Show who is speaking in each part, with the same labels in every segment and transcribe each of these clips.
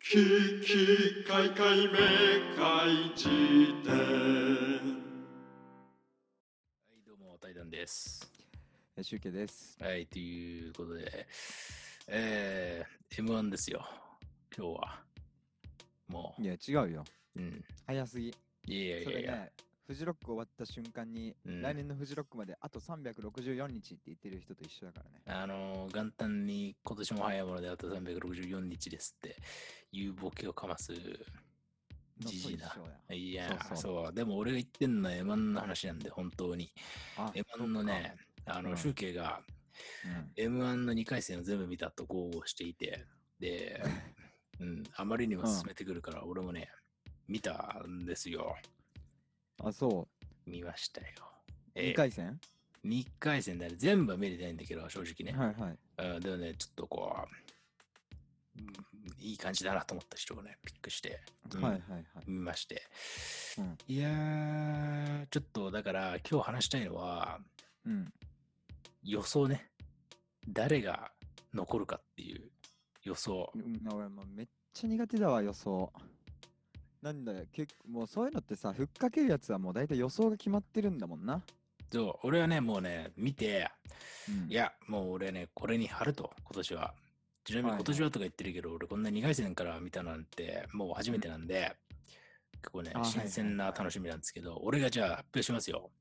Speaker 1: ききかいかいめかい辞典
Speaker 2: はい、どうも、対談です。
Speaker 3: え集計です。
Speaker 2: はい、ということで、えー、M1 ですよ、今日は。も
Speaker 3: いや、違うよ。
Speaker 2: う、うん。
Speaker 3: 早すぎ。
Speaker 2: いやいやい
Speaker 3: そ
Speaker 2: や
Speaker 3: れ
Speaker 2: いや、
Speaker 3: ね、フジロック終わった瞬間に、
Speaker 2: うん
Speaker 3: 来年のフジロックまであと364日って言ってる人と一緒だからね。
Speaker 2: あのー、元旦に今年も早いものであと364日ですっていうボケをかます。
Speaker 3: のと
Speaker 2: じじいだ
Speaker 3: 一緒や
Speaker 2: いや
Speaker 3: そう
Speaker 2: そ
Speaker 3: そう
Speaker 2: でも俺が言ってんのは M1 の話なんで、本当に。
Speaker 3: あ
Speaker 2: M1 のね、あ
Speaker 3: う
Speaker 2: の、
Speaker 3: ん
Speaker 2: 集計が、
Speaker 3: うん、
Speaker 2: M1 の2回戦を全部見たと豪語していて、 で、うん、あまりにも進めてくるから、俺もね、見たんですよ。
Speaker 3: あ、そう。
Speaker 2: 見ましたよ。
Speaker 3: 2回戦、
Speaker 2: 2回戦だね。全部は見れてないんだけど、正直ね。
Speaker 3: はいはい。
Speaker 2: うん、でもね、ちょっとこう、うんいい感じだなと思った人をね、ピックして、うん
Speaker 3: はいはいはい。
Speaker 2: 見まして。
Speaker 3: うん
Speaker 2: いやー、ちょっとだから、今日話したいのは、
Speaker 3: うん。
Speaker 2: 予想ね。誰が残るかっていう予想。
Speaker 3: うん、俺もうめっちゃ苦手だわ、予想。なんだよ、結構もうそういうのってさ、ふっかけるやつはもう大体予想が決まってるんだもんな。
Speaker 2: そう、俺はね、もうね、見て、
Speaker 3: うん
Speaker 2: いや、もう俺ね、これに貼ると、今年は。ちなみに
Speaker 3: はいはい
Speaker 2: 今年はとか言ってるけど、俺こんな2回戦から見たなんて、もう初めてなんで、結構ね
Speaker 3: あ、はいはい
Speaker 2: 新鮮な楽しみなんですけど、俺がじゃあ発表しますよ。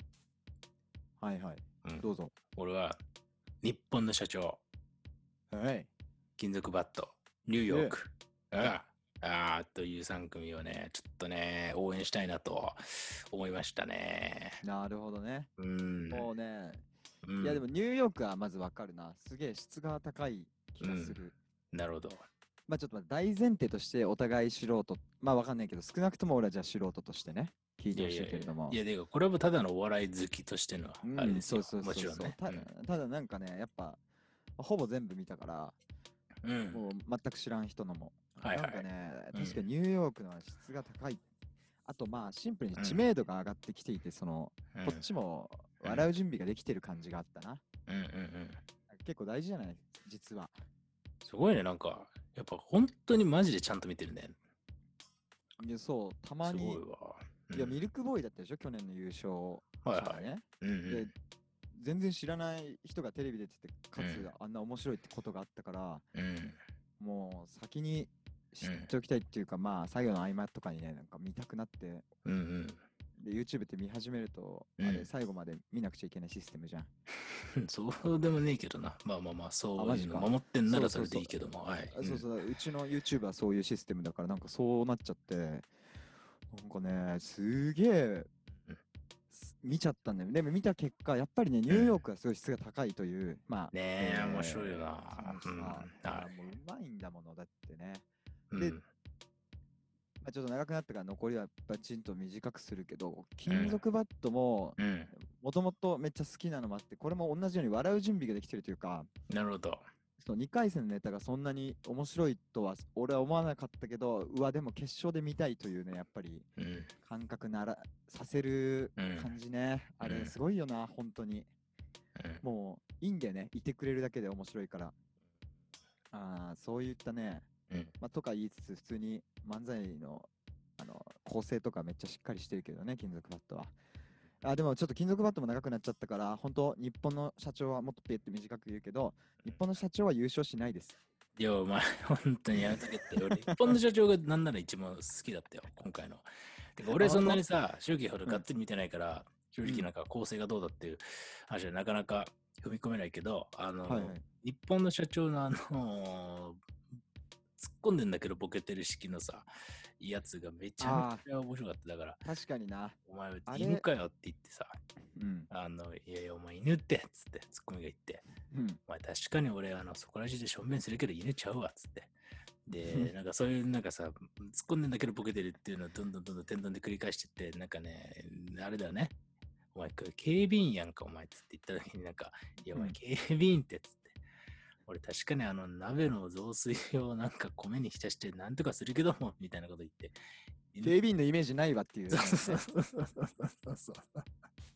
Speaker 3: はいはい。
Speaker 2: うん
Speaker 3: どうぞ。
Speaker 2: 俺は、日本の社長、
Speaker 3: はい。
Speaker 2: 金属バット、ニューヨーク、ああああという3組をね、ちょっとね、応援したいなと思いましたね。
Speaker 3: なるほどね。
Speaker 2: うん。
Speaker 3: もうね、
Speaker 2: うん
Speaker 3: いやでもニューヨークはまずわかるな。すげえ質が高い気がする。
Speaker 2: なるほど。
Speaker 3: まあちょっと待って大前提としてお互い素人、まあわかんないけど、少なくとも俺はじゃあ素人としてね、聞いてほしいけれども。
Speaker 2: いや、でもこれもただのお笑い好きとしての
Speaker 3: うん
Speaker 2: あれですよ。
Speaker 3: そうそ
Speaker 2: も
Speaker 3: う
Speaker 2: ち
Speaker 3: そ
Speaker 2: ろ
Speaker 3: う
Speaker 2: ん
Speaker 3: そう
Speaker 2: ね。
Speaker 3: た。ただなんかね、やっぱ、ほぼ全部見たから、
Speaker 2: うんうん
Speaker 3: もう全く知らん人のも。
Speaker 2: はいはい
Speaker 3: なんかね、
Speaker 2: うん
Speaker 3: 確かにニューヨークのは質が高い。あとまあシンプルに知名度が上がってきていて、その、
Speaker 2: うん
Speaker 3: こっちも笑う準備ができてる感じがあったな。
Speaker 2: うんうんうん。
Speaker 3: 結構大事じゃない実は。
Speaker 2: すごいね、なんか、やっぱ本当にマジでちゃんと見てるね。
Speaker 3: いやそう、たますに。
Speaker 2: ごいわ。うん
Speaker 3: いや、ミルクボーイだったでしょ、去年の優勝者
Speaker 2: はい
Speaker 3: が
Speaker 2: はい
Speaker 3: ね。
Speaker 2: うんうん
Speaker 3: で、全然知らない人がテレビ出てて、か
Speaker 2: うん
Speaker 3: つあんな面白いってことがあったから、
Speaker 2: うん
Speaker 3: もう先に知っておきたいっていうか、まあ、作業の合間とかにね、なんか見たくなって、
Speaker 2: うんうん
Speaker 3: で、YouTube って見始めると、
Speaker 2: うん
Speaker 3: あれ、最後まで見なくちゃいけないシステムじゃん。
Speaker 2: うん。 そうでもねえけどな。まあまあまあ、そ
Speaker 3: あ
Speaker 2: う
Speaker 3: マ
Speaker 2: い
Speaker 3: ジ
Speaker 2: う
Speaker 3: か
Speaker 2: の守ってんならそ
Speaker 3: そう
Speaker 2: れで
Speaker 3: そうそう
Speaker 2: いいけども。はい。
Speaker 3: あそうそう、うちの YouTube はそういうシステムだから、なんかそうなっちゃって、なんかね、すげえ
Speaker 2: うん、
Speaker 3: す見ちゃったんだよ。でも見た結果、やっぱりね、ニューヨークはすごい質が高いという、まあ、
Speaker 2: うんねえ
Speaker 3: えー
Speaker 2: 面白いよな
Speaker 3: そう
Speaker 2: うん
Speaker 3: さ
Speaker 2: は
Speaker 3: もううまいんだものだってね。
Speaker 2: うん
Speaker 3: でまあ、ちょっと長くなったから残りはバチンと短くするけど、金属バットも
Speaker 2: うん。
Speaker 3: もともとめっちゃ好きなのもあって、これも同じように笑う準備ができてるというか、
Speaker 2: なるほど。
Speaker 3: その2回戦のネタがそんなに面白いとは俺は思わなかったけど、うわ、でも決勝で見たいというね、やっぱり
Speaker 2: うん。
Speaker 3: 感覚ならさせる
Speaker 2: うん
Speaker 3: 感じね。あ
Speaker 2: う
Speaker 3: れ
Speaker 2: ん
Speaker 3: すごいよな、本当に。
Speaker 2: うん
Speaker 3: もういいんだよね、いてくれるだけで面白いから。ああ、そういったね、
Speaker 2: うん
Speaker 3: まあ、とか言いつつ、普通に漫才のあの構成とかめっちゃしっかりしてるけどね、金属バットは。あでもちょっと金属バットも長くなっちゃったから、本当、日本の社長はもっとピエって短く言うけど、日本の社長は優勝しないです。
Speaker 2: いや、お前、本当にやめとけって。俺、日本の社長がなんなら一番好きだったよ、今回の。てか俺、
Speaker 3: あ
Speaker 2: そ
Speaker 3: 本当
Speaker 2: んなに さ、周期ほどがっつり見てないから、正直なんか構成がどうだっていう話はなかなか踏み込めないけど、あの、
Speaker 3: はいはい。
Speaker 2: 日本の社長のあ の突っ込んでんだけどボケてる式のさ、やつがめちゃめちゃ面白かった。だから、
Speaker 3: 確かにな。
Speaker 2: お前
Speaker 3: あ、れ
Speaker 2: 犬かよって言ってさ、
Speaker 3: うん。
Speaker 2: あの、いやいや、お前犬って、つって、ツッコミが言って。
Speaker 3: うん。
Speaker 2: まあ確かに俺、あの、そこら中で正面するけど犬ちゃうわ、っつって。で、なんかそういう、なんかさ、突っ込んでんだけどボケてるっていうのをどんどんどんどん転々で繰り返してって、なんかね、あれだよね。お前、これ警備員やんか、お前、つって言った時になんか、いや、お
Speaker 3: う
Speaker 2: 前、
Speaker 3: ん
Speaker 2: 警備員って、つって。俺、確かにあの、鍋の雑炊をなんか米に浸して、なんとかするけども、みたいなこと言って。
Speaker 3: 警備員のイメージないわって いう、
Speaker 2: そうそうそうそうそうそう。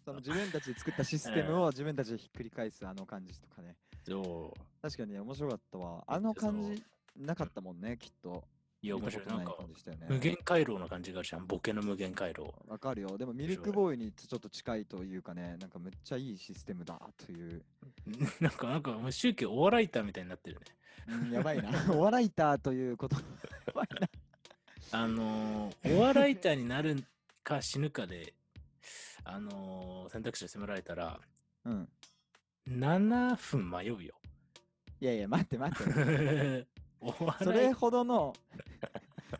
Speaker 3: その自分たちで作ったシステムを自分たちでひっくり返すあの感じとかね。
Speaker 2: そう
Speaker 3: 確かにね面白かったわ。あの感
Speaker 2: そう
Speaker 3: じなかったもんね、きっと。
Speaker 2: いや、
Speaker 3: 見
Speaker 2: 面
Speaker 3: た
Speaker 2: 白い。
Speaker 3: こと
Speaker 2: な
Speaker 3: なんい
Speaker 2: か
Speaker 3: 感、じしたよね。
Speaker 2: 無限回廊な感じがあるじゃん。ボケの無限回廊。
Speaker 3: わかるよ。でもミルクボーイにちょっと近いというかね、なんかめっちゃいいシステムだ という。
Speaker 2: なんか、なんか、もう宗教お笑いたみたいになってるね。
Speaker 3: うんやばいな。 お笑いたということ。やばいな。
Speaker 2: あのー、お笑いたになるか死ぬかで、あのー選択肢を迫られたら、
Speaker 3: うん。
Speaker 2: 7分迷うよ。
Speaker 3: いやいや、待って待って。
Speaker 2: お
Speaker 3: それ
Speaker 2: 笑い
Speaker 3: ほ どの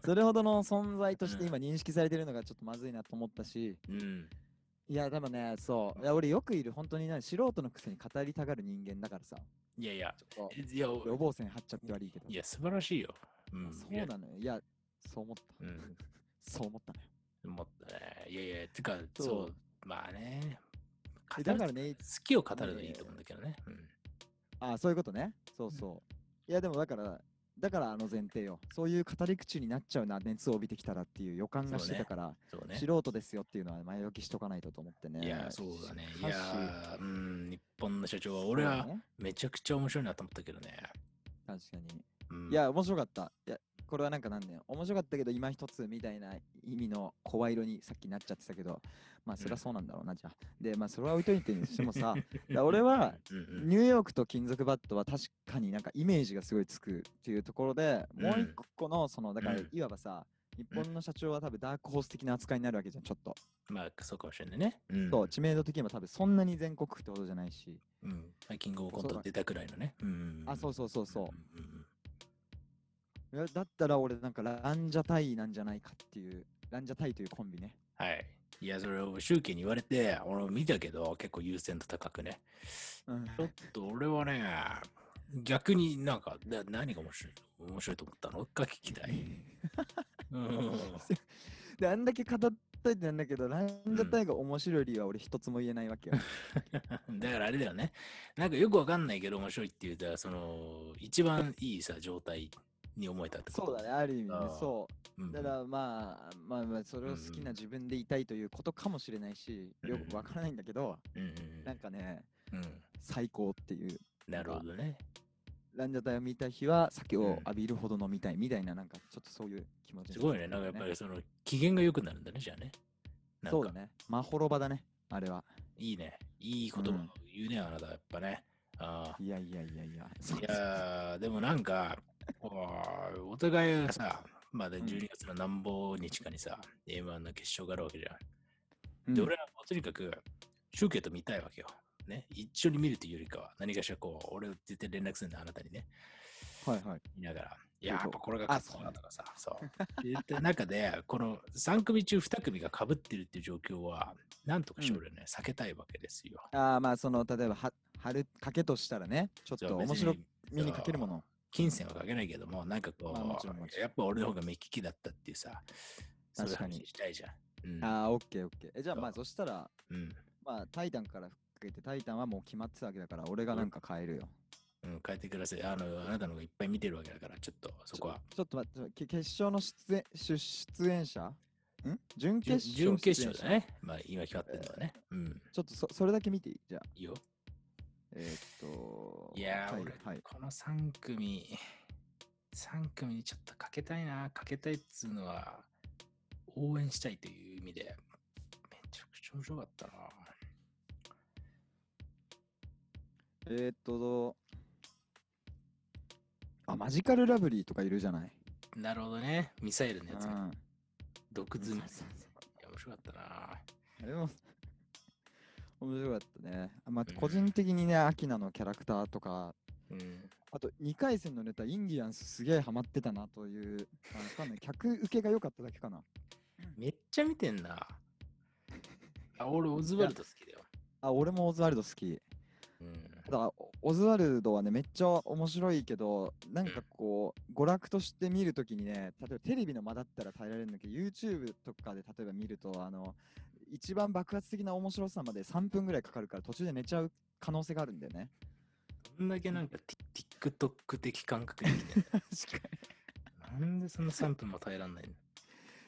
Speaker 3: それほどの存在として
Speaker 2: うん
Speaker 3: 今認識されてるのがちょっとまずいなと思ったし、
Speaker 2: うん。
Speaker 3: いやでもねそういや俺よくいる本当にな素人のくせに語りたがる人間だからさ
Speaker 2: いやいや、
Speaker 3: ちょっ
Speaker 2: いや、
Speaker 3: と予防線張っちゃって悪いけど
Speaker 2: いや、素晴らしいよ。うん
Speaker 3: あそ。
Speaker 2: いや
Speaker 3: うなのよいやそう思った、
Speaker 2: うん
Speaker 3: そう思ったね
Speaker 2: もったねいやいや、てか、
Speaker 3: そう
Speaker 2: そう、まあね。
Speaker 3: え
Speaker 2: 語
Speaker 3: だ
Speaker 2: る
Speaker 3: からね
Speaker 2: 好きを語るのいいと思うんだけどね。
Speaker 3: あそういうことねそうそう、いやでもだからだからあの前提よそういう語り口になっちゃうな熱を帯びてきたらっていう予感がしてたから、
Speaker 2: うん、そうね。
Speaker 3: 素人ですよっていうのは前置きしとかないとと思ってね
Speaker 2: いや、そうだね。
Speaker 3: し
Speaker 2: い
Speaker 3: かし
Speaker 2: や、うん、日本の社長は、
Speaker 3: そう
Speaker 2: 俺
Speaker 3: だ
Speaker 2: は
Speaker 3: ね
Speaker 2: めちゃくちゃ面白いなと思ったけどね。
Speaker 3: 確かに
Speaker 2: うん
Speaker 3: い、や、面白かった。いや、これはなんかなんだよ。面白かったけど、今一つみたいな意味の声色にさっきなっちゃってたけど、まあ、そりゃそうなんだろうな、じゃあ。で、まあ、それは置いといてにして もさ、いや俺は、
Speaker 2: うんうん、
Speaker 3: ニューヨークと金属バットは確かになんかイメージがすごいつくっていうところで、もう一個の、その、だから
Speaker 2: うん、
Speaker 3: いわばさ、日本の社長は多分ダークホース的な扱いになるわけじゃん、ちょっと。
Speaker 2: まあ、そうかもしれないね。うん。
Speaker 3: そう、知名度的にも多分そんなに全国区ってことじゃないし。
Speaker 2: うん。キングオブコン
Speaker 3: そう
Speaker 2: ト
Speaker 3: だ
Speaker 2: 出たくらいのね。うん。
Speaker 3: あ、そうそうそうそ
Speaker 2: うんうんうん。
Speaker 3: う。いやだったら俺なんかランジャタイなんじゃないかっていう、ランジャタイというコンビね。
Speaker 2: はい。いや、それを周期に言われて、俺も見たけど、結構優先度高くね。
Speaker 3: うん
Speaker 2: ちょっと俺はね、逆になんか、な何が面白い面白いと思ったのか聞きたい。うん
Speaker 3: で、あんだけ語っといてなんだけど、ランジャタイが面白い理由は俺一つも言えないわけよ。
Speaker 2: だからあれだよね。なんかよくわかんないけど面白いって言うたら、その、一番いいさ、状態に思えたってこと。
Speaker 3: そうだね、。ある意味ね
Speaker 2: ああ、
Speaker 3: そ
Speaker 2: うんうん、
Speaker 3: う。だからまあ、まあまあ、それを好きな自分でいたいということかもしれないし、
Speaker 2: うん
Speaker 3: よくわからないんだけど、
Speaker 2: うんうん
Speaker 3: なんかね、
Speaker 2: うん、うん。
Speaker 3: 最高っていう。
Speaker 2: なるほどね。
Speaker 3: ランジャタイを見た日は酒
Speaker 2: うん
Speaker 3: を浴びるほど飲みたいみたいな、なんかちょっとそういう気持ちに
Speaker 2: すごいね。なんかやっぱりその、機嫌が良くなるんだね、じゃあね。なんか
Speaker 3: そうだね。まほろばだね、あれは。
Speaker 2: いいね。いい言葉を言うね、あなた、やっぱね。あ
Speaker 3: いやいやいやいや。
Speaker 2: あ。いやー、でもなんか、こうお互いがさ、まあ、で
Speaker 3: うん
Speaker 2: 12月の何ぼ日かにさ、M1 の決勝があるわけじゃん。
Speaker 3: うん
Speaker 2: で、俺はもうとにかく、シュウケイと見たいわけよ。ね。一緒に見るというよりかは、何かしらこう、俺を絶対連絡するの、あなたにね。
Speaker 3: はいはい。
Speaker 2: 見ながら。い
Speaker 3: そ
Speaker 2: やー、やっ
Speaker 3: うそう
Speaker 2: ぱこれが勝つなとかさ、そう。言った中で、この3組中2組が被ってるっていう状況は、なんとかして俺はね、避けたいわけですよ。
Speaker 3: ああ、まあその、例えばは、春かけとしたらね、ちょっ
Speaker 2: そう
Speaker 3: と面
Speaker 2: 別
Speaker 3: 白
Speaker 2: に
Speaker 3: く見にかけるもの。
Speaker 2: 金銭はかけないけども、なんかこう、
Speaker 3: まあもちろんもちろん
Speaker 2: やっぱ俺の方が目利きだったっていうさ、そういう
Speaker 3: 確かに
Speaker 2: 話したいじゃん。うん。
Speaker 3: ああ、オッケーオッケー。えじゃあ
Speaker 2: そう
Speaker 3: まあそしたら、
Speaker 2: うん。
Speaker 3: まあタイタンから吹っかけて、タイタンはもう決まってたわけだから、俺がなんか変えるよ。
Speaker 2: うん、変えてください。あの、あなたの方がいっぱい見てるわけだから、ちょっとそこは。
Speaker 3: ちょっと待って、け決勝の出演出出演者ん準決
Speaker 2: 準準
Speaker 3: 勝
Speaker 2: 決勝
Speaker 3: 出演者
Speaker 2: だね。まあ、今決まってるのはね。うん。
Speaker 3: ちょっとそそれだけ見ていいじゃあ。
Speaker 2: いいよ。
Speaker 3: えー、っと、
Speaker 2: いやー、
Speaker 3: タイ
Speaker 2: 俺、
Speaker 3: はい。
Speaker 2: この3組、3組にちょっとかけたいな。かけたいっつうのは、応援したいという意味で、めちゃくちゃ面白かったな。
Speaker 3: えー、っと、あ、マジカルラブリーとかいるじゃない。
Speaker 2: なるほどね。ミサイルのやつ
Speaker 3: う
Speaker 2: が、
Speaker 3: ん
Speaker 2: 毒ズミ。い
Speaker 3: ミサイル
Speaker 2: や、面白かったな。
Speaker 3: あれも 面白かったね。あまあ、個人的にね、アキナのキャラクターとか、
Speaker 2: うん。
Speaker 3: あと2回戦のネタ、インディアンスすげえハマってたなという、あわかんない、客受けが良かっただけかな。
Speaker 2: めっちゃ見てんな。あ、俺、オズワルド好きだよ。
Speaker 3: あ、俺もオズワルド好き。
Speaker 2: うん。
Speaker 3: ただ、おオズワルドはね、めっちゃ面白いけど、なんかこう、娯楽として見るときにね、例えばテレビの間だったら耐えられるんだけど、YouTube とかで例えば見ると、あの、一番爆発的な面白さまで3分ぐらいかかるから、途中で寝ちゃう可能性があるんだよ ね。
Speaker 2: どんだけなんか Tik- TikTok 的感覚で見てんの
Speaker 3: 確かに。
Speaker 2: なんでその3分も耐えらんないの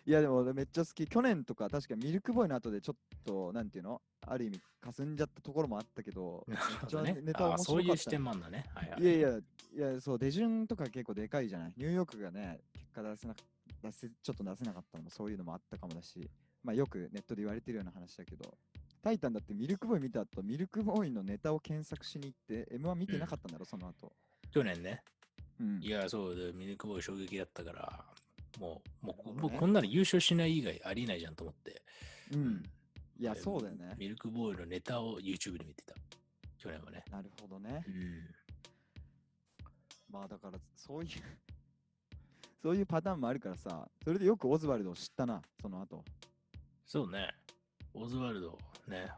Speaker 3: いやでも俺めっちゃ好き。去年とか確かミルクボーイの後でちょっと、なんていうのある意味、かすんじゃったところもあったけど、め
Speaker 2: な
Speaker 3: っ
Speaker 2: るほ
Speaker 3: ちゃ
Speaker 2: どね。
Speaker 3: ネタ
Speaker 2: あ
Speaker 3: 面
Speaker 2: あ、
Speaker 3: 白
Speaker 2: そう
Speaker 3: かっ
Speaker 2: いう
Speaker 3: た
Speaker 2: 視点もあんだね。はいはい。
Speaker 3: いやいや、いや、そう、出順とか結構でかいじゃない。ニューヨークがね、結果出せなか出せ、ちょっと出せなかったのもそういうのもあったかもだし、まあよくネットで言われてるような話だけど、タイタンだってミルクボーイ見た後、ミルクボーイのネタを検索しに行って、M1 見てなかったんだろ、その後。
Speaker 2: 去年ね。
Speaker 3: うん。
Speaker 2: いや、そうで、ミルクボーイ衝撃だったから、もう、も
Speaker 3: なるほ
Speaker 2: う、
Speaker 3: どね
Speaker 2: もうこんなの優勝しない以外ありえないじゃんと思って。
Speaker 3: う。
Speaker 2: うん
Speaker 3: い
Speaker 2: い
Speaker 3: や、そうだよね。
Speaker 2: ミルクボーイのネタを YouTube で見てた。去年はね。
Speaker 3: なるほどね
Speaker 2: う。ん。
Speaker 3: まあだから、そういう、そういうパターンもあるからさ、それでよくオズワルドを知ったな、その後。
Speaker 2: そうね。オズワルド、ね。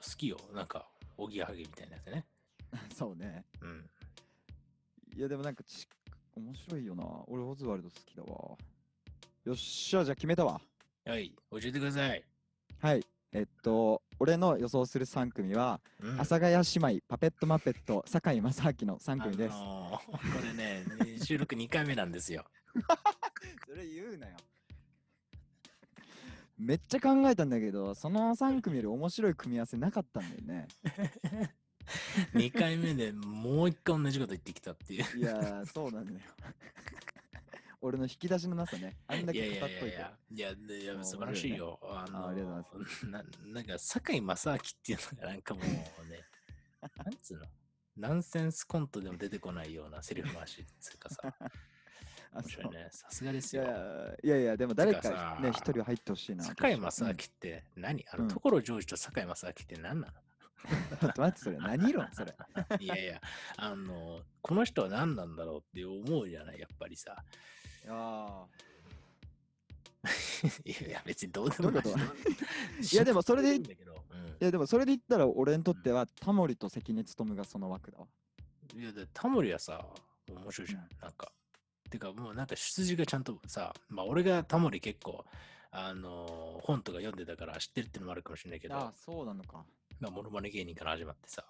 Speaker 2: 好きよ。なんか、おぎやはぎみたいなやつね。
Speaker 3: そうね。
Speaker 2: うん。
Speaker 3: いやでもなんかち面白いよな。俺オズワルド好きだわ。よっしゃ、じゃあ決めたわ。
Speaker 2: はい。教えてください。
Speaker 3: はい。えっと、俺の予想する3組は、
Speaker 2: うん
Speaker 3: 阿佐ヶ谷姉妹、パペットマペット、酒井正明の3組です。
Speaker 2: あのー これね、収録2回目なんですよ。
Speaker 3: それ言うなよ。めっちゃ考えたんだけど、その3組より面白い組み合わせなかったんだよね。
Speaker 2: 2回目でもう一回同じこと言ってきたっていう。
Speaker 3: いやー、そうなんだよ。 俺の引き出しのなさね。あんだ
Speaker 2: いやい
Speaker 3: け語
Speaker 2: や
Speaker 3: っ
Speaker 2: い
Speaker 3: と
Speaker 2: や
Speaker 3: い
Speaker 2: い
Speaker 3: て。
Speaker 2: や、いやでいや
Speaker 3: もう
Speaker 2: 素晴らしいよ。あの
Speaker 3: あありがとうござい
Speaker 2: ななんか、堺正明っていうのがなんかもうね、なんつうの、ナンセンスコントでも出てこないようなセリフ回しっていうか さ、
Speaker 3: あ
Speaker 2: 面
Speaker 3: そう
Speaker 2: 白いね。さすがです
Speaker 3: いや
Speaker 2: よ。
Speaker 3: いやいや、でも誰
Speaker 2: てか
Speaker 3: か
Speaker 2: さ
Speaker 3: ね、一人は入ってほしいな。
Speaker 2: 堺
Speaker 3: どうし
Speaker 2: 正
Speaker 3: よ
Speaker 2: 明
Speaker 3: う
Speaker 2: って何、あ
Speaker 3: う
Speaker 2: の、
Speaker 3: ん
Speaker 2: 所ジョージと堺正明って何なの
Speaker 3: うんちょっと待って、それ何論 それ。
Speaker 2: いやいや、あの、この人は何なんだろうって思うじゃない、やっぱりさ。
Speaker 3: あ
Speaker 2: いやいや、別にどうでもない。
Speaker 3: どういうこ
Speaker 2: い
Speaker 3: いやでもそれで
Speaker 2: いんだけど、
Speaker 3: いや、でもそれで言ったら俺にとっては、タモリと関根勤がその枠だわ。
Speaker 2: うん、いや、だってタモリはさ、面白いじゃん、なんか。てか、もうなんか出自がちゃんとさ、まあ俺がタモリ結構、あのー本とか読んでたから知ってるってのもあるかもしれないけど、
Speaker 3: ああ、そうなのか。
Speaker 2: まあモノマネ芸人から始まってさ、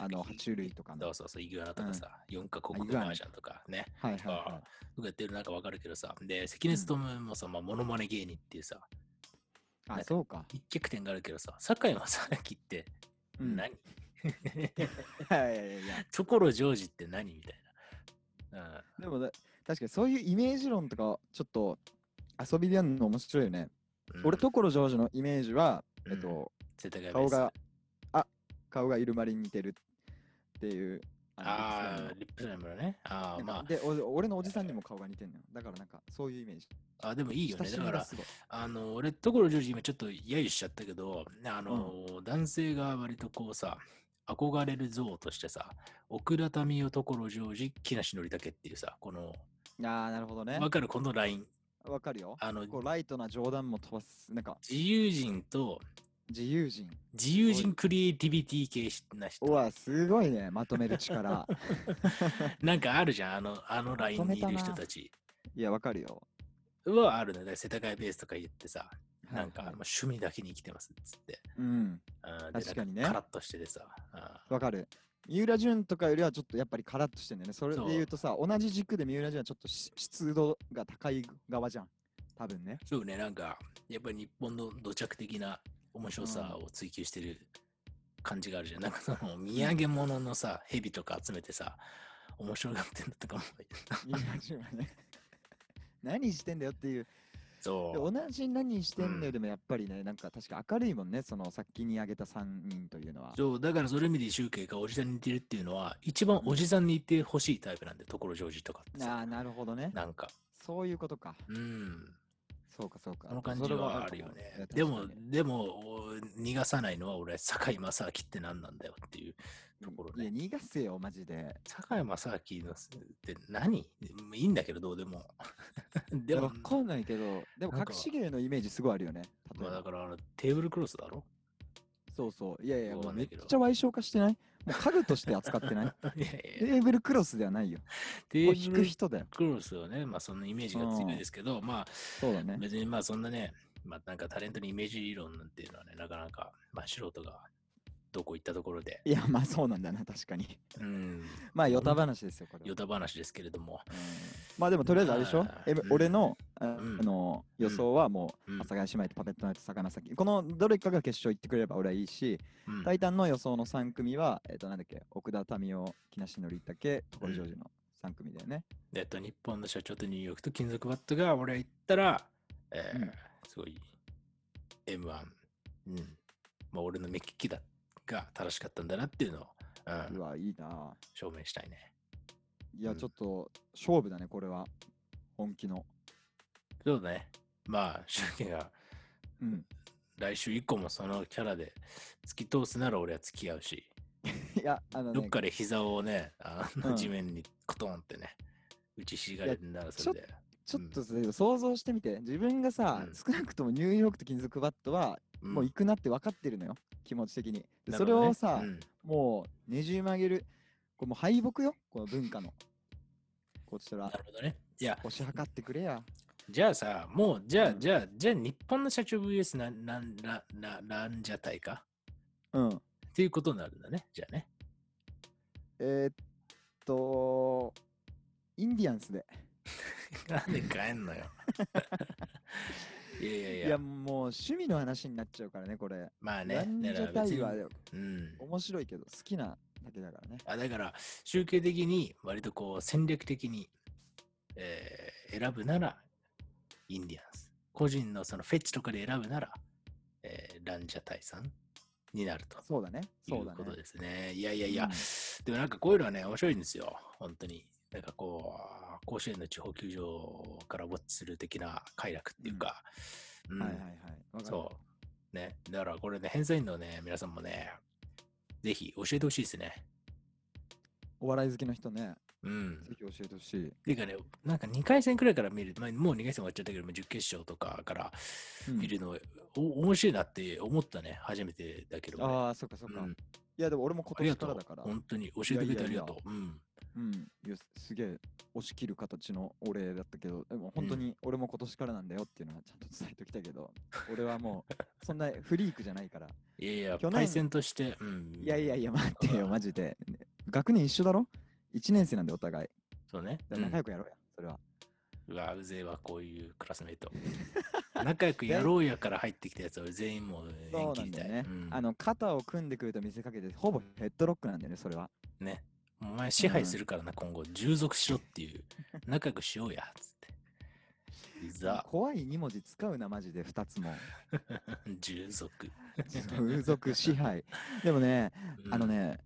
Speaker 3: あの、爬虫類とか
Speaker 2: そ
Speaker 3: の
Speaker 2: う。そうそう、イグアナとかさ、四か国
Speaker 3: あイ
Speaker 2: 語
Speaker 3: グアナ
Speaker 2: マージャンとかね、
Speaker 3: はいはい
Speaker 2: あ
Speaker 3: は
Speaker 2: あとかやってるなんかわかるけどさ、で、関根勤もさ、まあモノマネ芸人っていうさ、
Speaker 3: い。あ、そうか。
Speaker 2: 一脚点があるけどさ、堺正明って
Speaker 3: うん
Speaker 2: 何、
Speaker 3: はいやいやいや。
Speaker 2: ところジョージって何みたいな。うん
Speaker 3: でもね、確かにそういうイメージ論とか、ちょっと遊びでやるの面白いよね。
Speaker 2: うん
Speaker 3: 俺、所ジョージのイメージは、
Speaker 2: うん
Speaker 3: えっと、
Speaker 2: 世田谷ベース
Speaker 3: 顔が、あ、顔がイルマリに似てるっていう。の
Speaker 2: ああ、
Speaker 3: リ
Speaker 2: リップスライムのね。あ
Speaker 3: ップスライムの
Speaker 2: あ、
Speaker 3: なん
Speaker 2: ま
Speaker 3: かで、お俺のおじさんにも顔が似てんのよ。だからなんか、そういうイメージ。
Speaker 2: あ、あでもいいよね。
Speaker 3: 親し
Speaker 2: だ
Speaker 3: み
Speaker 2: か
Speaker 3: が
Speaker 2: ら、
Speaker 3: すごい
Speaker 2: あの、俺、所ジョージ今ちょっと揶揄しちゃったけど、あの、男性が割とこうさ、憧れる像としてさ、奥田民生所ジョージ、木梨憲武っていうさ、この、
Speaker 3: ああ、なるほどね。
Speaker 2: わかるこのライン。
Speaker 3: わかるよ。
Speaker 2: あの、
Speaker 3: こうライトな冗談も飛ばす、なんか
Speaker 2: 自由人と、
Speaker 3: 自由人。
Speaker 2: 自由人クリエイティビティ系な人。
Speaker 3: うわ、すごいね、まとめる力。
Speaker 2: なんかあるじゃん、あの、あのラインにい
Speaker 3: まと
Speaker 2: る
Speaker 3: めたな
Speaker 2: 人たち
Speaker 3: いや、わかるよ。
Speaker 2: はあるね。だから世田谷ベースとか言ってさ、
Speaker 3: はい
Speaker 2: なんか、
Speaker 3: はい
Speaker 2: まあ趣味だけに生きてますっつって。
Speaker 3: うん、
Speaker 2: あー
Speaker 3: 確かにね
Speaker 2: でなんカラッとしててさ。あー
Speaker 3: わかる。三浦淳とかよりはちょっとやっぱりカラッとしてんだよね。それで言うとさ、同じ軸で三浦淳はちょっとし湿度が高い側じゃん。多分 ね。
Speaker 2: そうね、なんか、やっぱり日本の土着的な面白さを追求してる感じがあるじゃん。なんかその、土産物のさ、蛇とか集めてさ、面白がってんだとかも。
Speaker 3: 三浦淳はね。 何してんだよっていう。で
Speaker 2: そ
Speaker 3: 同じ何してんだ
Speaker 2: う
Speaker 3: よ
Speaker 2: ん
Speaker 3: でもやっぱりね、なんか確か明るいもんね、そのさっきに挙げた3人というのは
Speaker 2: う。。そう、だからそれ意味で集計がおじさんに似てるっていうのは、一番おじさんに似てほしいタイプなんで、ところジョージとかって
Speaker 3: ああ、
Speaker 2: さ。
Speaker 3: なるほどね。
Speaker 2: なんか、
Speaker 3: そういうことか。
Speaker 2: うん。
Speaker 3: そうかそうか。
Speaker 2: この感
Speaker 3: そ
Speaker 2: じ
Speaker 3: れ
Speaker 2: はあ
Speaker 3: と
Speaker 2: るよ
Speaker 3: 思うい
Speaker 2: ね
Speaker 3: や。
Speaker 2: でも
Speaker 3: 確か、に
Speaker 2: でも、お逃がさないのは俺、堺正明って何なんだよっていうところね。
Speaker 3: いや、逃がせよ、マジで。
Speaker 2: 坂井正明のすって何いいんだけど、どうでも。 でも
Speaker 3: わ、かんないけど、でも
Speaker 2: なん
Speaker 3: 隠
Speaker 2: か
Speaker 3: し芸のイメージすごいあるよね。例
Speaker 2: ま
Speaker 3: え
Speaker 2: あ、
Speaker 3: ば
Speaker 2: だからあのテーブルクロスだろ
Speaker 3: そうそう。いやいや、
Speaker 2: わ
Speaker 3: も
Speaker 2: か
Speaker 3: うん
Speaker 2: な
Speaker 3: め
Speaker 2: い
Speaker 3: っ
Speaker 2: けど
Speaker 3: ちゃ歪小化してないもう家具として扱ってな
Speaker 2: いや
Speaker 3: い
Speaker 2: いや
Speaker 3: テーブルクロスではないよ。
Speaker 2: テ
Speaker 3: こう引
Speaker 2: ーブ
Speaker 3: く
Speaker 2: ル
Speaker 3: 人だよ。
Speaker 2: クロスはね、まあそのイメージが強いですけど、ま
Speaker 3: そうだ
Speaker 2: あ
Speaker 3: ね。
Speaker 2: 別にまあそんなね、まあなんかタレントにイメージ理論なんていうのはね、なかなか、まあ素人がどこ行ったところで。
Speaker 3: いや、まあそうなんだな、確かに。
Speaker 2: うん。
Speaker 3: まあ、ヨタ話ですよ、これ
Speaker 2: ヨ
Speaker 3: は。
Speaker 2: タ話ですけれども。
Speaker 3: うんまあでも、とりあえずあれでしょ
Speaker 2: まあ
Speaker 3: え
Speaker 2: うん
Speaker 3: 俺のあ
Speaker 2: ん
Speaker 3: あの予想はもう、
Speaker 2: うん
Speaker 3: 阿佐ヶ谷姉妹とパペットナイト、坂崎。このどれかが決勝行ってくれれば俺はいいし、
Speaker 2: うん
Speaker 3: タイタンの予想の3組は、えっと、なんだっけ、奥田民生、木梨憲武、所ジョージの3組だよね。
Speaker 2: えっと、日本の社長とニューヨークと金属バットが俺は行ったら、えー
Speaker 3: うん
Speaker 2: すごい M1、うんまあ、俺の目利きだが正しかったんだなっていうのを、う、
Speaker 3: うんわ、いいな。
Speaker 2: 証明したいね。
Speaker 3: いや、
Speaker 2: うん
Speaker 3: ちょっと勝負だね、これは。本気の。
Speaker 2: そうだね。まあ、シュウケが
Speaker 3: うん。
Speaker 2: 来週以降もそのキャラで突き通すなら俺は付き合うし、
Speaker 3: いや、あの
Speaker 2: どっ
Speaker 3: ね、
Speaker 2: かで膝をね、あ
Speaker 3: う
Speaker 2: の
Speaker 3: ん
Speaker 2: 地面にコトンってね、打ちひしがれるならそれで。
Speaker 3: ちょっとそれ想像してみて、自分がさ、
Speaker 2: うん
Speaker 3: 少なくともニューヨークと金属バットは、
Speaker 2: うん
Speaker 3: もう行くなって分かってるのよ、気持ち的に。で
Speaker 2: な
Speaker 3: そ
Speaker 2: る
Speaker 3: れ
Speaker 2: ほどね
Speaker 3: をさ、
Speaker 2: うん
Speaker 3: もうねじ曲げる、これもう敗北よ、この文化の。こっちとら
Speaker 2: な、るほどね。いや、
Speaker 3: 押し量ってくれや。
Speaker 2: じゃあさ、もう、じゃあ、
Speaker 3: うん
Speaker 2: じゃあ、じゃあ、日本の社長 VS な、な、な、な、なんじゃたいか
Speaker 3: うん。
Speaker 2: っていうことになるんだね。じゃあね。
Speaker 3: えー、っと、インディアンスで。
Speaker 2: なんで帰んのよ。いやいやい
Speaker 3: い
Speaker 2: や、
Speaker 3: や、もう趣味の話になっちゃうからね、これ。
Speaker 2: まあね
Speaker 3: ラ、ンジ
Speaker 2: だから
Speaker 3: ャタ
Speaker 2: 別
Speaker 3: イ
Speaker 2: に
Speaker 3: は
Speaker 2: うん。
Speaker 3: 面白いけど、好きなだけだからね。
Speaker 2: あだから、集計的に、割とこう、戦略的に、えー選ぶなら、インディアンス。個人のそのフェチとかで選ぶなら、えーランジャタイさんになると。
Speaker 3: そうだね。
Speaker 2: い
Speaker 3: そう
Speaker 2: う
Speaker 3: だ
Speaker 2: こと
Speaker 3: ね。
Speaker 2: ですね。いやいやいや、
Speaker 3: うん
Speaker 2: でもなんかこういうのはね、面白いんですよ。本当に。なんかこう、甲子園の地方球場からウォッチする的な快楽っていうか、うん
Speaker 3: はいはいはい。わかる
Speaker 2: そう。ね。だからこれね、偏差員のね、皆さんもね、ぜひ教えてほしいですね。
Speaker 3: お笑い好きの人ね、
Speaker 2: うん。
Speaker 3: ぜひ教えてほしい。
Speaker 2: ていうかね、なんか2回戦くらいから見る、まあ、もう2回戦終わっちゃったけども、準決勝とかから
Speaker 3: うん
Speaker 2: 見るの、お面白いなって思ったね、初めてだけどもね、
Speaker 3: ああ、そっかそっか。
Speaker 2: うん
Speaker 3: いや、でも俺も今
Speaker 2: ありが
Speaker 3: 年
Speaker 2: と
Speaker 3: から
Speaker 2: う
Speaker 3: だから。。
Speaker 2: 本当に教えてくれてありがとう。
Speaker 3: い
Speaker 2: うん。
Speaker 3: うん。いやすげえ、押し切る形のお礼だったけど、でも本当に俺も今年からなんだよっていうのはちゃんと伝えておきたいけど、俺はもう、そんなフリークじゃないから。
Speaker 2: いやいや、
Speaker 3: 去年
Speaker 2: 対戦として、うん。
Speaker 3: いやいやいや、待ってよ、マジで。学年一緒だろ ?1 年生なんでお互い。
Speaker 2: そうね。
Speaker 3: だから仲良くやろうや、それは。
Speaker 2: うん、うわ、うぜえわ、こういうクラスメイト。仲良くやろうやから入ってきたやつ、俺全員もう
Speaker 3: そ
Speaker 2: 縁
Speaker 3: うな
Speaker 2: 切
Speaker 3: ん
Speaker 2: り
Speaker 3: だ
Speaker 2: た
Speaker 3: よ
Speaker 2: い。
Speaker 3: ね。あの、肩を組んでくると見せかけて、ほぼヘッドロックなんだよね、それは。
Speaker 2: うんね。お前支配するからな、今後、従属しろっていう、仲良くしようや、つって。いざ、
Speaker 3: 怖い2文字使うな、マジで、2つも。
Speaker 2: 従属。
Speaker 3: 風俗支 配。でもね、
Speaker 2: うん
Speaker 3: あの。ね、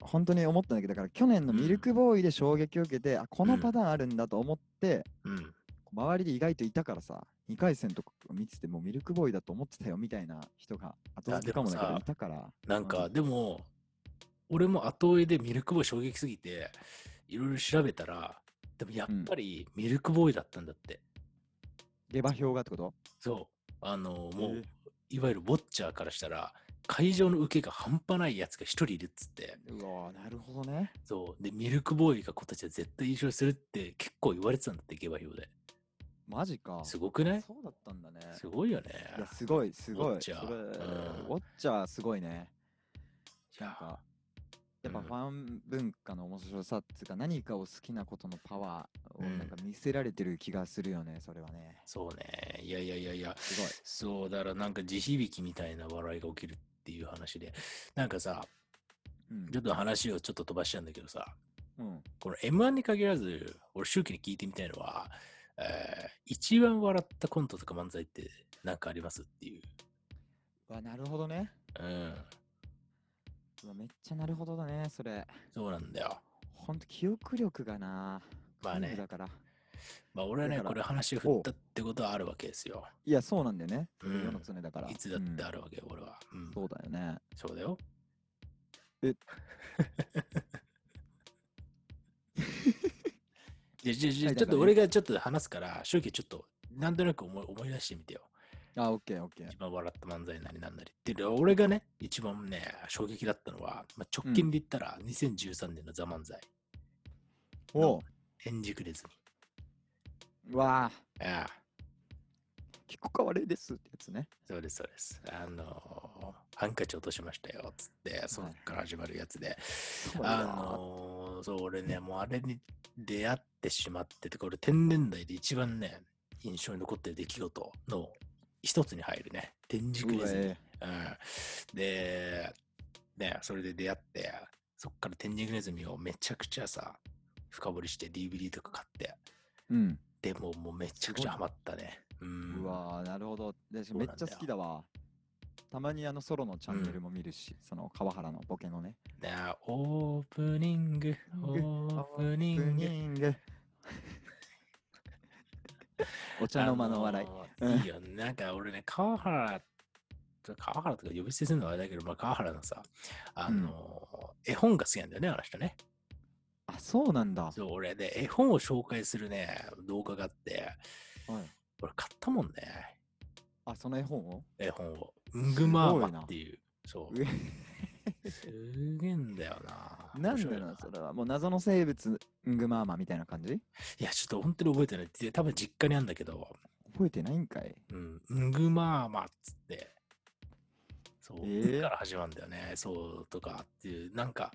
Speaker 3: 本当に思ったんだけど、だから去年のミルクボーイで衝撃を受けて、あ、このパターンあるんだと思って、
Speaker 2: うん。
Speaker 3: 周りで意外といたからさ、2回戦とか見てて、もうミルクボーイだと思ってたよみたいな人が後付けかもだけ
Speaker 2: でも
Speaker 3: ど、
Speaker 2: さ
Speaker 3: いたから。
Speaker 2: なんか、
Speaker 3: う
Speaker 2: でも、俺も後追いでミルクボーイ衝撃すぎて、いろいろ調べたら、でもやっぱりミルクボーイだったんだって。
Speaker 3: 下馬評がってこと
Speaker 2: そう。あの、も
Speaker 3: え
Speaker 2: う
Speaker 3: ー、
Speaker 2: いわゆるボッチャーからしたら、会場の受けが半端ないやつが一人いるっつって、
Speaker 3: うわーなるほどね。
Speaker 2: そう。で、ミルクボーイが今年は絶対優勝するって結構言われてたんだって、下馬評で。
Speaker 3: マジか。
Speaker 2: すごくない
Speaker 3: そうだったんだね。
Speaker 2: すごいよね。
Speaker 3: いや、すごい、すご
Speaker 2: ウ
Speaker 3: い。
Speaker 2: ォッチャー
Speaker 3: それ
Speaker 2: うん
Speaker 3: ウォッチャーすごいね。
Speaker 2: いや
Speaker 3: なんか、やっぱ
Speaker 2: うん
Speaker 3: ファン文化の面白さっていうか、何かを好きなことのパワーを
Speaker 2: うん
Speaker 3: なんか見せられてる気がするよね、それはね。
Speaker 2: そうね。いやいやいやいや、
Speaker 3: すごい。
Speaker 2: そう、だからなんか地響きみたいな笑いが起きるっていう話で、なんかさ、
Speaker 3: うん
Speaker 2: ちょっと話をちょっと飛ばしちゃうんだけどさ、
Speaker 3: うん。
Speaker 2: この M1 に限らず、俺、周期に聞いてみたいのは、えー一番笑ったコントとか漫才ってなんかありますっていう。
Speaker 3: うわ、なるほどね。
Speaker 2: うん。
Speaker 3: うわめっちゃなるほどだね、それ。
Speaker 2: そうなんだよ。
Speaker 3: ほんと、記憶力がな。
Speaker 2: まあ
Speaker 3: 皆無
Speaker 2: ね
Speaker 3: だ、から。
Speaker 2: まあ俺はね、
Speaker 3: だから
Speaker 2: これ話振ったってことはあるわけですよ。
Speaker 3: いや、そうなんだよね。それ
Speaker 2: うん
Speaker 3: 世の常だから。
Speaker 2: いつだってあ
Speaker 3: る。
Speaker 2: るわけよ、俺は。うん。
Speaker 3: そうだよね。
Speaker 2: そうだよ。
Speaker 3: え
Speaker 2: じゃじゃじゃ
Speaker 3: はい
Speaker 2: ちょっと
Speaker 3: なんかね
Speaker 2: 俺がちょっと話すから、周期ちょっと、なんとなく思い思い出してみてよ。
Speaker 3: あ、オッケーオッケー
Speaker 2: 一。番笑った漫才なりなんなりっていうのは俺がね、一番ね、衝撃だったのは、まあ、直近で言ったら2013年のザ・漫才、
Speaker 3: おう
Speaker 2: 天竺レズミ。
Speaker 3: うわあ、
Speaker 2: ああ、
Speaker 3: 結構変われですってやつね。
Speaker 2: そうです、そうです。あのハンカチ落としましたよ、つって、そっから始まるやつで。
Speaker 3: うだ
Speaker 2: あ
Speaker 3: な
Speaker 2: のーそう、俺ね、もうあれに出会ってしまってて、これ、天然代で一番ね、印象に残ってる出来事の一つに入るね。天竺
Speaker 3: う
Speaker 2: ネ
Speaker 3: わ
Speaker 2: ズミ。
Speaker 3: え
Speaker 2: うん、で、ね、それで出会って、そっから天竺ネズミをめちゃくちゃさ、深掘りして DVD とか買って、
Speaker 3: えうん。
Speaker 2: でももうめちゃくちゃハマったね。うん。
Speaker 3: うわーなるほど。で
Speaker 2: う
Speaker 3: め
Speaker 2: な
Speaker 3: っ
Speaker 2: んだよ
Speaker 3: ちゃ好きだわ。たまにあのソロのチャンネルも見るし、その川原のボケのね。
Speaker 2: ねオープニン グ、オープニング。
Speaker 3: ング。 お茶の間の笑い。
Speaker 2: あのーいいよ、なんか俺ね、川原、川原とか呼び捨てするのはあれだけど、まあ、川原のさ、あのー絵本が好きなんだよね、あの人ね。
Speaker 3: あ、そうなんだ。
Speaker 2: そう、俺で、絵本を紹介するね、動画があって、
Speaker 3: はい
Speaker 2: 俺買ったもんね、
Speaker 3: あ、その絵本を
Speaker 2: 絵本を。ングマーマっていう。そう。
Speaker 3: うえ
Speaker 2: すげえんだよな。
Speaker 3: なん
Speaker 2: 面
Speaker 3: だ
Speaker 2: 白い
Speaker 3: ろうそれは。もう謎の生物、ングマーマみたいな感じ
Speaker 2: いや、ちょっと本当に覚えてない。で多分実家にあるんだけど、
Speaker 3: 覚えてないんかい
Speaker 2: うん、んぐまーまっつって、そう、
Speaker 3: えー
Speaker 2: んから始まるんだよね、そうとかっていう、なんか、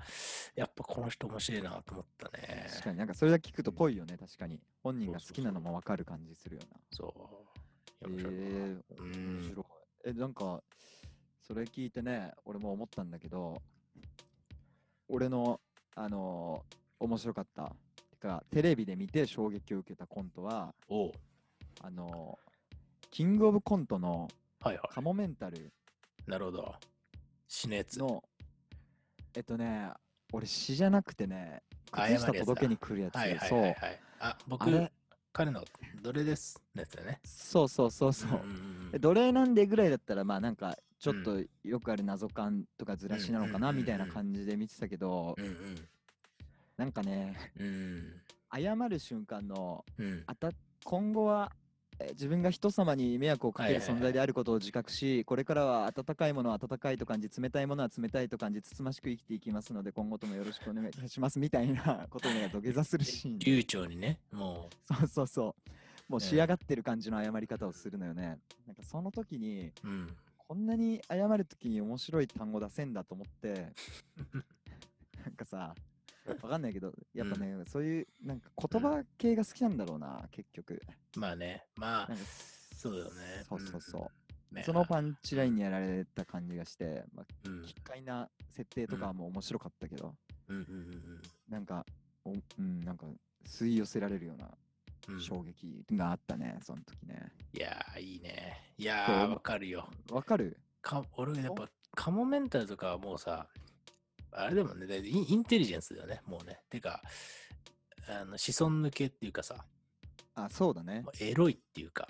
Speaker 2: やっぱこの人面白いなと思ったね。
Speaker 3: 確かになんかそれだけ聞くとぽいよね、確かに。本人が好
Speaker 2: そうそうそう
Speaker 3: きなのもわかる感じするよな。
Speaker 2: そう。
Speaker 3: え
Speaker 2: 面白いな。
Speaker 3: ー、
Speaker 2: う
Speaker 3: 面
Speaker 2: ん。
Speaker 3: 白い。え、なんか、それ聞いてね、俺も思ったんだけど、俺の、あのー面白かった。てか、テレビで見て衝撃を受けたコントは、
Speaker 2: おう
Speaker 3: あのーキングオブコントの
Speaker 2: はいは
Speaker 3: カモメンタル
Speaker 2: い。なるほど。死ねつ。
Speaker 3: の、えっとね、俺詩じゃなくてね、
Speaker 2: 謝る
Speaker 3: 靴
Speaker 2: やつだ
Speaker 3: 下届けに来るやつ。
Speaker 2: はいはい
Speaker 3: そう
Speaker 2: はい、はい。あ、
Speaker 3: あれ
Speaker 2: 僕、彼の奴隷です。のやつだね。
Speaker 3: そうそうそうそう。
Speaker 2: んんん
Speaker 3: え奴隷なんでぐらいだったらまあなんかちょっとよくある謎感とかずらしなのかな
Speaker 2: うんうんうんうん
Speaker 3: みたいな感じで見てたけど
Speaker 2: うんうん。
Speaker 3: なんかね
Speaker 2: うん。
Speaker 3: 謝る瞬間の
Speaker 2: うん。
Speaker 3: あた今後はえー自分が人様に迷惑をかける
Speaker 2: はいはいはい
Speaker 3: 存在であることを自覚しこれからは温かいものは温かいと感じ冷たいものは冷たいと感じつつましく生きていきますので今後ともよろしくお願いいたしますみたいなことをね土下座するシーン
Speaker 2: 流暢にね、も
Speaker 3: そうそうそうもう
Speaker 2: ね
Speaker 3: 仕上がってる感じの謝り方をするのよねなんかその時に
Speaker 2: う。うん。
Speaker 3: こんなに謝るときに面白い単語出せんだと思 って、なんかさ、わかんないけど、やっぱね、そういうなんか言葉系が好きなんだろうな、結局。
Speaker 2: まあね、まあ
Speaker 3: なんか、
Speaker 2: そうだよね。
Speaker 3: そうそうそうう。
Speaker 2: ん。
Speaker 3: そのパンチラインにやられた感じがして、まあ、
Speaker 2: うん
Speaker 3: 奇怪な設定とかも面白かったけど、
Speaker 2: うんうんうん
Speaker 3: なんか、おうん、なんか吸い寄せられるような
Speaker 2: うんうん。
Speaker 3: 衝撃があったね、その時ね。
Speaker 2: いやー、いいね。い
Speaker 3: どう
Speaker 2: やー、
Speaker 3: 思う
Speaker 2: わかるよ。
Speaker 3: わかる
Speaker 2: か俺、やっぱ、カモメンタルとかはもうさ、あれでもね、だいインインテリジェンスだよね、もうね。てか、あの子孫抜けっていうかさ、
Speaker 3: あ、そうだね
Speaker 2: も。うエロいっていうか、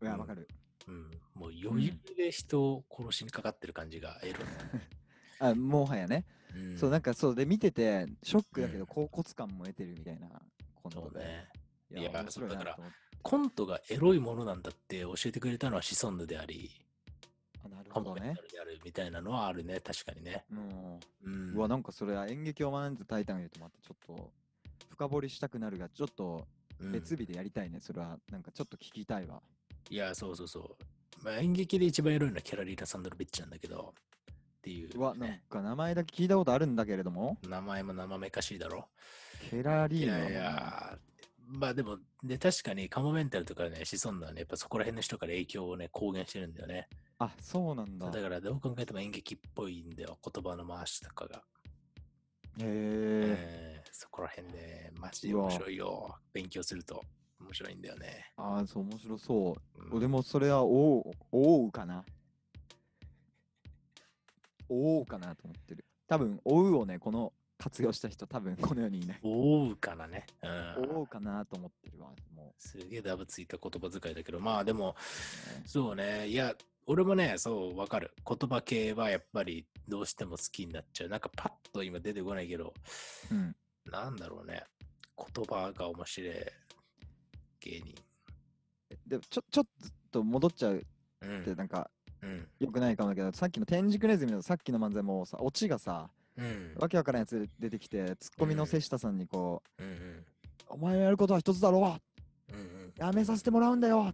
Speaker 3: いや、
Speaker 2: うん
Speaker 3: わかる。
Speaker 2: うん、もう余裕で人を殺しにかかってる感じがエロ
Speaker 3: あ、もはやね。
Speaker 2: い。ん
Speaker 3: そうなんかそうで見ててショックだけ
Speaker 2: う
Speaker 3: ど
Speaker 2: ん
Speaker 3: 恍惚感も得てるみたいなコン
Speaker 2: そ
Speaker 3: ト
Speaker 2: う
Speaker 3: で、
Speaker 2: ね。
Speaker 3: いや
Speaker 2: いや
Speaker 3: 面白い
Speaker 2: そうだか
Speaker 3: な
Speaker 2: ら
Speaker 3: と思って
Speaker 2: コントがエロいものなんだって教えてくれたのはシソンヌであり、
Speaker 3: あなる
Speaker 2: カ
Speaker 3: ほ
Speaker 2: モ
Speaker 3: ど
Speaker 2: メン
Speaker 3: ね
Speaker 2: タルであるみたいなのはあるね、確かにね。
Speaker 3: も
Speaker 2: う。
Speaker 3: うんうわなんかそれは演劇を学んでたタイタンが言うとまたちょっと深掘りしたくなるがちょっと
Speaker 2: うん
Speaker 3: 別日でやりたいね、それはなんかちょっと聞きたいわ
Speaker 2: いや、そうそうそう。まあ、演劇で一番エロいのはキャラリーナ・サンドルビッチなんだけど、っていう、
Speaker 3: うわなん
Speaker 2: ね、
Speaker 3: か名前だけ聞いたことあるんだけれども
Speaker 2: 名前も生めかしいだろ。
Speaker 3: ケラリ
Speaker 2: い
Speaker 3: ーノだも
Speaker 2: やい
Speaker 3: んね
Speaker 2: や、まあでも、で確かにカモメンタルとかね、シソンヌはね、やっぱそこら辺の人から影響をね、公言してるんだよね。
Speaker 3: あそうなんだ
Speaker 2: だ
Speaker 3: へ
Speaker 2: からどう考えても演劇っぽいんだよ、言葉の回しとかが。
Speaker 3: え
Speaker 2: えーそこら辺で、マジで面白いよ。勉強すると面白いんだよね。
Speaker 3: あーそう面白そう
Speaker 2: うん
Speaker 3: おでもそれはおうおうかな おうかなと思ってる多分おうをねこの活用した人多分この世にいない
Speaker 2: おうからね。うん
Speaker 3: おうかなと思ってるわも
Speaker 2: すげえダブついた言葉遣いだけど、まあでも、
Speaker 3: うね、
Speaker 2: そうね。いや、俺もね、そう、わかる。言葉系はやっぱりどうしても好きになっちゃう。なんかパッと今出てこないけど、
Speaker 3: うん、
Speaker 2: なんだろうね。言葉が面白い芸人。
Speaker 3: でちょちょっと戻っちゃう
Speaker 2: う
Speaker 3: って
Speaker 2: ん。
Speaker 3: なんか
Speaker 2: うん。
Speaker 3: 良くないかもだけどさっきの天竺ネズミのさっきの漫才もさオチがさ
Speaker 2: うん。
Speaker 3: わけわからんやつ出てきてツッコミの瀬下さんにこ
Speaker 2: うんうん。
Speaker 3: う「お前のやることは一つだろ
Speaker 2: うんうん
Speaker 3: やめさせてもらうんだよ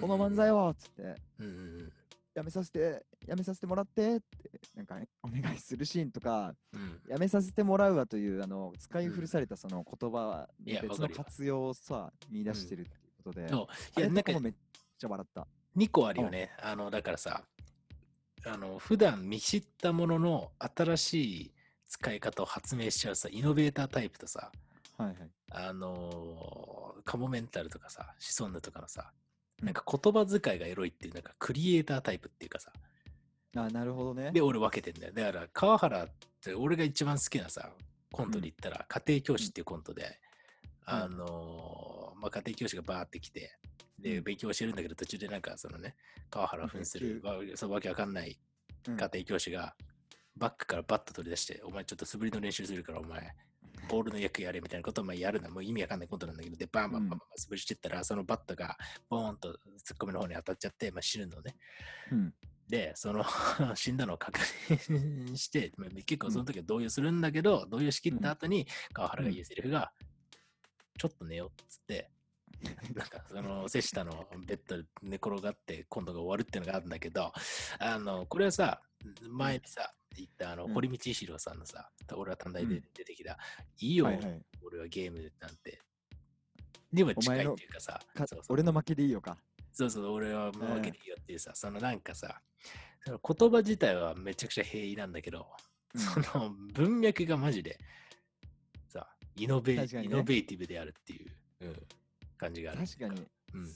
Speaker 3: この漫才
Speaker 2: を。
Speaker 3: を!」っつって
Speaker 2: うんうんうん。
Speaker 3: やめさせて、やめさせてもらってって、なんか、ね、お願いするシーンとか、
Speaker 2: うん。
Speaker 3: やめさせてもらうわという、あの、使い
Speaker 2: うん
Speaker 3: 古されたその言葉
Speaker 2: い
Speaker 3: で
Speaker 2: やわ
Speaker 3: 別
Speaker 2: か
Speaker 3: の
Speaker 2: るよ
Speaker 3: 活用をさ、見出してるっていうことで、
Speaker 2: そう
Speaker 3: い
Speaker 2: いや、
Speaker 3: や、
Speaker 2: な
Speaker 3: な
Speaker 2: んんか
Speaker 3: かもめっちゃ笑った。
Speaker 2: 2個あるよね。あの、だからさ、あの、普段見知ったものの新しい使い方を発明しちゃうさ、イノベータータイプとさ、
Speaker 3: はいはい。
Speaker 2: あのーカモメンタルとかさ、シソンヌとかのさ、なんか言葉遣いがエロいっていう、なんかクリエイタータイプっていうかさ、
Speaker 3: あなるほどね。
Speaker 2: で、俺分けてんだよ。だから、川原って俺が一番好きなさ、コントで言ったら、家庭教師っていうコントで、
Speaker 3: うん
Speaker 2: あのーまあ、家庭教師がバーって来て、で、
Speaker 3: うん
Speaker 2: 勉強してるんだけど、途中でなんか、そのね、川原扮する、わそうわけわかんない
Speaker 3: うん
Speaker 2: 家庭教師が、バックからバット取り出して、お前ちょっと素振りの練習するから、お前、ボールの役やれみたいなことをまあやるのはもう意味わかんないことなんだけど、で、バンバンバンバンバン素振りしてったら、そのバットが、ボーンとツッコミの方に当たっちゃって、まあ、死ぬのね。
Speaker 3: うん
Speaker 2: で、その死んだのを確認して、まあ結構その時は動揺するんだけど、動揺しきった後に川原が言うセリフが、ちょっと寝ようっつって、なんかその瀬下のベッドで寝転がって今度が終わるっていうのがあるんだけど、あの、これはさ、前にさ、言ったあの、
Speaker 3: うん
Speaker 2: 堀道一郎さんのさ、俺は短大
Speaker 3: う
Speaker 2: で
Speaker 3: ん
Speaker 2: 出てきた、いいよ、
Speaker 3: はいはい
Speaker 2: 俺はゲームなんて。にも近いっていうかさ、
Speaker 3: か
Speaker 2: そうそう
Speaker 3: 俺の負けでいいよか。
Speaker 2: そうそう、俺はもう
Speaker 3: うん
Speaker 2: 分けていいよっていうさ、そのなんかさ、その言葉自体はめちゃくちゃ平易なんだけど、
Speaker 3: うん
Speaker 2: その文脈がマジで、さ、イノベ,、
Speaker 3: 確かに
Speaker 2: イ
Speaker 3: ね
Speaker 2: ノベーティブであるっていう、うん感じがある。
Speaker 3: 確かに。
Speaker 2: うん。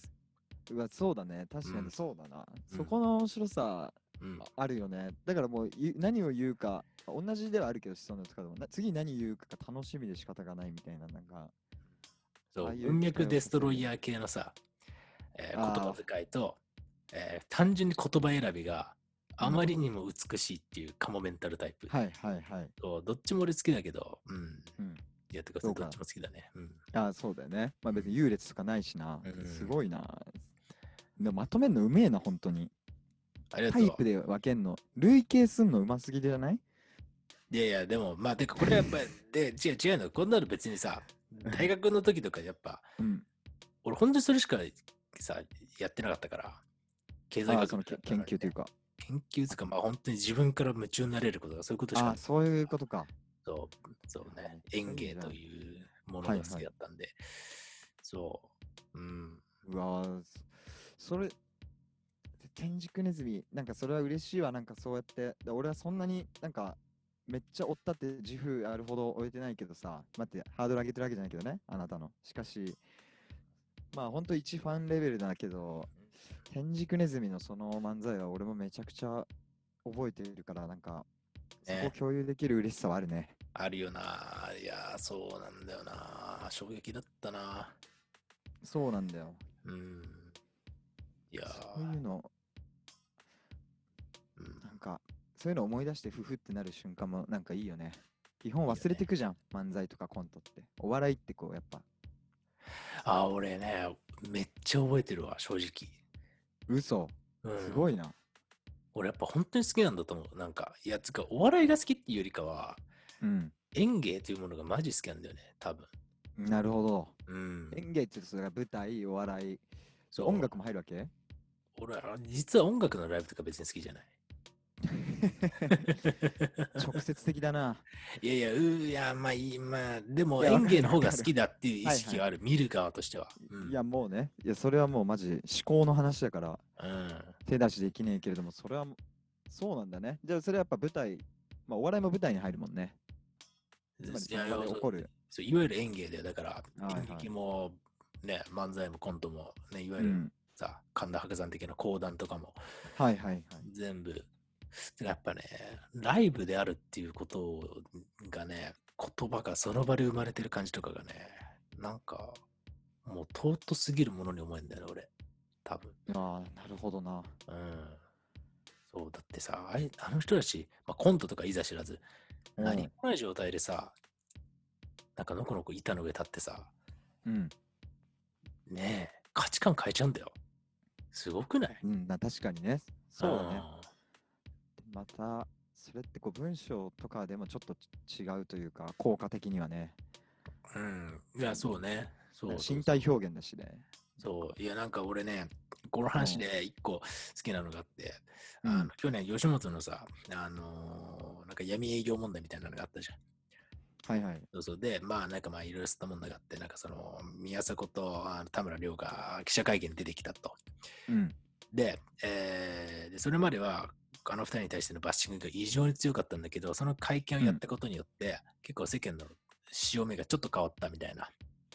Speaker 3: うわ、そうだね。確か
Speaker 2: うん
Speaker 3: にそうだな。
Speaker 2: うん
Speaker 3: そこの面白さ
Speaker 2: うん。
Speaker 3: あるよね。だからもう言う何を言うか、同じではあるけど、そのとかでもな、次何言うかが楽しみで仕方がないみたいな、なんか、
Speaker 2: そ
Speaker 3: ああ
Speaker 2: う、
Speaker 3: いう
Speaker 2: 文脈デストロイヤー系のさ、えー
Speaker 3: あー
Speaker 2: 言葉遣いと、えー単純に言葉選びがあまりにも美しいっていうカモメンタルタイプ。
Speaker 3: はいはいはい。
Speaker 2: そうどっちも俺好きだけど、うん。
Speaker 3: うん
Speaker 2: いや、てか
Speaker 3: そ
Speaker 2: ど
Speaker 3: う
Speaker 2: っ
Speaker 3: か
Speaker 2: ちも好きだね。うん。
Speaker 3: あそうだよね。まあ別に優劣とかないしな。
Speaker 2: うん
Speaker 3: すごいな。でもまとめんのうめえな、本当に。
Speaker 2: ありが
Speaker 3: タ
Speaker 2: とう
Speaker 3: イ。プで分けんの。類型すんのうますぎじゃない
Speaker 2: いやいや、でも、まあ、てか、これはやっぱり、で、違う違うの。こんなの別にさ、大学の時とか、やっぱ、
Speaker 3: うん。
Speaker 2: 俺、本当にそれしかさ、やってなかったから、経済
Speaker 3: あ
Speaker 2: 学
Speaker 3: あそのけ
Speaker 2: だから
Speaker 3: 研究というか。
Speaker 2: 研究とか、まあ、本当に自分から夢中になれることが、そういうことし
Speaker 3: あ
Speaker 2: か
Speaker 3: あ、そういうことか。
Speaker 2: そう、そうね。
Speaker 3: そういう
Speaker 2: 園芸
Speaker 3: の
Speaker 2: というもの
Speaker 3: は
Speaker 2: が
Speaker 3: い
Speaker 2: 好
Speaker 3: はい
Speaker 2: きだったんで、そう、うん、
Speaker 3: うわーそそれ、天竺ネズミ、なんかそれは嬉しいわ、なんかそうやって。で俺はそんなになんか、めっちゃ追ったって自負あるほど追えてないけどさ、待って、ハードル上げてるわけじゃないけどね、あなたの。しかし、まあほんと一ファンレベルだけど、天竺ネズミのその漫才は俺もめちゃくちゃ覚えてるから、なんか、そこ
Speaker 2: ね
Speaker 3: 共有できる嬉しさはあるね。
Speaker 2: あるよな。いやー、そうなんだよな。衝撃だったな。
Speaker 3: そうなんだよ。
Speaker 2: うん。いや
Speaker 3: そ
Speaker 2: ー
Speaker 3: ういうの、
Speaker 2: うん
Speaker 3: なんか、そういうの思い出してふふってなる瞬間もなんかいいよね。基本忘れてくじゃん、漫才とかコントって。お笑いってこう、やっぱ、
Speaker 2: あ、俺ね、めっちゃ覚えてるわ、正直。
Speaker 3: 嘘、
Speaker 2: うん、
Speaker 3: すごいな。
Speaker 2: 俺やっぱ本当に好きなんだと思う。なんか、いや、つうか、お笑いが好きっていうよりかは、
Speaker 3: うん、
Speaker 2: 園芸というものがマジ好きなんだよね、多分。
Speaker 3: なるほど。
Speaker 2: うん。
Speaker 3: 演芸って言うと、それが舞台、お笑い、
Speaker 2: そう
Speaker 3: 音楽も入る わけ
Speaker 2: 俺、あ実は音楽のライブとか別に好きじゃない。
Speaker 3: 直接的だな。
Speaker 2: いやいや、うーいや、まあいい、まあ、でも
Speaker 3: いや
Speaker 2: 演芸の方
Speaker 3: わかる
Speaker 2: が好きだっていう意識はある、見る側としては。うん、
Speaker 3: いや、もうね、いや、それはもうマジ思考の話だから、
Speaker 2: うん、
Speaker 3: 手出しできねえけれども、それはもう、そうなんだね。じゃあ、それはやっぱ舞台、まあ、お笑いも舞台に入るもんね。つまり、
Speaker 2: い
Speaker 3: そ
Speaker 2: やい
Speaker 3: の
Speaker 2: や
Speaker 3: 場で起
Speaker 2: そ
Speaker 3: こ
Speaker 2: う
Speaker 3: る。
Speaker 2: そういわゆる演芸だよ、だから、
Speaker 3: はいはい
Speaker 2: 演劇も、ね、漫才もコントも、ね、いわ
Speaker 3: う
Speaker 2: ゆる
Speaker 3: ん。
Speaker 2: さ、神田伯山的な講談とかも、
Speaker 3: はいはいはい。
Speaker 2: 全部。てかやっぱね、ライブであるっていうことがね、言葉がその場で生まれてる感じとかがね、なんか、もう尊すぎるものに思えんだよね、俺。多分。
Speaker 3: ああ、なるほどな。
Speaker 2: うん。そう、だってさ、あれあの人たち、まあ、コントとかいざ知らず、
Speaker 3: うん
Speaker 2: 何もない状態でさ、なんかのこのこ板の上立ってさ、
Speaker 3: うん。
Speaker 2: ねえ、価値観変えちゃうんだよ。すごくない
Speaker 3: うん、な確かにね。そうだね。
Speaker 2: ん
Speaker 3: また、それってこう文章とかでもちょっとち違うというか、効果的にはね。
Speaker 2: うん。いや、そうね。そうそうそう
Speaker 3: 身体表現だしね。
Speaker 2: そう。いや、なんか俺ね、この話で一個好きなのがあって、
Speaker 3: うん
Speaker 2: あの去年吉本のさ、あのーなんか闇営業問題みたいなのがあったじゃん。
Speaker 3: はいはい。
Speaker 2: そうそうで、まあなんかまあいろいろ吸った問題があって、なんかその宮迫とあの田村亮が記者会見に出てきたと。
Speaker 3: うん。
Speaker 2: で、えーでそれまではあの二人に対してのバッシングが異常に強かったんだけど、その会見をやったことによって、結構世間の潮目がちょっと変わったみたいな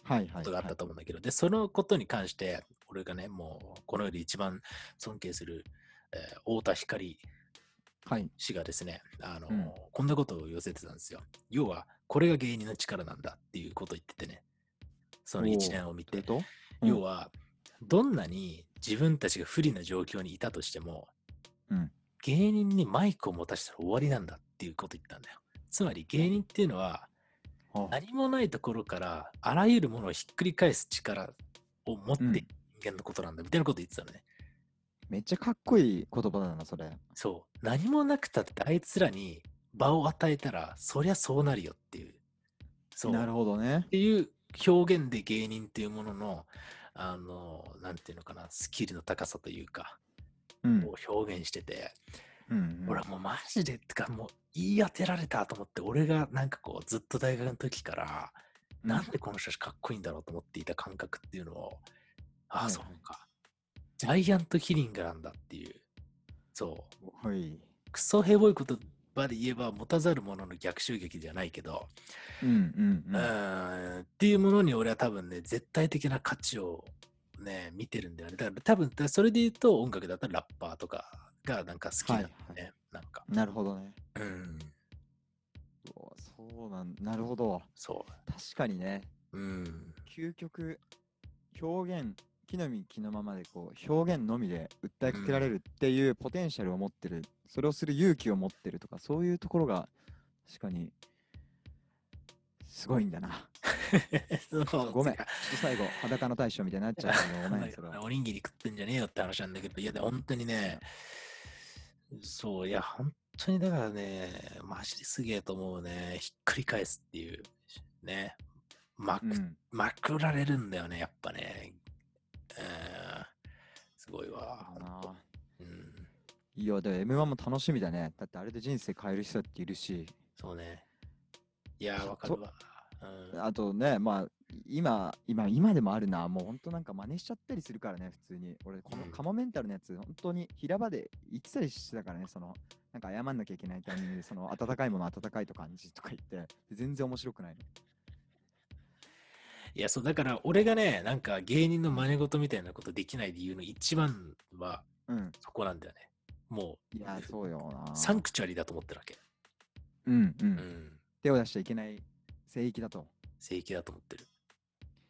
Speaker 3: はいは
Speaker 2: こ
Speaker 3: い、
Speaker 2: とがあった
Speaker 3: はい。
Speaker 2: と思うんだけど、で、そのことに関して、俺がね、もうこの世で一番尊敬する、えー太田光
Speaker 3: はい。
Speaker 2: 氏がですね、あの
Speaker 3: うん
Speaker 2: こんなことを寄せてたんですよ。要は、これが芸人の力なんだっていうことを言っててね、その
Speaker 3: おー
Speaker 2: 一年を見
Speaker 3: とい
Speaker 2: て
Speaker 3: う。とうん
Speaker 2: 要は、どんなに自分たちが不利な状況にいたとしても、
Speaker 3: うん
Speaker 2: 芸人にマイクを持たせたら終わりなんだっていうことを言ったんだよ。つまり芸人っていうのは
Speaker 3: あ
Speaker 2: 何もないところからあらゆるものをひっくり返す力を持って
Speaker 3: うん
Speaker 2: 人間のことなんだみたいなこと言ってたのね。
Speaker 3: めっちゃかっこいい言葉だな、それ。
Speaker 2: そう。何もなくたってあいつらに場を与えたらそりゃそうなるよっていう。そう。
Speaker 3: なるほどね
Speaker 2: っ。ていう表現で芸人っていうものの、あの、なんていうのかな、スキルの高さというか、
Speaker 3: うん。
Speaker 2: を表現してて、
Speaker 3: うん、
Speaker 2: 俺はもうマジでってかもう言い当てられたと思って俺がなんかこうずっと大学の時から、
Speaker 3: うん
Speaker 2: なんでこの人たちかっこいいんだろうと思っていた感覚っていうのをああ、
Speaker 3: はい
Speaker 2: そ
Speaker 3: はいう
Speaker 2: かジャイアントキリングなんだっていうそう
Speaker 3: はい。
Speaker 2: クソヘボい言葉で言えば持たざる者の逆襲撃じゃないけど、
Speaker 3: うんうん
Speaker 2: うーんっていうものに俺は多分ね絶対的な価値をね見てるんだよねだから多分だからそれで言うと音楽だったらラッパーとかがなんか好きなんだよね、
Speaker 3: はい
Speaker 2: なんか
Speaker 3: うん。なるほどね。
Speaker 2: うん
Speaker 3: うわそうなんなるほど。
Speaker 2: そ
Speaker 3: 確かにね。
Speaker 2: ううん
Speaker 3: 究極表現木の実木のままでこう表現のみで訴えかけられるっていうポテンシャルを持ってるそれをする勇気を持ってるとかそういうところが確かにすごいんだな
Speaker 2: そう
Speaker 3: ごめん
Speaker 2: つ
Speaker 3: ち
Speaker 2: か
Speaker 3: ょっと最後裸の大将みたいになっちゃう けどごめんそれは
Speaker 2: おにぎり食ってんじゃねえよって話なんだけどいやで本当にねそういや本当にだからねマジですげえと思うねひっくり返すっていうねまく,、
Speaker 3: うん
Speaker 2: まくられるんだよねやっぱねうんすごいわ
Speaker 3: か
Speaker 2: ほ
Speaker 3: なん
Speaker 2: とうん
Speaker 3: いやでも M1 も楽しみだねだってあれで人生変える人だっているし
Speaker 2: そうねいやわかるわうん
Speaker 3: あとね、まあ、今、今、今でもあるな、もう本当なんか真似しちゃったりするからね、普通に。俺、この
Speaker 2: うん
Speaker 3: カモメンタルのやつ、本当に平場で言ってたりしてたからね、その、なんか謝んなきゃいけないタイミングで、その、温かいもの温かいと感じとか言って、全然面白くないの。
Speaker 2: いやそうだから俺がねなんか芸人の真似事みたいなことできない理由の一番は
Speaker 3: うん。
Speaker 2: そこなんだよね。も
Speaker 3: いや、
Speaker 2: う、
Speaker 3: そうよな。
Speaker 2: サンクチュアリだと思ってるわけ。
Speaker 3: うん、う。
Speaker 2: うんん。
Speaker 3: 手を出しちゃいけない聖域だと。
Speaker 2: 聖域だと思ってる。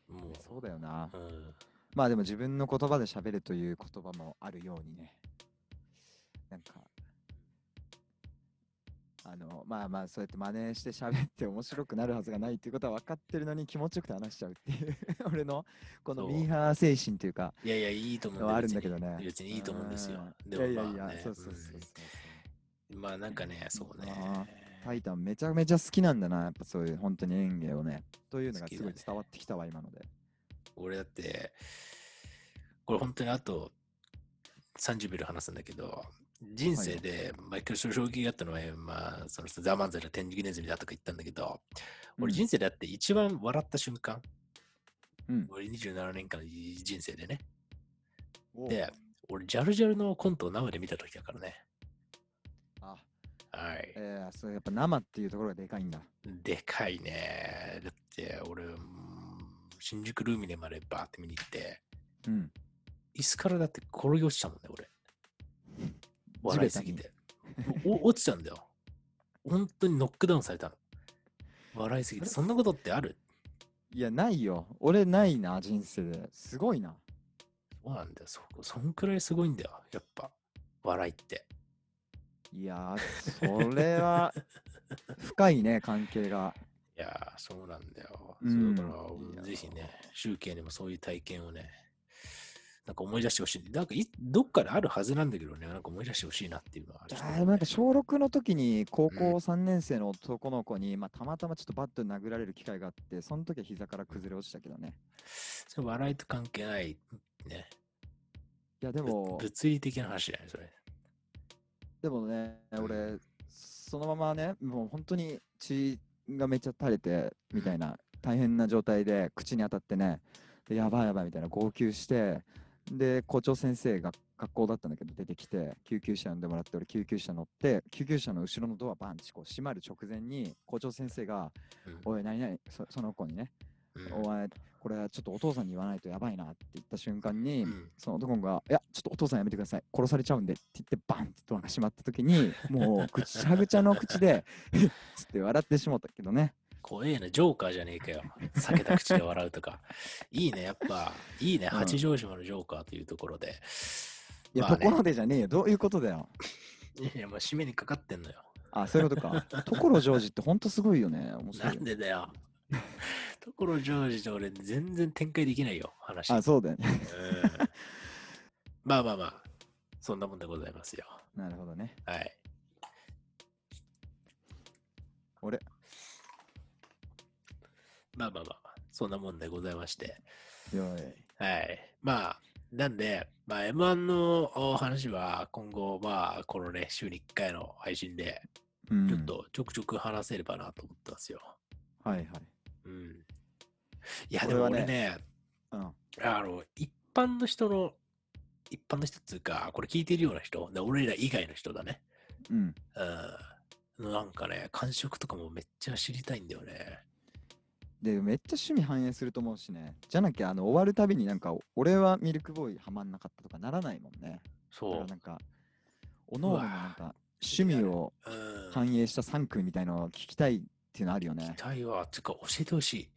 Speaker 2: もう、
Speaker 3: そうだよな
Speaker 2: う。ん。
Speaker 3: まあでも自分の言葉で喋るという言葉もあるようにね。なんか、あの、まあまあ、そうやって真似して喋って面白くなるはずがないっていうことは分かってるのに気持ちよくて話しちゃうっていう、 俺のこの
Speaker 2: そう
Speaker 3: ミーハー精神というか、
Speaker 2: いやいや、いいと思うん
Speaker 3: はあるんだけど
Speaker 2: 別に
Speaker 3: ね。
Speaker 2: 別にいいと思うんですよ。
Speaker 3: うん
Speaker 2: で
Speaker 3: いやいや
Speaker 2: も
Speaker 3: い
Speaker 2: まあ、
Speaker 3: や
Speaker 2: ね、、
Speaker 3: そうそうそうそう。
Speaker 2: うんまあなんかね、そう
Speaker 3: あ
Speaker 2: ね。
Speaker 3: タイタンめちゃめちゃ好きなんだな、やっぱそういう本当に演芸をね。というのがすご
Speaker 2: 好
Speaker 3: い
Speaker 2: きだね
Speaker 3: 伝わってきたわ、今ので。
Speaker 2: 俺だって、これ本当にあと30秒で話すんだけど、人生で、まあ一回衝撃があったのは、まあ、そのザ・マンザイの天竺ネズミだとか言ったんだけど、俺人生であって一番笑った瞬間、
Speaker 3: うん。
Speaker 2: 俺27年間の人生でね、
Speaker 3: おう
Speaker 2: で、俺、ジャルジャルのコントを生で見た時だからね。
Speaker 3: あ、
Speaker 2: はい。
Speaker 3: えー、そうやっぱ生っていうところがでかいんだ。
Speaker 2: でかいね。だって、俺、うん新宿ルミネまでバーって見に行って、
Speaker 3: うん。
Speaker 2: 椅子からだって転げ落ちたもんね、俺。笑いすぎ
Speaker 3: 地
Speaker 2: て。お落ちたんだよ。本当にノックダウンされたの。笑いすぎて。そんなことってある
Speaker 3: いや、ないよ。俺ないな、人生で。すごいな。
Speaker 2: そうなんだよ。そ、そんくらいすごいんだよ。やっぱ。笑いって。
Speaker 3: いやー、それ は深いね、関係が。
Speaker 2: いやー、そうなんだよ。
Speaker 3: うん
Speaker 2: そうだ
Speaker 3: い
Speaker 2: か
Speaker 3: や
Speaker 2: ら、
Speaker 3: ー
Speaker 2: ぜひね、集計にもそういう体験をね、なんか思い出してほしい。なんかい、どっかであるはずなんだけどね、なんか思い出してほしいなっていうのはある
Speaker 3: あ
Speaker 2: し
Speaker 3: ーでもなんか小6の時に
Speaker 2: う
Speaker 3: 高
Speaker 2: ん
Speaker 3: 校3年生の男の子に、まあ、たまたまちょっとバットで殴られる機会があって、その時は膝から崩れ落ちたけどね。
Speaker 2: それ笑いと関係ない、ね。
Speaker 3: や、でも、
Speaker 2: 物理的な話じゃない、それ。
Speaker 3: でもね、
Speaker 2: ん
Speaker 3: 俺、そのままね、もう本当に血がめっちゃ垂れて、みたいな、大変な状態で、口に当たってね、でやばいやばいみたいな、号泣して、で、校長先生が学校だったんだけど、出てきて、救急車呼んでもらって、俺、救急車乗って、救急車の後ろのドアバンチこう閉まる直前に、校長先生が、
Speaker 2: うん
Speaker 3: おい、何々、そその子にね、
Speaker 2: うん
Speaker 3: お前、これはちょっとお父さんに言わないとやばいなって言った瞬間に、
Speaker 2: うん
Speaker 3: その男が、いや、ちょっとお父さんやめてください。殺されちゃうんでって言って、バンってドアが閉まった時に、もう、ぐちゃぐちゃの口で、へっつって笑ってしまったけどね。
Speaker 2: 怖えな、ジョーカーじゃねえかよ。避けた口で笑うとか。 いいね、やっぱ、いいね、
Speaker 3: うん
Speaker 2: 八丈島のジョーカーというところで。
Speaker 3: いや、
Speaker 2: まあ
Speaker 3: とこ
Speaker 2: ね、
Speaker 3: ろでじゃねえよ。どういうことだよ。
Speaker 2: いやいや、まあ、締めにかかってんのよ。
Speaker 3: あ、そういうことか。ところジョージってほんとすごいよね。面白
Speaker 2: ない
Speaker 3: よ
Speaker 2: ん。でだよ。 ところジョージと俺、全然展開できないよ、話。
Speaker 3: あ、そうだよね。
Speaker 2: うんまあまあまあ、そんなもんでございますよ。
Speaker 3: なるほどね。
Speaker 2: はい。
Speaker 3: 俺
Speaker 2: まあまあまあまあ、そんなもんでございまして。
Speaker 3: よい。
Speaker 2: はい。まあ、なんで、まあ、M1 のお話は今後、まあ、このね、週に1回の配信で、
Speaker 3: うん
Speaker 2: ちょっ。とちょくちょく話せればなと思ってますよ。
Speaker 3: はいはい。
Speaker 2: うん。いや、
Speaker 3: こ
Speaker 2: で
Speaker 3: れ
Speaker 2: も
Speaker 3: は
Speaker 2: 俺
Speaker 3: ね
Speaker 2: ね、
Speaker 3: うん。
Speaker 2: あの、一般の人の、一般の人っていうか、これ聞いてるような人、で俺ら以外の人だね。
Speaker 3: うん。
Speaker 2: うん。なんかね、感触とかもめっちゃ知りたいんだよね。
Speaker 3: で、めっちゃ趣味反映すると思うしね。じゃなきゃ、あの、終わるたびになんか、俺はミルクボーイハマんなかったとかならないもんね。だか
Speaker 2: そ
Speaker 3: らなんか、おのおの
Speaker 2: うわ
Speaker 3: なんか、趣味を
Speaker 2: う。うん。
Speaker 3: 反映した3組みたいのを聞きたいっていうのあるよ
Speaker 2: 期
Speaker 3: ね。
Speaker 2: 待は、つうか教えてほしい。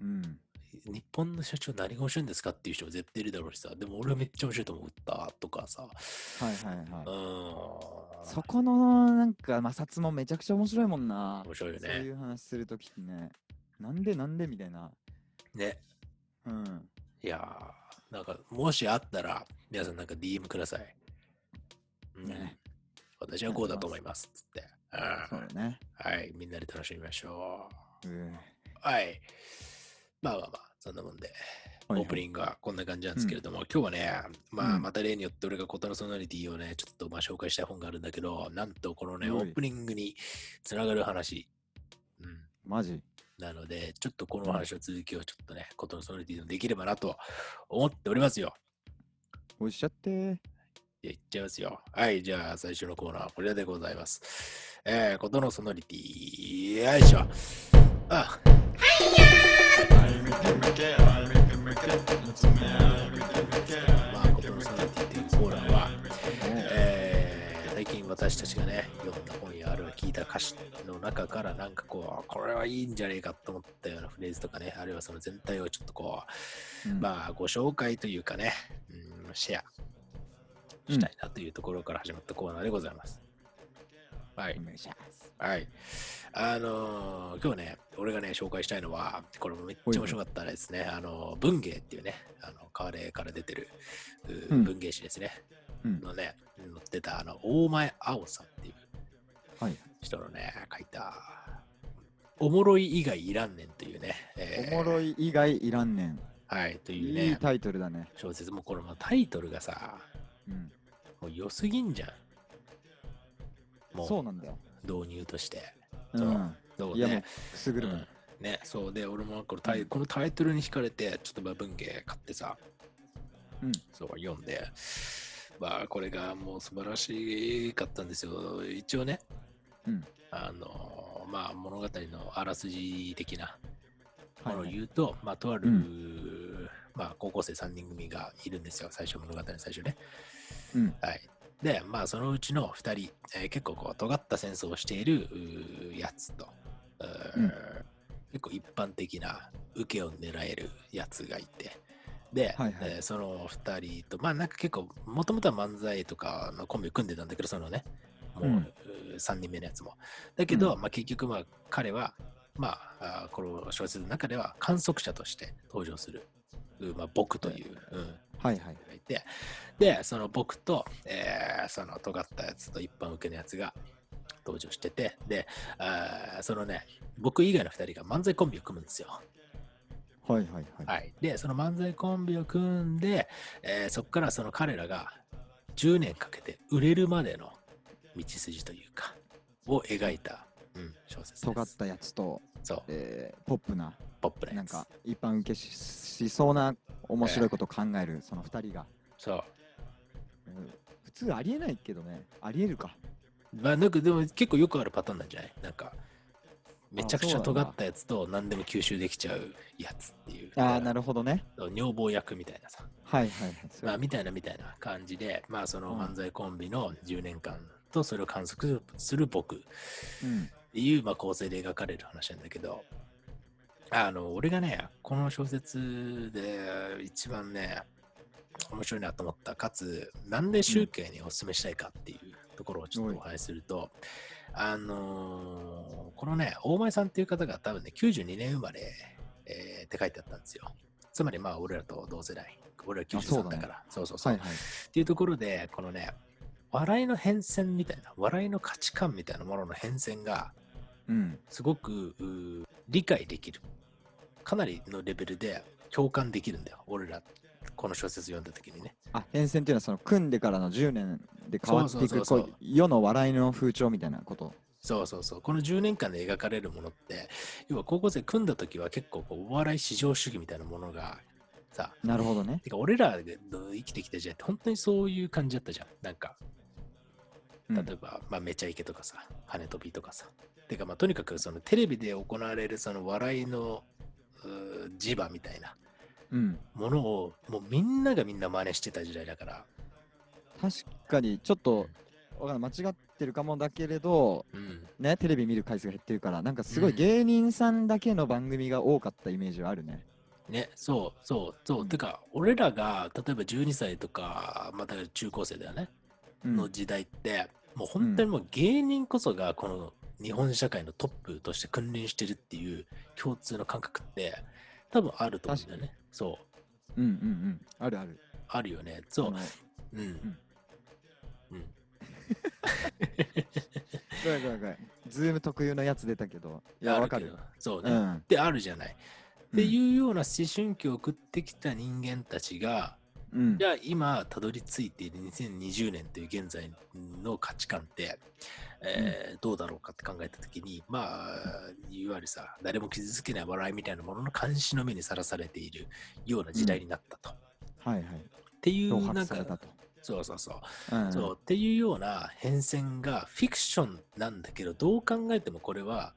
Speaker 3: うん。
Speaker 2: 日本の社長何が面白いんですかっていう人も絶対いるだろうしさ、でも俺はめっちゃ面白いと思ったとかさ。
Speaker 3: はいはい
Speaker 2: う
Speaker 3: はい。
Speaker 2: ん。
Speaker 3: そこのなんか摩擦もめちゃくちゃ面白いもんな。
Speaker 2: 面白いよ
Speaker 3: そうい
Speaker 2: ね。
Speaker 3: う話するときってね。なんでなんでみたいな。
Speaker 2: ね。
Speaker 3: うん。
Speaker 2: いやー、なんか、もしあったら、皆さんなんか DM ください。うん。
Speaker 3: ね
Speaker 2: 私はこうだと思います。つって。う
Speaker 3: そ
Speaker 2: ん
Speaker 3: うだね。
Speaker 2: はい。みんなで楽しみましょ
Speaker 3: うん。
Speaker 2: う。はい。まあまあまあ、そんなもんで。オープニ
Speaker 3: ン
Speaker 2: ングはこんな感じなんですけれども、今日はね、まあ、
Speaker 3: うん
Speaker 2: また例によって俺がことのソナリティをね、ちょっとまあ紹介したい本があるんだけど、なんとこのね、
Speaker 3: はい
Speaker 2: オープニングにつながる話。うん。
Speaker 3: グ。マジ。
Speaker 2: なので、ちょっとこの話の続きをちょっとね、ことのソナリティでもできればなと思っておりますよ。
Speaker 3: おっしゃって。
Speaker 2: じゃあ、いっちゃいますよ。はい、じゃあ、最初のコーナーはこちらでございます。えー、ことのソナリティ、よいしょ。あ、まあ、ことのソナリティっていうコーナーは、えー最近私たちがね読んだ本やあるいは聞いた歌詞の中からなんかこうこれはいいんじゃねえかと思ったようなフレーズとかねあるいはその全体をちょっとこう、
Speaker 3: うん
Speaker 2: まあご紹介というかね、うん、シェアしたいなというところから始まったコーナーでございます、はい
Speaker 3: お願いします。
Speaker 2: はい。あのー今日ね、俺がね、紹介したいのは、これもめっちゃ面白かったですね。あのー、文芸っていうね、あの、カーレーから出てる、うー
Speaker 3: うん
Speaker 2: 文芸誌ですね。
Speaker 3: うん
Speaker 2: のね、載ってた、あの、大前青さんっていう
Speaker 3: はい。
Speaker 2: 人のね、書いた、おもろい以外いらんねんというね、え
Speaker 3: お
Speaker 2: ー
Speaker 3: もろい以外いらんねん。
Speaker 2: はい、という
Speaker 3: いい
Speaker 2: ね、
Speaker 3: タイトルだね。
Speaker 2: 小説もこれもタイトルがさ、
Speaker 3: うん。
Speaker 2: もう良すぎんじゃん。も
Speaker 3: そうなんだよ。
Speaker 2: う、導入として。
Speaker 3: う。
Speaker 2: そうんそう
Speaker 3: いやも
Speaker 2: ね
Speaker 3: う。、くすぐるもん。
Speaker 2: うん、ねそうで俺もこのタイこのタイトルに惹かれてちょっとまあ文芸買ってさ、
Speaker 3: うん
Speaker 2: そう読んでまあこれがもう素晴らしかったんですよ一応ね、
Speaker 3: うん
Speaker 2: あのまあ物語のあらすじ的な
Speaker 3: は
Speaker 2: ものを
Speaker 3: いはい
Speaker 2: 言うと、まあとある、
Speaker 3: う
Speaker 2: まあ高校生3人組がいるんですよ最初物語の最初ね
Speaker 3: うん。
Speaker 2: はい。で、まあ、そのうちの2人、えー結構こう、尖った戦争をしているうーやつと、うー
Speaker 3: うん
Speaker 2: 結構一般的な受けを狙えるやつがいて、で、
Speaker 3: はいはい
Speaker 2: えーその2人と、まあ、なんか結構、もともとは漫才とかのコンビを組んでたんだけど、そのね、もう、
Speaker 3: うん
Speaker 2: 3人目のやつも。だけど、
Speaker 3: う
Speaker 2: まあ、結局、まあ、彼は、まあ、あーこの小説の中では観測者として登場する、うまあ、僕という、うん、
Speaker 3: はいはい。
Speaker 2: がいてでその僕と、えーその尖ったやつと一般受けのやつが登場しててであーそのね僕以外の2人が漫才コンビを組むんですよ
Speaker 3: はいはいはい。
Speaker 2: はい、でその漫才コンビを組んで、えーそこからその彼らが10年かけて売れるまでの道筋というかを描いた、うん、小説です。
Speaker 3: 尖ったやつと、
Speaker 2: そう、
Speaker 3: えーポップな、
Speaker 2: ポップな
Speaker 3: な
Speaker 2: や
Speaker 3: ん
Speaker 2: つ。
Speaker 3: か一般受けししそうな面白いことを考える、その二人が、
Speaker 2: そう
Speaker 3: うん普通ありえないけどね、ありえるか。
Speaker 2: まあ、なんかでも結構よくあるパターンなんじゃないなんかめちゃくちゃ
Speaker 3: あそう
Speaker 2: 尖
Speaker 3: なんだ
Speaker 2: ったやつと何でも吸収できちゃうやつっていう。
Speaker 3: ああ、なるほどね。
Speaker 2: そう女房役みたいなさ。
Speaker 3: はいはいはい。それ
Speaker 2: まあ、みたいなみたいな感じで、まあ、その
Speaker 3: うん
Speaker 2: 漫才コンビの10年間とそれを観測する僕っ
Speaker 3: うん、
Speaker 2: ていう、まあ、構成で描かれる話なんだけど、あの、俺がね、この小説で一番ね、面白いなと思った、かつ、なんで集計にお勧めしたいかっていうところをちょっとお話しすると、あのーこのね、大前さんっていう方が多分ね、92年生まれ、えーって書いてあったんですよ。つまりまあ、俺らと同世代。俺ら
Speaker 3: あそう
Speaker 2: 93
Speaker 3: だね
Speaker 2: だから。そうそうそう
Speaker 3: はい。はい。
Speaker 2: っていうところで、このね、笑いの変遷みたいな、笑いの価値観みたいなものの変遷が、
Speaker 3: うん。
Speaker 2: すごくうー理解できる。かなりのレベルで共感できるんだよ。俺ら、この小説読んだ時にね。
Speaker 3: あ、変遷っていうのはその組んでからの10年で変わってい
Speaker 2: そう
Speaker 3: く
Speaker 2: そうそう
Speaker 3: こ
Speaker 2: そう
Speaker 3: う世の笑いの風潮みたいなこと。
Speaker 2: そうそうそう。この10年間で描かれるものって、要は高校生組んだ時は結構こうお笑い至上主義みたいなものが、さ、
Speaker 3: なるほどね。
Speaker 2: てか俺らの生きてきた時代って本当にそういう感じだったじゃん。なんか、
Speaker 3: うん
Speaker 2: 例えば、まあ、めちゃイケとかさ、跳ね飛びとかさ。てか、まあ、とにかくそのテレビで行われるその笑いのうー磁場みたいな
Speaker 3: うん。
Speaker 2: ものをもうみんながみんな真似してた時代だから、
Speaker 3: 確かにちょっとわかんない間違ってるかもだけれど、
Speaker 2: うん、
Speaker 3: ね、テレビ見る回数が減ってるから、なんかすご
Speaker 2: う
Speaker 3: い
Speaker 2: ん
Speaker 3: 芸人さんだけの番組が多かったイメージはあるね。
Speaker 2: ね、そうそうそう。
Speaker 3: うん
Speaker 2: てか、俺らが例えば12歳とか、また中高生だよね、
Speaker 3: うん、
Speaker 2: の時代って、もう本当にもう芸人こそがこの日本社会のトップとして君臨してるっていう共通の感覚って多分あると思うんだよね。そう。
Speaker 3: うんうんうん。あるある。
Speaker 2: あるよね。そ
Speaker 3: あ
Speaker 2: う
Speaker 3: の。
Speaker 2: うん。うん。
Speaker 3: ごめんごめんごめん。ズーム特有のやつ出たけど。いや、わかる
Speaker 2: あけど。そう
Speaker 3: う
Speaker 2: ね。っ
Speaker 3: ん。って
Speaker 2: あるじゃない。って
Speaker 3: う
Speaker 2: いうような思春期を送ってきた人間たちが、
Speaker 3: ん。うん
Speaker 2: じゃあ今たどり着いている2020年という現在の価値観って、えーどうだろうかって考えた時にまあいわゆるさ誰も傷つけない笑いみたいなものの監視の目にさらされているような時代になったと。
Speaker 3: はいはい。
Speaker 2: ってい
Speaker 3: 脅
Speaker 2: うな
Speaker 3: 迫
Speaker 2: ん
Speaker 3: された
Speaker 2: か
Speaker 3: と。
Speaker 2: そうそうそう
Speaker 3: うん
Speaker 2: そうっていうような変遷がフィクションなんだけどどう考えてもこれは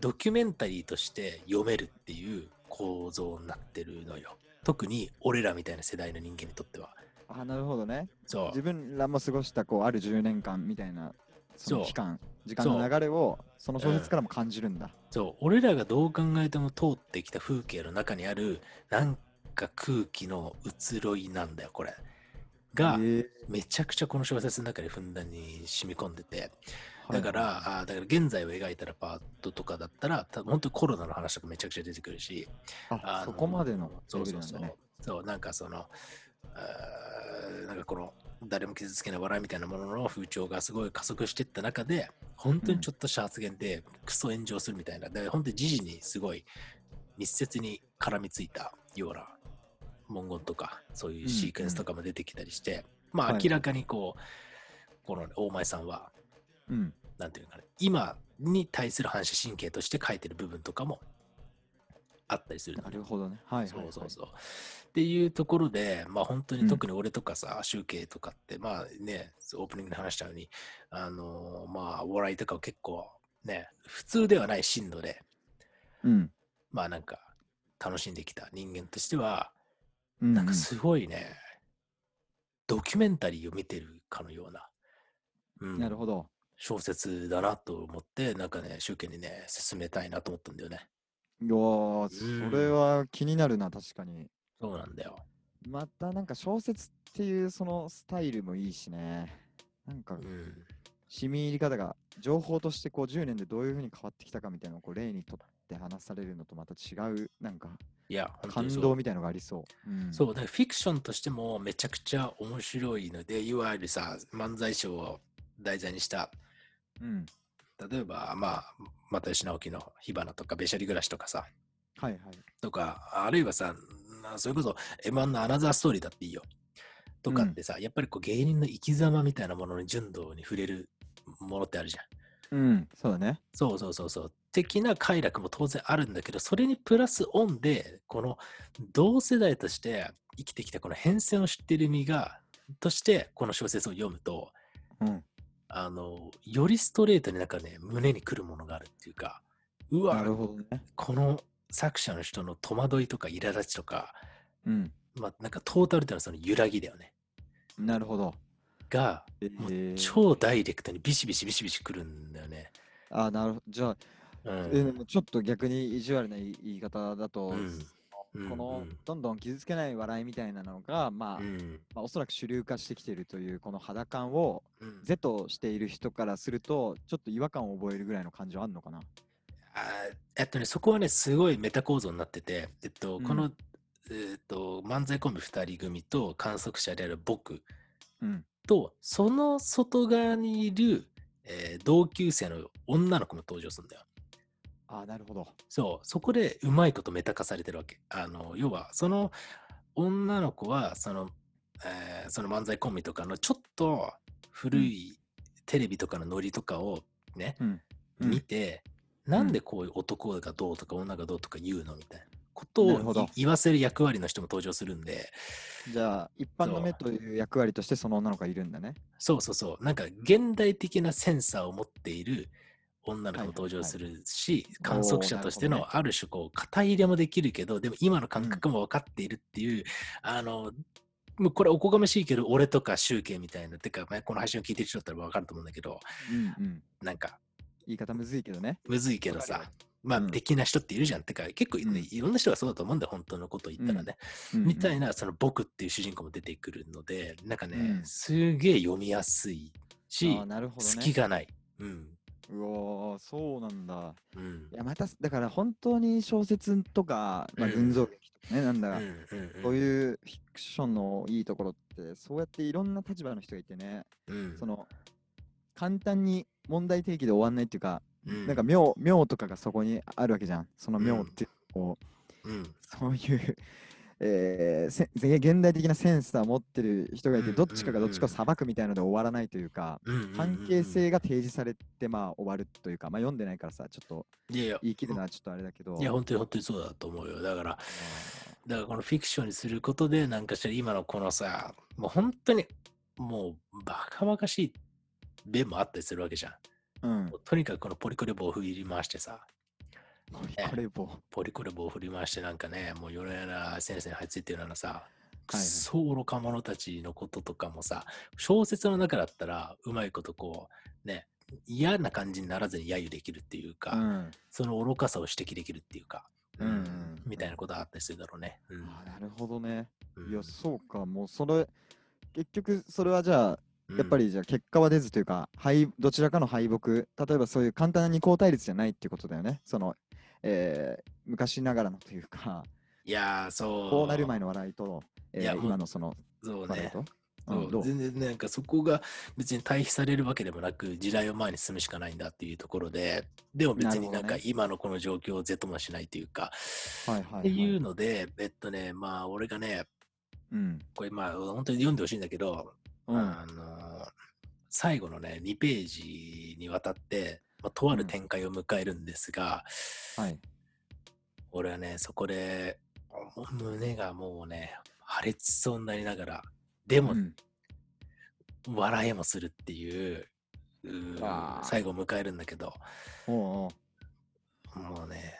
Speaker 2: ドキュメンタリーとして読めるっていう構造になってるのよ特に俺らみたいな世代の人間にとっては
Speaker 3: あ、なるほどね。
Speaker 2: そう
Speaker 3: 自分らも過ごしたこうある10年間みたいなそ
Speaker 2: そ
Speaker 3: の
Speaker 2: う
Speaker 3: 期間時間の流れをその小説からも感じるんだ、
Speaker 2: そう俺らがどう考えても通ってきた風景の中にあるなんか空気の移ろいなんだよこれが
Speaker 3: へえ
Speaker 2: めちゃくちゃこの小説の中にふんだんに染み込んでて
Speaker 3: は
Speaker 2: だ
Speaker 3: い
Speaker 2: から、あーだから現在を描いたらパートとかだったら、た本当にコロナの話とかめちゃくちゃ出てくるし、あ
Speaker 3: あ
Speaker 2: の
Speaker 3: そこまでのレ
Speaker 2: そう
Speaker 3: ベル
Speaker 2: そ
Speaker 3: な
Speaker 2: うんそ
Speaker 3: だ
Speaker 2: う
Speaker 3: ね、
Speaker 2: そう、なんかその、あーなんかこの、誰も傷つけない笑いみたいなものの風潮がすごい加速していった中で、本当にちょっとした発言でクソ炎上するみたいな、で本当に時事にすごい密接に絡みついたような文言とか、そういうシークエンスとかも出てきたりして、まあ
Speaker 3: はい
Speaker 2: 明らかにこう、この大前さんは、
Speaker 3: うん
Speaker 2: なんていうのかな、今に対する反射神経として書いてる部分とかもあったりするの
Speaker 3: な
Speaker 2: ね、
Speaker 3: るほどねはいはい、
Speaker 2: そ
Speaker 3: はいう
Speaker 2: そうそう。っていうところで、まあ本当
Speaker 3: う
Speaker 2: に
Speaker 3: ん
Speaker 2: 特に俺とかさ、集計とかって、まあね、オープニングで話したように、あのーまあお笑いとかを結構ね、普通ではない進度で、
Speaker 3: うん
Speaker 2: まあなんか楽しんできた人間としては、
Speaker 3: うん
Speaker 2: なんかすごいね、ドキュメンタリーを見てるかのような。うん
Speaker 3: なるほど
Speaker 2: 小説だなと思って、なんかね、集計にね、進めたいなと思ったんだよね。
Speaker 3: いやーそれは気になるな確かに
Speaker 2: そうなんだよ。
Speaker 3: またなんか小説っていうそのスタイルもいいしねなんか
Speaker 2: うん。
Speaker 3: 染み入り方が情報としてこう10年でどういうふうに変わってきたかみたいなのをこう例にとって話されるのとまた違うなんか
Speaker 2: いや、本当
Speaker 3: 感
Speaker 2: にそう
Speaker 3: 動みたいのがありそう、うん
Speaker 2: そう、だからフィクションとしてもめちゃくちゃ面白いので、いわゆるさ、漫才賞を題材にした、
Speaker 3: うん
Speaker 2: 例えば、まあ、又吉直樹の火花とか、べしゃり暮らしとかさ、
Speaker 3: はいはい。
Speaker 2: とか、あるいはさ、なそれこそ M1 のアナザーストーリーだっていいよ。とかってさ、やっぱりこう芸人の生き様みたいなものに純度に触れるものってあるじゃん。
Speaker 3: うん、そうだね。
Speaker 2: そうそうそうそう。的な快楽も当然あるんだけど、それにプラスオンで、この同世代として生きてきたこの変遷を知っている身が、としてこの小説を読むと、
Speaker 3: うん。
Speaker 2: あの、よりストレートになんかね、胸に来るものがあるっていうか、う
Speaker 3: な
Speaker 2: わ
Speaker 3: る、ほどね。
Speaker 2: この作者の人の戸惑いとか苛立ちとか、
Speaker 3: うん。
Speaker 2: まあ、なんかトータルでのその揺らぎだよね。
Speaker 3: なるほど。
Speaker 2: が、
Speaker 3: え
Speaker 2: も
Speaker 3: ー
Speaker 2: う超ダイレクトにビシビシビシビシ来るんだよね。
Speaker 3: あ、なるほど。じゃあ、
Speaker 2: う
Speaker 3: え
Speaker 2: ん。
Speaker 3: ーでもちょっと逆に意地悪な言い言い方だと、
Speaker 2: うんうん
Speaker 3: この
Speaker 2: うん
Speaker 3: どんどん傷つけない笑いみたいなのが、まあ
Speaker 2: うん
Speaker 3: まあ、おそらく主流化してきているというこの肌感を
Speaker 2: うん、
Speaker 3: 是としている人からするとちょっと違和感を覚えるぐらいの感じはあるのかな
Speaker 2: あーえっとね、そこはね、すごいメタ構造になってて、えっと、
Speaker 3: うん
Speaker 2: この、えっと、漫才コンビ2人組と観測者である僕
Speaker 3: うん
Speaker 2: と、その外側にいる、えー同級生の女の子も登場するんだよ。
Speaker 3: あーなるほど
Speaker 2: そう、そこでうまいことメタ化されてるわけ。あの、要は、その女の子は、その、えーその漫才コンビとかのちょっと古いテレビとかのノリとかをね、
Speaker 3: うんうん
Speaker 2: 見て、なんでこういう男がどうとか女がどうとか言うのみたいなこと
Speaker 3: なるほ
Speaker 2: を
Speaker 3: ど
Speaker 2: い言わせる役割の人も登場するんで、
Speaker 3: じゃあ一般の目
Speaker 2: そ
Speaker 3: という役割としてその女の子がいるんだね
Speaker 2: そうそうそう、なんか現代的なセンサーを持っている女の子も
Speaker 3: はいはいはい
Speaker 2: 登場するし、
Speaker 3: おー
Speaker 2: 観測者として
Speaker 3: なるほ
Speaker 2: のある種こう、肩入れもできるけど、でも今の感覚も分かっているっていう、あの、もうこれおこがましいけど、俺とか集計みたいな、てか、まあこの配信を聞いてる人だったら分かると思うんだけど、
Speaker 3: うんうん
Speaker 2: なんか、
Speaker 3: 言い方むずいけどね
Speaker 2: むずいけど
Speaker 3: わか
Speaker 2: さ
Speaker 3: る、
Speaker 2: まあ、
Speaker 3: うん
Speaker 2: 的な人っているじゃん。てか、結構ね、
Speaker 3: うん
Speaker 2: いろんな人がそうだと思うんだよ、本当のこと言ったらね。みたい
Speaker 3: な
Speaker 2: な、その僕っていう主人公も出てくるので、なんかね、
Speaker 3: うん
Speaker 2: すげえ読みやすいし、
Speaker 3: あーなるほど
Speaker 2: 隙
Speaker 3: ね
Speaker 2: がない。うん。
Speaker 3: うおーそうなんだ
Speaker 2: うん
Speaker 3: い。やまただから本当に小説とか、まあ、
Speaker 2: うん
Speaker 3: 群像劇とかね、なんだ
Speaker 2: うん
Speaker 3: か、
Speaker 2: うんうん
Speaker 3: そういうフィクションのいいところってそうやっていろんな立場の人がいてね
Speaker 2: うん
Speaker 3: その簡単に問題提起で終わんないっていうか、
Speaker 2: うん
Speaker 3: なんか妙妙とかがそこにあるわけじゃんその妙ってこう、
Speaker 2: うん
Speaker 3: そういう、 えーせせ現代的なセンスを持ってる人がいて、
Speaker 2: うん
Speaker 3: どっちかがどっちかを裁くみたいので終わらないというか、
Speaker 2: うんうんうんうん
Speaker 3: 関係性が提示されてまあ終わるというかまあ読んでないからさちょっと
Speaker 2: いやいや
Speaker 3: 言い切るのはちょっとあれだけど
Speaker 2: いや本当に本当にそうだと思うよだから
Speaker 3: あー
Speaker 2: だからこのフィクションにすることでなんかしら今のこのさもう本当にもうバカバカしい面もあったりするわけじゃん
Speaker 3: うん
Speaker 2: もうとにかくこのポリコレ棒を振り回してさ
Speaker 3: これこれ棒
Speaker 2: ポリコレ棒を振り回してなんかねもう夜な夜な先生に張り付いてるようなさ
Speaker 3: い
Speaker 2: く
Speaker 3: はい
Speaker 2: そ愚か者たちのこととかもさ小説の中だったらうまいことこうね嫌な感じにならずに揶揄できるっていうか、
Speaker 3: うん
Speaker 2: その愚かさを指摘できるっていうか、
Speaker 3: うんうん
Speaker 2: みたいなことがあったりするだろうね。うん
Speaker 3: あーなるほどねいや
Speaker 2: うん
Speaker 3: そうかもうそれ結局それはじゃあやっぱ
Speaker 2: うん
Speaker 3: りじゃあ結果は出ずというか、敗どちらかの敗北、例えばそういう簡単な二項対立じゃないっていうことだよね。その、えー昔ながらのというか、
Speaker 2: いやー、そう。
Speaker 3: こうなる前の笑いと、えー
Speaker 2: いやもう
Speaker 3: 今のその
Speaker 2: そう
Speaker 3: 笑い
Speaker 2: ね。
Speaker 3: と。
Speaker 2: そ
Speaker 3: うんど
Speaker 2: う
Speaker 3: う
Speaker 2: 全然なんかそこが別に対比されるわけでもなく時代を前に進むしかないんだっていうところででも別になん
Speaker 3: なるほど
Speaker 2: か
Speaker 3: ね
Speaker 2: 今のこの状況を是ともしないというか、
Speaker 3: はいはいはい
Speaker 2: っていうのでえっとねまあ俺がね
Speaker 3: うん。
Speaker 2: これまあ本当に読んでほしいんだけど、
Speaker 3: うん。
Speaker 2: あの最後のね2ページにわたって、まあ、とある展開を迎えるんですが、
Speaker 3: はい。
Speaker 2: 俺はね、そこで、もう胸がもうね、破裂しそうになりながら、でも、
Speaker 3: うん
Speaker 2: 笑えもするっていう、うー
Speaker 3: わあ
Speaker 2: 最後を迎えるんだけど、
Speaker 3: おうおう
Speaker 2: もうね、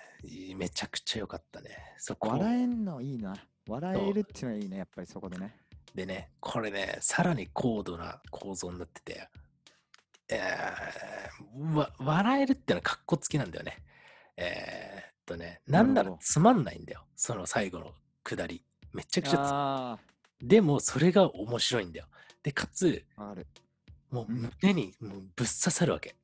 Speaker 2: めちゃくちゃ良かったね。そこ
Speaker 3: 笑えんのいいな。笑えるっていうのはいいね、やっぱりそこでね。
Speaker 2: でね、これね、さらに高度な構造になってて、えーわ笑えるってのはかっこつきなんだよね。えーっとね、なんな
Speaker 3: なる
Speaker 2: ら
Speaker 3: ほど
Speaker 2: つまんないんだよ、その最後の下り。めちゃくちゃつ
Speaker 3: あ
Speaker 2: でもそれが面白いんだよ。で、かつ、
Speaker 3: あ、ある。
Speaker 2: もう
Speaker 3: うん
Speaker 2: 胸にもうぶっ刺さるわけ。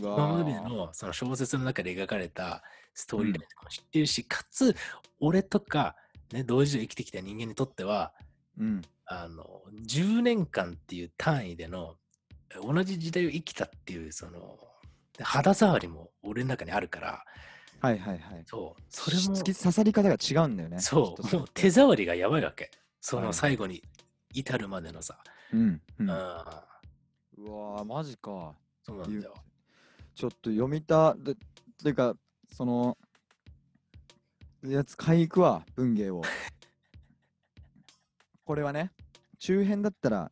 Speaker 3: うわ
Speaker 2: 今まで
Speaker 3: ー
Speaker 2: のその小説の中で描かれたストーリーラインとかも知ってるし、かつ、俺とか、ね、同時代生きてきた人間にとっては、
Speaker 3: うん。
Speaker 2: あの、10年間っていう単位での、同じ時代を生きたっていう、その、肌触りも俺の中にあるから、
Speaker 3: はいはいはい。
Speaker 2: そう。それも
Speaker 3: 突、き刺さり方が違うんだよね。
Speaker 2: そ
Speaker 3: きっ
Speaker 2: う。
Speaker 3: と
Speaker 2: もう手触りがやばいわけ。そ
Speaker 3: は
Speaker 2: の
Speaker 3: い
Speaker 2: 最後に至るまでのさ。
Speaker 3: うん。う
Speaker 2: うん。
Speaker 3: んうわー、マジか。
Speaker 2: そうなんだよ。
Speaker 3: ちょっと読みた、でというか、その、やつ買いに行くわ、文芸 を。これはね、中編だったら、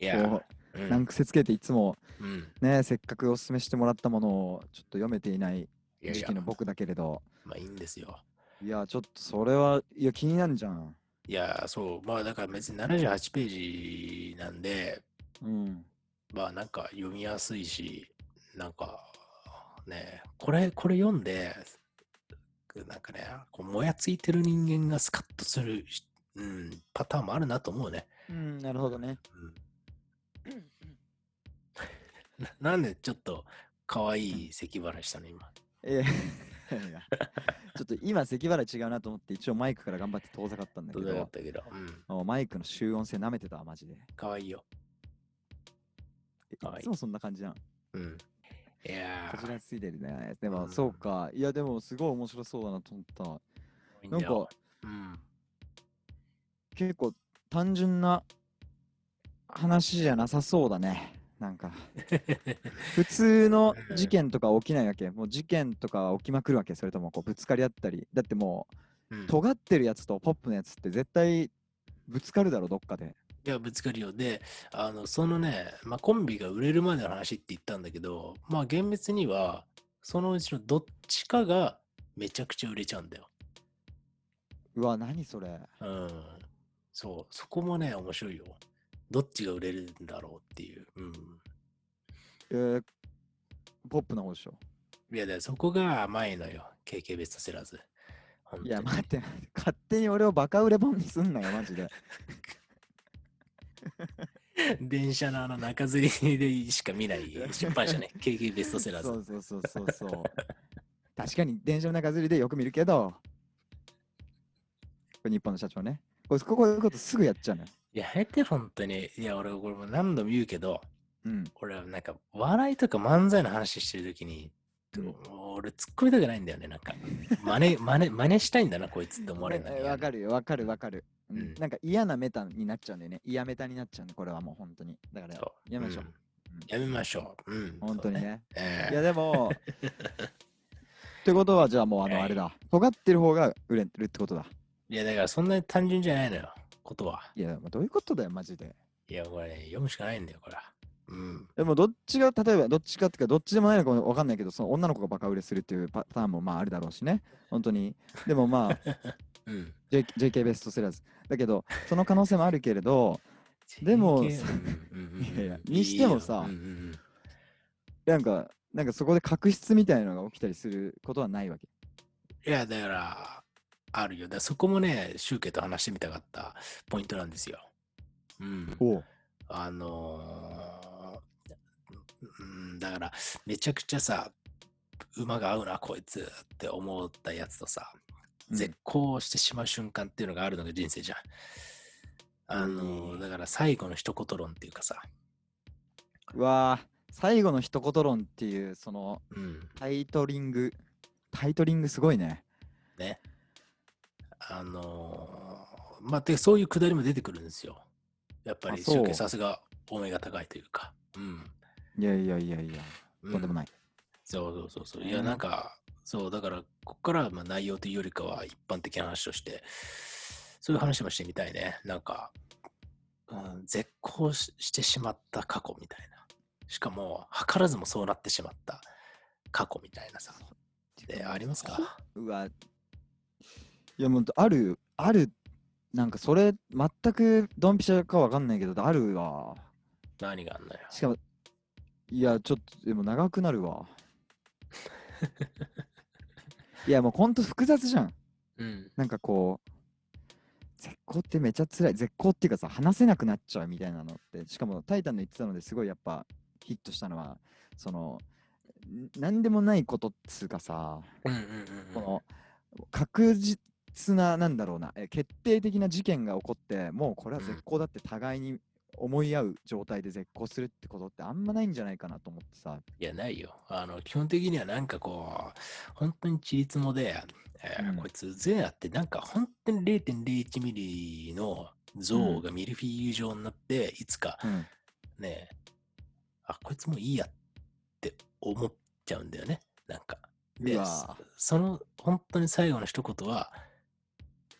Speaker 2: いや、
Speaker 3: こ
Speaker 2: う
Speaker 3: う、
Speaker 2: ん
Speaker 3: 難癖つけていつも
Speaker 2: うん。
Speaker 3: ね、せっかくおすすめしてもらったものをちょっと読めていない
Speaker 2: いやい
Speaker 3: 時
Speaker 2: や
Speaker 3: 期の、僕だけれど、
Speaker 2: まあいいんですよ。
Speaker 3: いや、ちょっとそれは、いや、気になるじゃん。
Speaker 2: いや、そう。まあだから別に78ページなんで、
Speaker 3: うん。
Speaker 2: まあなんか読みやすいし、なんかね、これ、これ読んで、なんかね、こうもやついてる人間がスカッとするし、うん、パターンもあるなと思うね。
Speaker 3: うん、なるほどね。
Speaker 2: うん、 ななんでちょっと可愛い咳払いしたの今。
Speaker 3: いやいやいやちょっと今、関原違うなと思って、一応マイクから頑張って遠ざかったんだ
Speaker 2: ど
Speaker 3: け
Speaker 2: うだ
Speaker 3: ど
Speaker 2: っ、たけど。うん。
Speaker 3: もうマイクの集音性舐めてたわ、マジで。
Speaker 2: 可愛いよ。
Speaker 3: えい
Speaker 2: かわいい
Speaker 3: つもそんな感じじゃん。こ
Speaker 2: うん。いや
Speaker 3: じ
Speaker 2: ー、
Speaker 3: らついてるね。で
Speaker 2: う
Speaker 3: も、
Speaker 2: ん
Speaker 3: そうか。いや、でも、すごい面白そうだなと思った。
Speaker 2: いい
Speaker 3: なん
Speaker 2: だよう
Speaker 3: か、
Speaker 2: ん。
Speaker 3: 結構単純な話じゃなさそうだね。なんか、普通の事件とか起きないわけ。もう事件とか起きまくるわけ。それとも、こう、ぶつかり合ったり。だっても
Speaker 2: うん
Speaker 3: う、尖ってるやつとポップのやつって絶対ぶつかるだろ、どっかで。
Speaker 2: いや、ぶつかるよ。で、あの、そのね、まあ、コンビが売れるまでの話って言ったんだけど、まあ、厳密には、そのうちのどっちかがめちゃくちゃ売れちゃうんだよ。
Speaker 3: うわ、何それ。
Speaker 2: うん。そう、そこもね、面白いよ。どっちが売れるんだろうっていう。うん。
Speaker 3: えー、ポップな方でしょ。
Speaker 2: いや、でそこが甘いのよ。経験別とせらず。本当
Speaker 3: い
Speaker 2: に
Speaker 3: や、待って、待って勝手に俺をバカ売れ本にすんなよ、マジで。
Speaker 2: 電車のあの中吊りでしか見ない出版社 ね。経験ベストセラーズ。
Speaker 3: そうそうそうそうそう。 確かに電車の中吊りでよく見るけど、これ日本の社長ね。これここういうことすぐやっちゃうのよ。
Speaker 2: いや、やめて、本当に。いや、俺、これも何度も言うけど、
Speaker 3: うん。
Speaker 2: 俺はなんか笑いとか漫才の話してるときに、
Speaker 3: うん
Speaker 2: もう俺突っ込みたくないんだよねなんか真似真似真似したいんだなこいつって思われるんだ
Speaker 3: ね
Speaker 2: よ
Speaker 3: わか
Speaker 2: る
Speaker 3: るよ、わかるわかる、うん
Speaker 2: うん
Speaker 3: なんか嫌なメタになっちゃうんだよね。嫌メタになっちゃうんだ、これはもう本当に。だから、やめましょう。うん
Speaker 2: やめましょううん
Speaker 3: 本当に
Speaker 2: そう
Speaker 3: ね。
Speaker 2: え
Speaker 3: い
Speaker 2: え
Speaker 3: や、でも、ってことは、じゃあもうあ
Speaker 2: は
Speaker 3: の、
Speaker 2: い
Speaker 3: あれだ。尖ってる方が売れるってことだ。
Speaker 2: いやだからそんなに単純じゃないのよことはい
Speaker 3: や、どういうことだよ、マジで。
Speaker 2: いやこれ、ね、読むしかないんだよこれはうん
Speaker 3: でもどっちが、例えばどっちかっていうか、どっちでもないのかわかんないけど、その女の子がバカ売れするっていうパターンもまああるだろうしね。本当に。でもまあ、
Speaker 2: うん、
Speaker 3: J JK ベストセラーズ。だけど、その可能性もあるけれど、でも
Speaker 2: JK
Speaker 3: さ
Speaker 2: うんうんうんうん
Speaker 3: いやいやにしてもさ
Speaker 2: いいようんうんうん
Speaker 3: なんか、なんかそこで確執みたいなのが起きたりすることはないわけ。
Speaker 2: いやだからあるよだからそこもねシュウケと話してみたかったポイントなんですようん
Speaker 3: お
Speaker 2: あのーうん、だから、めちゃくちゃさ、馬が合うな、こいつって思ったやつとさ、
Speaker 3: うん
Speaker 2: 絶好してしまう瞬間っていうのがあるのが人生じゃん。あの
Speaker 3: うん
Speaker 2: ーだから最後の一言論っていうかさ、
Speaker 3: うわー最後の一言論っていう、その
Speaker 2: うん、
Speaker 3: タイトリング。タイトリングすごいね。
Speaker 2: ね。あのーまあ、てかそういうくだりも出てくるんですよ。やっぱり、
Speaker 3: あそう
Speaker 2: 集計さすが、お目が高いというか。うん。
Speaker 3: いやいやいやいや、
Speaker 2: うん
Speaker 3: とんでもない。
Speaker 2: そうそうそうそう。
Speaker 3: ね
Speaker 2: いや、なんか、そう、だから、ここからはまあ内容というよりかは一般的な話として、そういう話もしてみたいね。なんか、うん、絶好ししてしまった過去みたいな。しかも、図らずもそうなってしまった過去みたいなさ。で、ありますか
Speaker 3: うわ。いやもうある、ある、なんかそれ、全くドンピシャかわかんないけど、あるわ。
Speaker 2: 何があんのよ。
Speaker 3: しかも、いや、ちょっと、でも長くなるわ。いや、もうほんと複雑じゃん。
Speaker 2: うん。
Speaker 3: なんかこう、絶好ってめちゃ辛い。絶好っていうかさ、話せなくなっちゃうみたいなのって、しかもタイタンの言ってたのですごいやっぱヒットしたのは、その、んなんでもないことっつうかさ、
Speaker 2: うんうん
Speaker 3: この確実な、なんだろうな、え決定的な事件が起こって、もうこれは絶好だって互いに思い合う状態で絶好するってことってあんまないんじゃないかなと思ってさ。
Speaker 2: いや、ないよ。あの、基本的にはなんかこう、本当にちりつもで、えー
Speaker 3: うん
Speaker 2: こいつうぜえなって、なんか本当に0.01ミリの像がミルフィーユ状になって、いつか
Speaker 3: うん、
Speaker 2: ね、あ、こいつもういいやって思っちゃうんだよね。なんか。で
Speaker 3: うわぁ
Speaker 2: その本当に最後の一言は、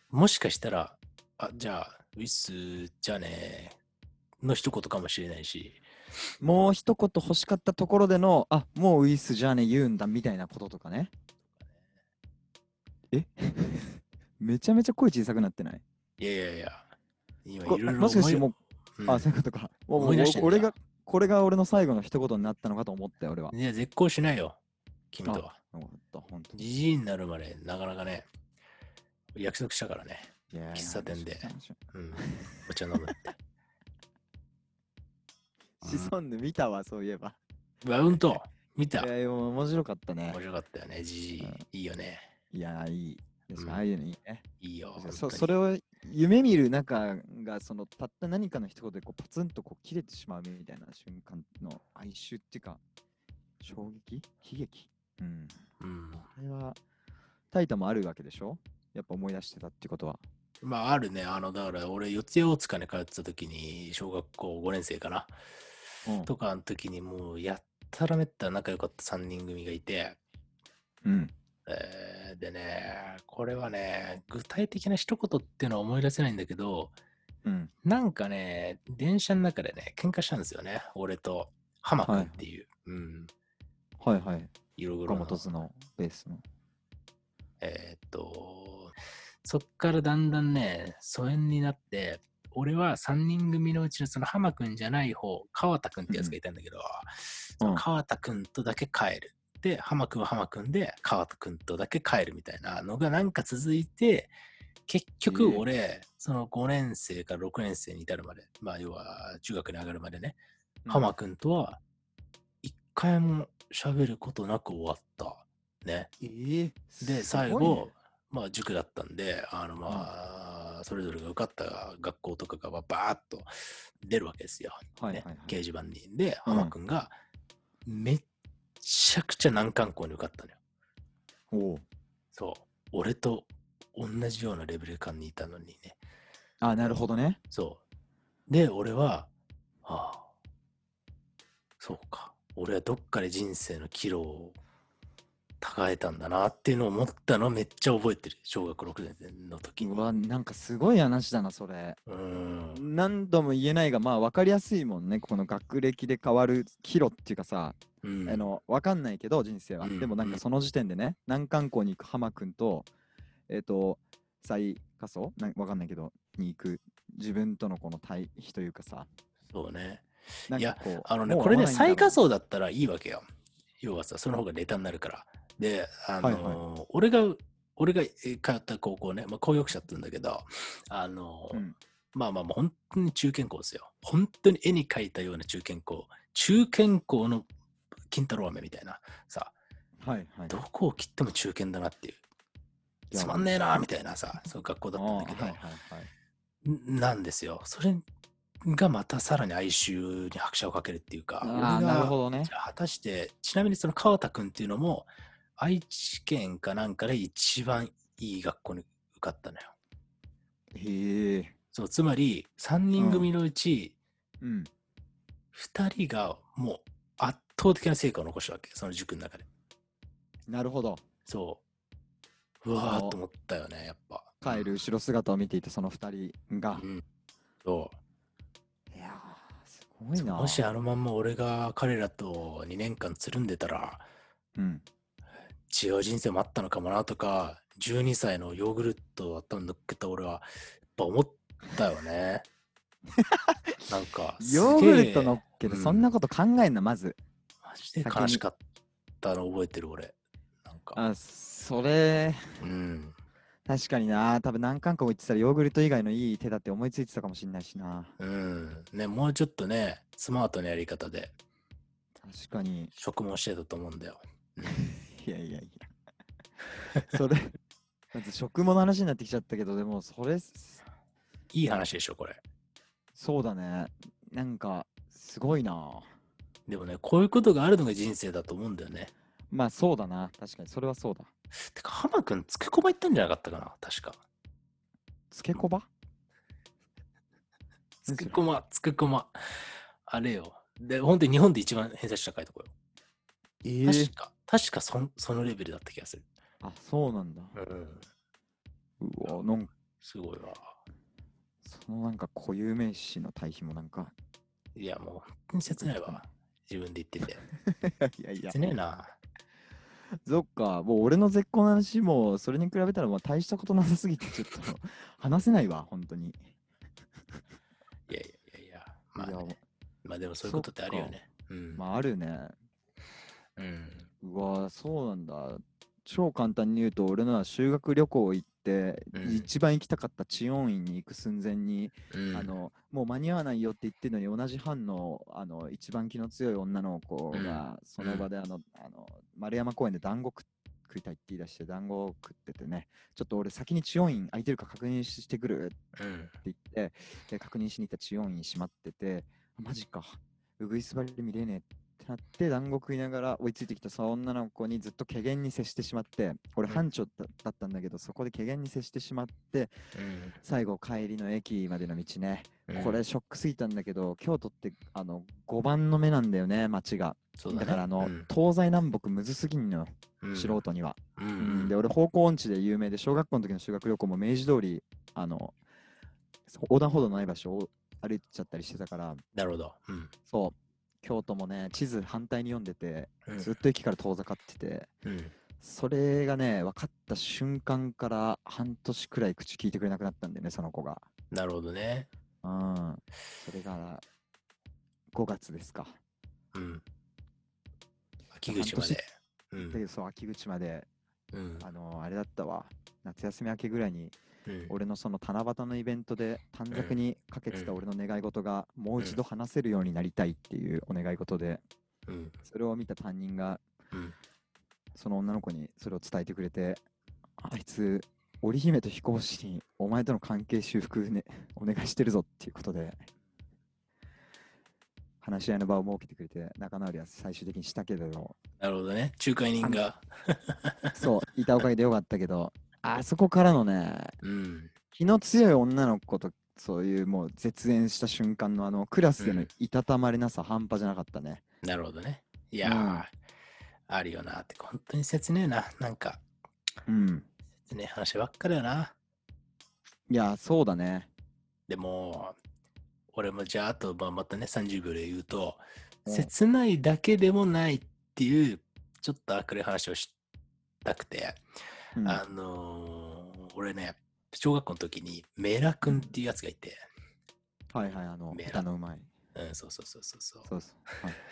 Speaker 2: もしかしたら、あ、じゃあ、ウィス、じゃあね、の一言かもしれないし、
Speaker 3: もう一言欲しかったところでの、あもうウィスじゃあね言うんだみたいなこととかね。え めちゃめちゃ声小さくなってない
Speaker 2: いやいやいや、今
Speaker 3: こ
Speaker 2: いろいろ
Speaker 3: もしかして
Speaker 2: 思い
Speaker 3: もう、
Speaker 2: うん
Speaker 3: あ、そういうことか。もうもう
Speaker 2: 思い出してんだ
Speaker 3: 俺が、これが俺の最後の一言になったのかと思ったよ、俺は。
Speaker 2: いや、絶好しないよ、君とは。
Speaker 3: よかった本当に。
Speaker 2: じじいになるまで、なかなかね、約束したからね、
Speaker 3: いやー
Speaker 2: 喫茶店で
Speaker 3: 話し
Speaker 2: うん、お茶飲むって。
Speaker 3: シソンヌ見たわ、そういえば。
Speaker 2: バウンと、見た
Speaker 3: い。や、もう面白かったね
Speaker 2: 面。白かったよね、じじ
Speaker 3: うん
Speaker 2: い。いいよね。
Speaker 3: いやー、いい。確か
Speaker 2: うん
Speaker 3: にああいうのいいね。
Speaker 2: いいよ。
Speaker 3: そ
Speaker 2: 本当に
Speaker 3: それを夢見る中がそのたった何かの一言でこうパツンとこう切れてしまうみたいな瞬間の哀愁っていうか衝撃悲劇うん
Speaker 2: うん。
Speaker 3: あれはタイタもあるわけでしょやっぱ思い出してたってことは
Speaker 2: まあ、あるね。あの、だから、俺、四谷大塚に通ってた時に、小学校5年生かな。
Speaker 3: うん
Speaker 2: とかの時に、もう、やったらめったら仲良かった3人組がいて、
Speaker 3: うん
Speaker 2: えーでね、これはね、具体的な一言っていうのは思い出せないんだけど、
Speaker 3: うん
Speaker 2: なんかね、電車の中でね、喧嘩したんですよね。俺と、ハマ君っていう、うん、
Speaker 3: はいはい
Speaker 2: 色黒
Speaker 3: 岡
Speaker 2: の
Speaker 3: 本。図のベースの
Speaker 2: えーっと、そっからだんだんね、疎遠になって、俺は3人組のうちのそのハマ君じゃない方、川田君ってやつがいたんだけど、その川田君とだけ帰る。で、ハマ君はハマ君で、川田君とだけ帰るみたいなのがなんか続いて、結局俺、その5年生から6年生に至るまで、まあ要は中学に上がるまでね、ハマ君とは一回も喋ることなく終わった。ね。
Speaker 3: え
Speaker 2: で、
Speaker 3: えすごい
Speaker 2: 最
Speaker 3: ね
Speaker 2: 後、まあ塾だったんで、あのまあ、それぞれが受かった学校とかがばバーっと出るわけですよ。
Speaker 3: はい
Speaker 2: ね
Speaker 3: はいはい
Speaker 2: 掲示板に。で、
Speaker 3: うん
Speaker 2: 浜君がめっちゃくちゃ難関校に受かったのよ。
Speaker 3: おう
Speaker 2: そう。俺と同じようなレベル感にいたのにね。
Speaker 3: あなるほどね
Speaker 2: そう。で、俺は、ああ、そうか。俺はどっかで人生の岐路を高えたんだなっていうのを思ったのめっちゃ覚えてる。小学6年生の時
Speaker 3: う
Speaker 2: に。
Speaker 3: わなんかすごい話だなそれ
Speaker 2: うん。
Speaker 3: 何度も言えないがまあ分かりやすいもんねこの学歴で変わる岐路っていうかさ、
Speaker 2: うん
Speaker 3: あの分かんないけど人生は、
Speaker 2: うん
Speaker 3: でもなん
Speaker 2: うん
Speaker 3: かその時点でね難関校に行く浜君とえっ、と最下層なん分かんないけどに行く自分とのこの対比というかさ
Speaker 2: そうね。
Speaker 3: なん
Speaker 2: いや
Speaker 3: かこう
Speaker 2: あのね、
Speaker 3: もう
Speaker 2: これ
Speaker 3: 合
Speaker 2: ね、
Speaker 3: わない
Speaker 2: 最
Speaker 3: んだろ
Speaker 2: 下
Speaker 3: う
Speaker 2: 層だったらいいわけよ。要はさ、その方がネタになるから。で、あのー俺が、俺がえー通った高校ね、まあ、工業者って言うんだけど、あのー
Speaker 3: うん
Speaker 2: まあまあまあ、本当に中堅校ですよ。本当に絵に描いたような中堅校。中堅校の金太郎飴みたいな。さ、
Speaker 3: はいはい
Speaker 2: どこを切っても中堅だなっていう。つまんねえな、みたいなさ、そういう学校だ
Speaker 3: あ
Speaker 2: ったん
Speaker 3: ーは
Speaker 2: だ
Speaker 3: い
Speaker 2: けど、
Speaker 3: はいはい
Speaker 2: んなんですよ。それがまたさらに哀愁に拍車をかけるっていうか、
Speaker 3: ああ
Speaker 2: 俺が
Speaker 3: なるほどね
Speaker 2: じゃあ果たして、ちなみにその川田君っていうのも、愛知県かなんかで一番いい学校に受かったのよ。
Speaker 3: へえ
Speaker 2: そう、つまり、3人組のうち、
Speaker 3: うん
Speaker 2: 2人がもう圧倒的な成果を残したわけ、その塾の中で。
Speaker 3: なるほど
Speaker 2: そう。うわーと思ったよね、やっぱ。
Speaker 3: 帰る後ろ姿を見ていたその2人が
Speaker 2: う、ん。そう。
Speaker 3: いやーすごいな
Speaker 2: もしあのまんま俺が彼らと2年間つるんでたら、
Speaker 3: うん
Speaker 2: 違う人生もあったのかもなとか、12歳のヨーグルトを頭に乗っけた俺は、やっぱ思ったよ ね。なんか、すげえ
Speaker 3: ヨーグルトのっけて
Speaker 2: うん
Speaker 3: そんなこと考えんなまず
Speaker 2: マジで悲しかったの覚えてる俺。なんか、
Speaker 3: あそれ
Speaker 2: うん。
Speaker 3: 確かにな多分何巻かも言ってたらヨーグルト以外のいい手だって思いついてたかもしれないしな
Speaker 2: うん。ね、もうちょっとね、スマートなやり方で、
Speaker 3: 確かに
Speaker 2: 植毛してたと思うんだよ。
Speaker 3: いやいやい やそれまず食もの話になってきちゃったけどでもそれ
Speaker 2: いい話でしょ、これ。
Speaker 3: そうだねなんか、すごいな
Speaker 2: でもね、こういうことがあるのが人生だと思うんだよね。
Speaker 3: まあそうだな。確かに、それはそうだ。
Speaker 2: てか、浜君、つけこば行ったんじゃなかったかな、確か。
Speaker 3: つけこば
Speaker 2: つけこま、つけこま。あれよ。で、本当に日本で一番偏差値高いとこよ。
Speaker 3: ええ
Speaker 2: 確か、確かそんそのレベルだった気がする。
Speaker 3: あ、そうなんだ。
Speaker 2: うん。
Speaker 3: うわ、なんか、
Speaker 2: すごいわ。
Speaker 3: そのなんか固有名詞の対比もなんか。
Speaker 2: いや、もう、本当に切ないわ。自分で言ってて。
Speaker 3: いやいや
Speaker 2: 切。ねえな。
Speaker 3: そっか、もう俺の絶好の話も、それに比べたらもう大したことなさすぎて、ちょっと 話せないわ、本当に。
Speaker 2: いやいやいやいや。まあ
Speaker 3: いや
Speaker 2: ね、まあでもそういうことってあるよね。うん。
Speaker 3: まああるね。
Speaker 2: うん。
Speaker 3: うわ、そうなんだ。超簡単に言うと、俺のは修学旅行行って、
Speaker 2: うん
Speaker 3: 一番行きたかった知恩院に行く寸前に、
Speaker 2: うん、
Speaker 3: あのもう間に合わないよって言ってるのに同じ班のあの一番気の強い女の子がその場であの、あの丸山公園で団子食食いたいって言い出して団子を食っててねちょっと俺先に治療院空いてるか確認してくる
Speaker 2: うん。
Speaker 3: って言ってで確認しに行った治療院閉まっててあマジかうぐいすばり見れねえってなって団子食いながら追いついてきたその女の子にずっと怪言に接してしまって俺
Speaker 2: うん
Speaker 3: 班長だだったんだけどそこで怪言に接してしまって
Speaker 2: うん
Speaker 3: 最後帰りの駅までの道ね
Speaker 2: うん
Speaker 3: これショックすぎたんだけど京都ってあの5番の目なんだよね町が
Speaker 2: そ
Speaker 3: だ,、
Speaker 2: うだ,、ね、
Speaker 3: からあの、
Speaker 2: うん
Speaker 3: 東西南北むずすぎんのよ、
Speaker 2: うん
Speaker 3: 素人には、
Speaker 2: うんう
Speaker 3: うん
Speaker 2: ん
Speaker 3: で俺方向音痴で有名で小学校の時の修学旅行も明治通りあのそう横断歩道のない場所を歩いちゃったりしてたから
Speaker 2: なるほど。うん。
Speaker 3: そう京都もね地図反対に読んでて
Speaker 2: うん
Speaker 3: ずっと駅から遠ざかってて
Speaker 2: うん。
Speaker 3: それがね分かった瞬間から半年くらい口聞いてくれなくなったんだよねその子が
Speaker 2: なるほどね。
Speaker 3: うんそれから5月ですか
Speaker 2: うん。秋口まで。う
Speaker 3: だけ
Speaker 2: ん。
Speaker 3: どそう秋口まで
Speaker 2: うん。
Speaker 3: あのあれだったわ夏休み明けぐらいに
Speaker 2: うん
Speaker 3: 俺のその七夕のイベントで短冊にかけてた
Speaker 2: うん
Speaker 3: 俺の願い事がもう
Speaker 2: う
Speaker 3: 一
Speaker 2: ん
Speaker 3: 度話せるようになりたいっていうお願い事で
Speaker 2: うん。
Speaker 3: それを見た担任が
Speaker 2: うん
Speaker 3: その女の子にそれを伝えてくれてあいつ織姫と彦星にお前との関係修復ねお願いしてるぞっていうことで話し合いの場を設けてくれて仲直りは最終的にしたけれど
Speaker 2: なるほどね。仲介人が。
Speaker 3: そういたおかげでよかった けどあそこからのね
Speaker 2: うん。
Speaker 3: 気の強い女の子とそういうもう絶縁した瞬間のあのクラスで
Speaker 2: う
Speaker 3: の
Speaker 2: ん
Speaker 3: いたたまれなさ半端じゃなかったね。
Speaker 2: なるほどね。いや
Speaker 3: うん
Speaker 2: ー、あるよなって、本当に切ねえな。なんか、
Speaker 3: うん。
Speaker 2: 切ねえ話ばっかりやな。
Speaker 3: いや、そうだね。
Speaker 2: でも、俺もじゃあ、あと、まあ、またね、30秒で言うと、
Speaker 3: うん
Speaker 2: 切ないだけでもないっていう、ちょっと悪い話をしたくて、
Speaker 3: うん、
Speaker 2: あのー俺ね、小学校の時に、メラ君っていうやつがいて、
Speaker 3: はいはい、あの、
Speaker 2: メラ
Speaker 3: 歌のうまい。
Speaker 2: うん、そうそうそうそうそう。
Speaker 3: そうそう。はい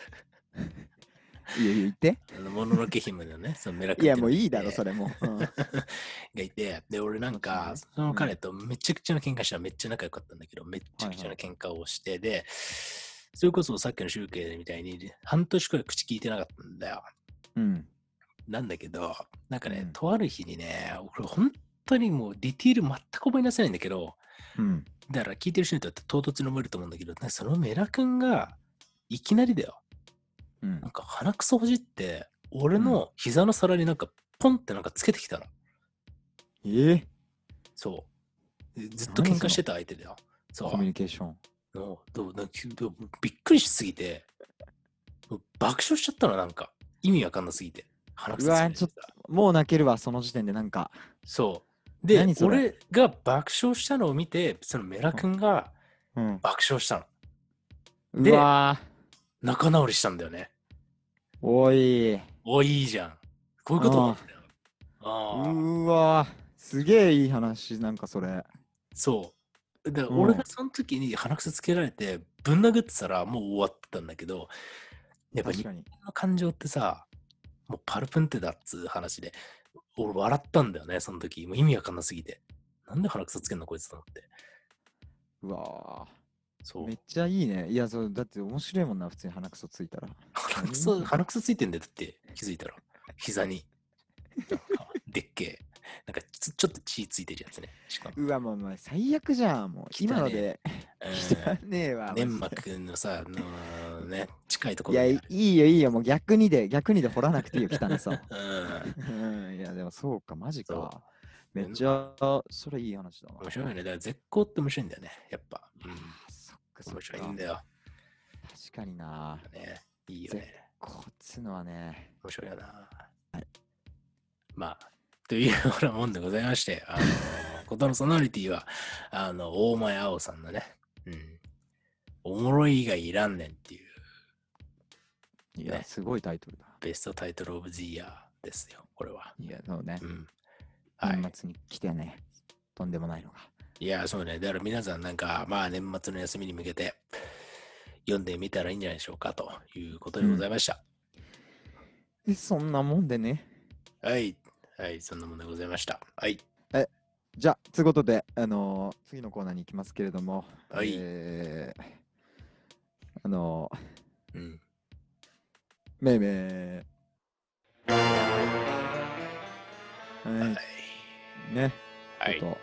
Speaker 3: い やいや、言って。
Speaker 2: あの、もののけ姫のね、そのメラ君
Speaker 3: いや、もういいだろ、そ
Speaker 2: れ。
Speaker 3: れもう。うん
Speaker 2: がいて、で、俺なんか、
Speaker 3: そ
Speaker 2: その彼とめちゃくちゃな喧嘩したらめっちゃ仲良かったんだけど、めっちゃくちゃな
Speaker 3: はい
Speaker 2: 喧嘩をして、で、それこそさっきの集計みたいに、半年くらい口聞いてなかったんだよ。
Speaker 3: うん。
Speaker 2: なんだけど、なんかね、
Speaker 3: うん
Speaker 2: とある日にね、俺本当にもうディティール全く思い出せないんだけど、
Speaker 3: うん。
Speaker 2: だから聞いてる人にとって唐突に思えると思うんだけど、なんかそのメラ君が、いきなりだよ。
Speaker 3: うん
Speaker 2: なん。か鼻くそほじって、俺の膝の皿になんかポンってなんかつけてきたの。
Speaker 3: えー
Speaker 2: そう。でずっと喧嘩してた相手だよ。そ
Speaker 3: コミュ
Speaker 2: う。
Speaker 3: ニケーション。
Speaker 2: のどうなんかどうびっくりしすぎて、もう爆笑しちゃったの、なんか。意味わかんなすぎて。鼻くそつけられて
Speaker 3: うわちょっもう泣けるわ、その時点でなんか。
Speaker 2: そう。で
Speaker 3: 何、それ
Speaker 2: 俺が爆笑したのを見て、そのメラ君が
Speaker 3: うん。
Speaker 2: 爆笑したの。
Speaker 3: うわー
Speaker 2: 仲直りしたんだよね。
Speaker 3: おい。
Speaker 2: お、いいじゃん。こういうことなんだよ。
Speaker 3: う
Speaker 2: ああ。
Speaker 3: ーわーすげえいい話、なんかそれ。
Speaker 2: そう。だから
Speaker 3: うん
Speaker 2: 俺がその時に鼻くそつけられてぶん殴ってたらもう終わってたんだけど、やっぱ
Speaker 3: 確
Speaker 2: 人
Speaker 3: か
Speaker 2: 間
Speaker 3: に。
Speaker 2: の感情ってさ、もうパルプンテだっつう話で、俺笑ったんだよね、その時。もう意味わかんなすぎて。なんで鼻くそつけんのこいつと思って。
Speaker 3: うわー
Speaker 2: そう
Speaker 3: め。っちゃいいね。いや、そうだって面白いもんな、普通に鼻くそついたら。
Speaker 2: 鼻くそ、鼻くそついてんだよだって気づいたら。膝に。なんかでっけえ。なんかちょちょっと血ついてるやつね。しかも。
Speaker 3: うわ、もう、もう最悪じゃん。も
Speaker 2: 汚
Speaker 3: う、
Speaker 2: ね
Speaker 3: 今ので、
Speaker 2: うん
Speaker 3: 汚ねえわ。
Speaker 2: 粘
Speaker 3: マジで
Speaker 2: 膜のさ、あのね、近いとこ
Speaker 3: い
Speaker 2: ろ
Speaker 3: や、
Speaker 2: に
Speaker 3: いいいよ、いいよ。もう逆にで、逆にで掘らなくていいよ、汚ねさを。
Speaker 2: ある。
Speaker 3: うん、いや、でもそうか、マジ
Speaker 2: そう
Speaker 3: か。めっちゃ、それいい話だ
Speaker 2: うん。
Speaker 3: な。
Speaker 2: 面白いよね。だから絶好って面白いんだよね。やっぱ。うん。
Speaker 3: あそっか、そっ
Speaker 2: 面
Speaker 3: か。
Speaker 2: 白いんだよ。
Speaker 3: 確かにな。
Speaker 2: ね、いいよね。
Speaker 3: こっつのはね。
Speaker 2: 面白いよな。まあ、というようなもんでございまして、あの、 ことのソナリティは、あの、大前青さんのね、うん。おもろい以外いらんねんっていう
Speaker 3: いや、
Speaker 2: ね
Speaker 3: すごいタイトルだ。
Speaker 2: ベストタイトルオブジーヤーですよ、これは。
Speaker 3: いや、そうね
Speaker 2: う。ん。はい。
Speaker 3: 年末に来てね、とんでもないのが。
Speaker 2: いや、そうね。だから皆さんなんか、まあ年末の休みに向けて読んでみたらいいんじゃないでしょうかということでございました。
Speaker 3: えそんなもんでね。
Speaker 2: はい。はい、そんなものでございました。はい。
Speaker 3: じゃあ、ということで、あのー次のコーナーに行きますけれども、
Speaker 2: はい
Speaker 3: えーあの
Speaker 2: う
Speaker 3: ー、
Speaker 2: ん。
Speaker 3: めいめい。
Speaker 2: は。
Speaker 3: はいい、ね、
Speaker 2: は
Speaker 3: ちょ
Speaker 2: い。
Speaker 3: っと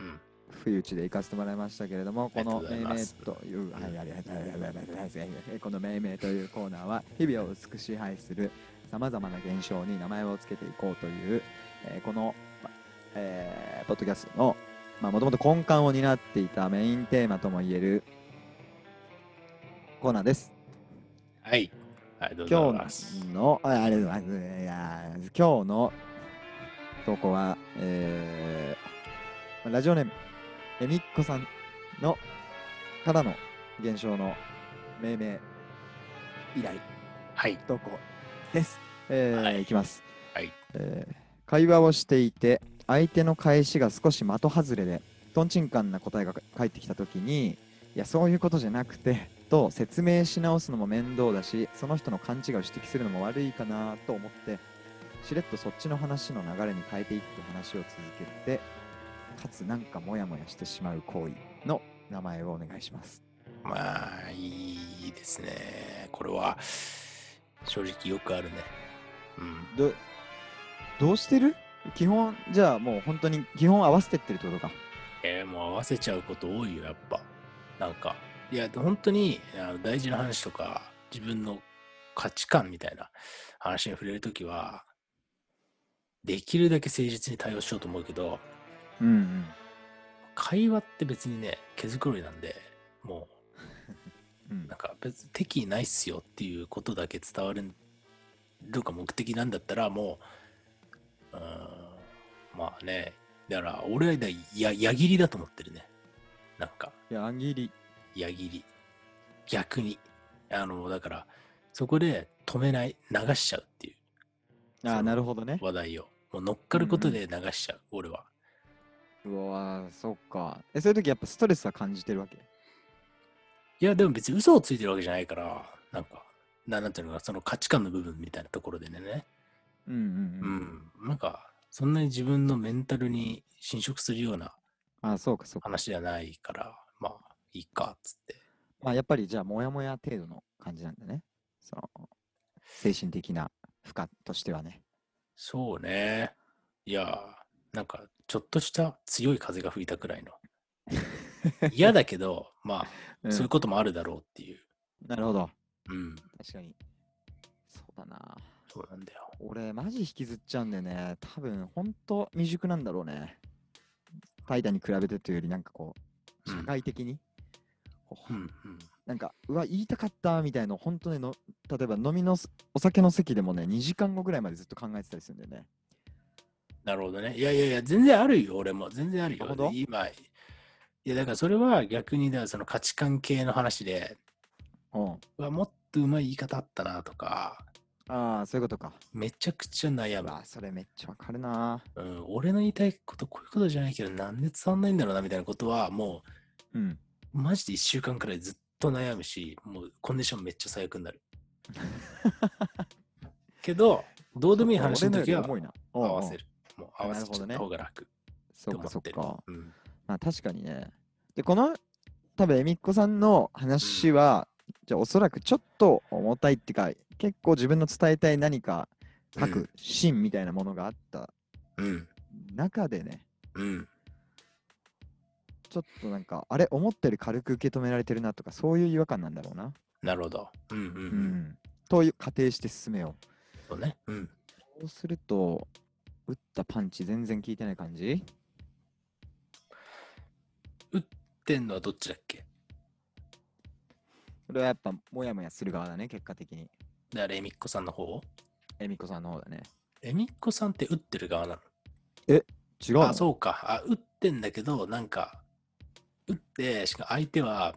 Speaker 2: うん。
Speaker 3: 不意打ちで行かせてもらいましたけれども、この
Speaker 2: あ
Speaker 3: め
Speaker 2: り
Speaker 3: い
Speaker 2: がとうございま
Speaker 3: めい
Speaker 2: す
Speaker 3: という、はい、ありがとうございます。えこのめいめいというコーナーは、日々を美しい支配するさまざまな現象に名前をつけていこうという、えーこの、まえーポッドキャストの、もともと根幹を担っていたメインテーマともいえるコーナーです。
Speaker 2: はい。はい、どうぞ。
Speaker 3: 今日の、あありがとうございます。いやー今日の投稿は、えーラジオネーム、えみっこさんのからの現象の命名以来
Speaker 2: はい。
Speaker 3: 投稿です。えー
Speaker 2: はい
Speaker 3: い、きます、
Speaker 2: はい
Speaker 3: えー会話をしていて、相手の返しが少し的外れで、とんちんかんな答えが返ってきたときに、いや、そういうことじゃなくて、と説明し直すのも面倒だし、その人の勘違いを指摘するのも悪いかなと思って、しれっとそっちの話の流れに変えていって話を続けて、かつなんかモヤモヤしてしまう行為の名前をお願いします。
Speaker 2: まあ、いいですね。これは、正直よくあるね。うん。
Speaker 3: どどうしてる基本じゃあもう本当に基本合わせてってるってことか
Speaker 2: えーもう合わせちゃうこと多いよ、やっぱ。なんか、いや、本当にあの大事な話とか、自分の価値観みたいな話に触れるときは、できるだけ誠実に対応しようと思うけど、
Speaker 3: うんうん
Speaker 2: 会話って別にね、毛づくろいなんで、も
Speaker 3: うん
Speaker 2: う、なんか別に敵意ないっすよっていうことだけ伝わるのが目的なんだったら、もう、うーん、まあね、だから、俺はだや、矢切りだと思ってるね。なんか。
Speaker 3: いやあんぎり
Speaker 2: 矢切り逆にあのだからそこで止めない流しちゃうってい
Speaker 3: あ
Speaker 2: そ
Speaker 3: あ
Speaker 2: う
Speaker 3: なるほどね
Speaker 2: う話題をもう乗っかることで流しちゃう、俺は
Speaker 3: うわーそっかえそういう時やっぱストレスは感じてるわけ
Speaker 2: いやでも別に嘘をついてるわけじゃないからなんかななんていうのかその価値観の部分みたいなところでね
Speaker 3: うんうん
Speaker 2: う
Speaker 3: うん、
Speaker 2: ん、なんかそんなに自分のメンタルに侵食するような
Speaker 3: あそうかそうか、
Speaker 2: 話じゃないからまあいいかっつって
Speaker 3: まあ、やっぱりじゃあモヤモヤ程度の感じなんだねその精神的な負荷としてはね
Speaker 2: そうねいやなんかちょっとした強い風が吹いたくらいの嫌だけどまあ
Speaker 3: うん
Speaker 2: そういうこともあるだろうっていう。
Speaker 3: なるほど
Speaker 2: うん。
Speaker 3: 確かにそうだな
Speaker 2: そうなんだよ。
Speaker 3: 俺マジ引きずっちゃうんだよね多分ほんと未熟なんだろうねタイタに比べてというよりなんかこう
Speaker 2: うん
Speaker 3: 社会的に、こ
Speaker 2: う
Speaker 3: うほん
Speaker 2: ん
Speaker 3: なんかうわ言いたかったみたいの本当にの例えば飲みのすお酒の席でもね2時間後ぐらいまでずっと考えてたりするんだよね
Speaker 2: なるほどね。いやいやいや、全然あるよ、俺も。全然ある
Speaker 3: なる
Speaker 2: よ
Speaker 3: ほ。ど
Speaker 2: 今。いや、だからそれは逆に、だからその価値観系の話で、
Speaker 3: うん
Speaker 2: うわもっとうまい言い方あったなとか、
Speaker 3: ああそういうことか
Speaker 2: めちゃくちゃ
Speaker 3: う
Speaker 2: 悩む
Speaker 3: わ。それめっちゃわかるな
Speaker 2: うん、俺の言いたいこと、こういうことじゃないけど、なんで伝わんないんだろうな、みたいなことは、も
Speaker 3: うん
Speaker 2: う、マジで1週間くらいずっと悩むし、もう、コンディションめっちゃ最悪になる。けど、どうでもいい話の時は、
Speaker 3: 俺のより
Speaker 2: 合
Speaker 3: 重いなうんうん
Speaker 2: わせる。もう合わせちゃった方が楽。
Speaker 3: そうかそ
Speaker 2: っ
Speaker 3: って
Speaker 2: 思
Speaker 3: か
Speaker 2: うん
Speaker 3: まあ確かにね。で、この多分、えみっこさんの話は、じゃあおそらくちょっと重たいってか、結構自分の伝えたい何か書
Speaker 2: うん
Speaker 3: くシーンみたいなものがあった
Speaker 2: うん。
Speaker 3: 中でね、
Speaker 2: うん。
Speaker 3: ちょっとなんか、あれ、思ったより軽く受け止められてるなとか、そういう違和感なんだろうな。
Speaker 2: なるほど。うんうんう。
Speaker 3: うんん。という仮定して進めよ
Speaker 2: そうね。うん。
Speaker 3: う。そうすると、打ったパンチ全然効いてない感じ
Speaker 2: 点のはどっちだっけ
Speaker 3: これはやっぱ、もやもやする側だね、結果的に。
Speaker 2: 誰エミッコさんの方
Speaker 3: えみこさんの方だね。
Speaker 2: エミッコさんって打ってる側なの
Speaker 3: 違うの
Speaker 2: あ、そうか。あ、打ってんだけど、なんか、打って、しかも相手は、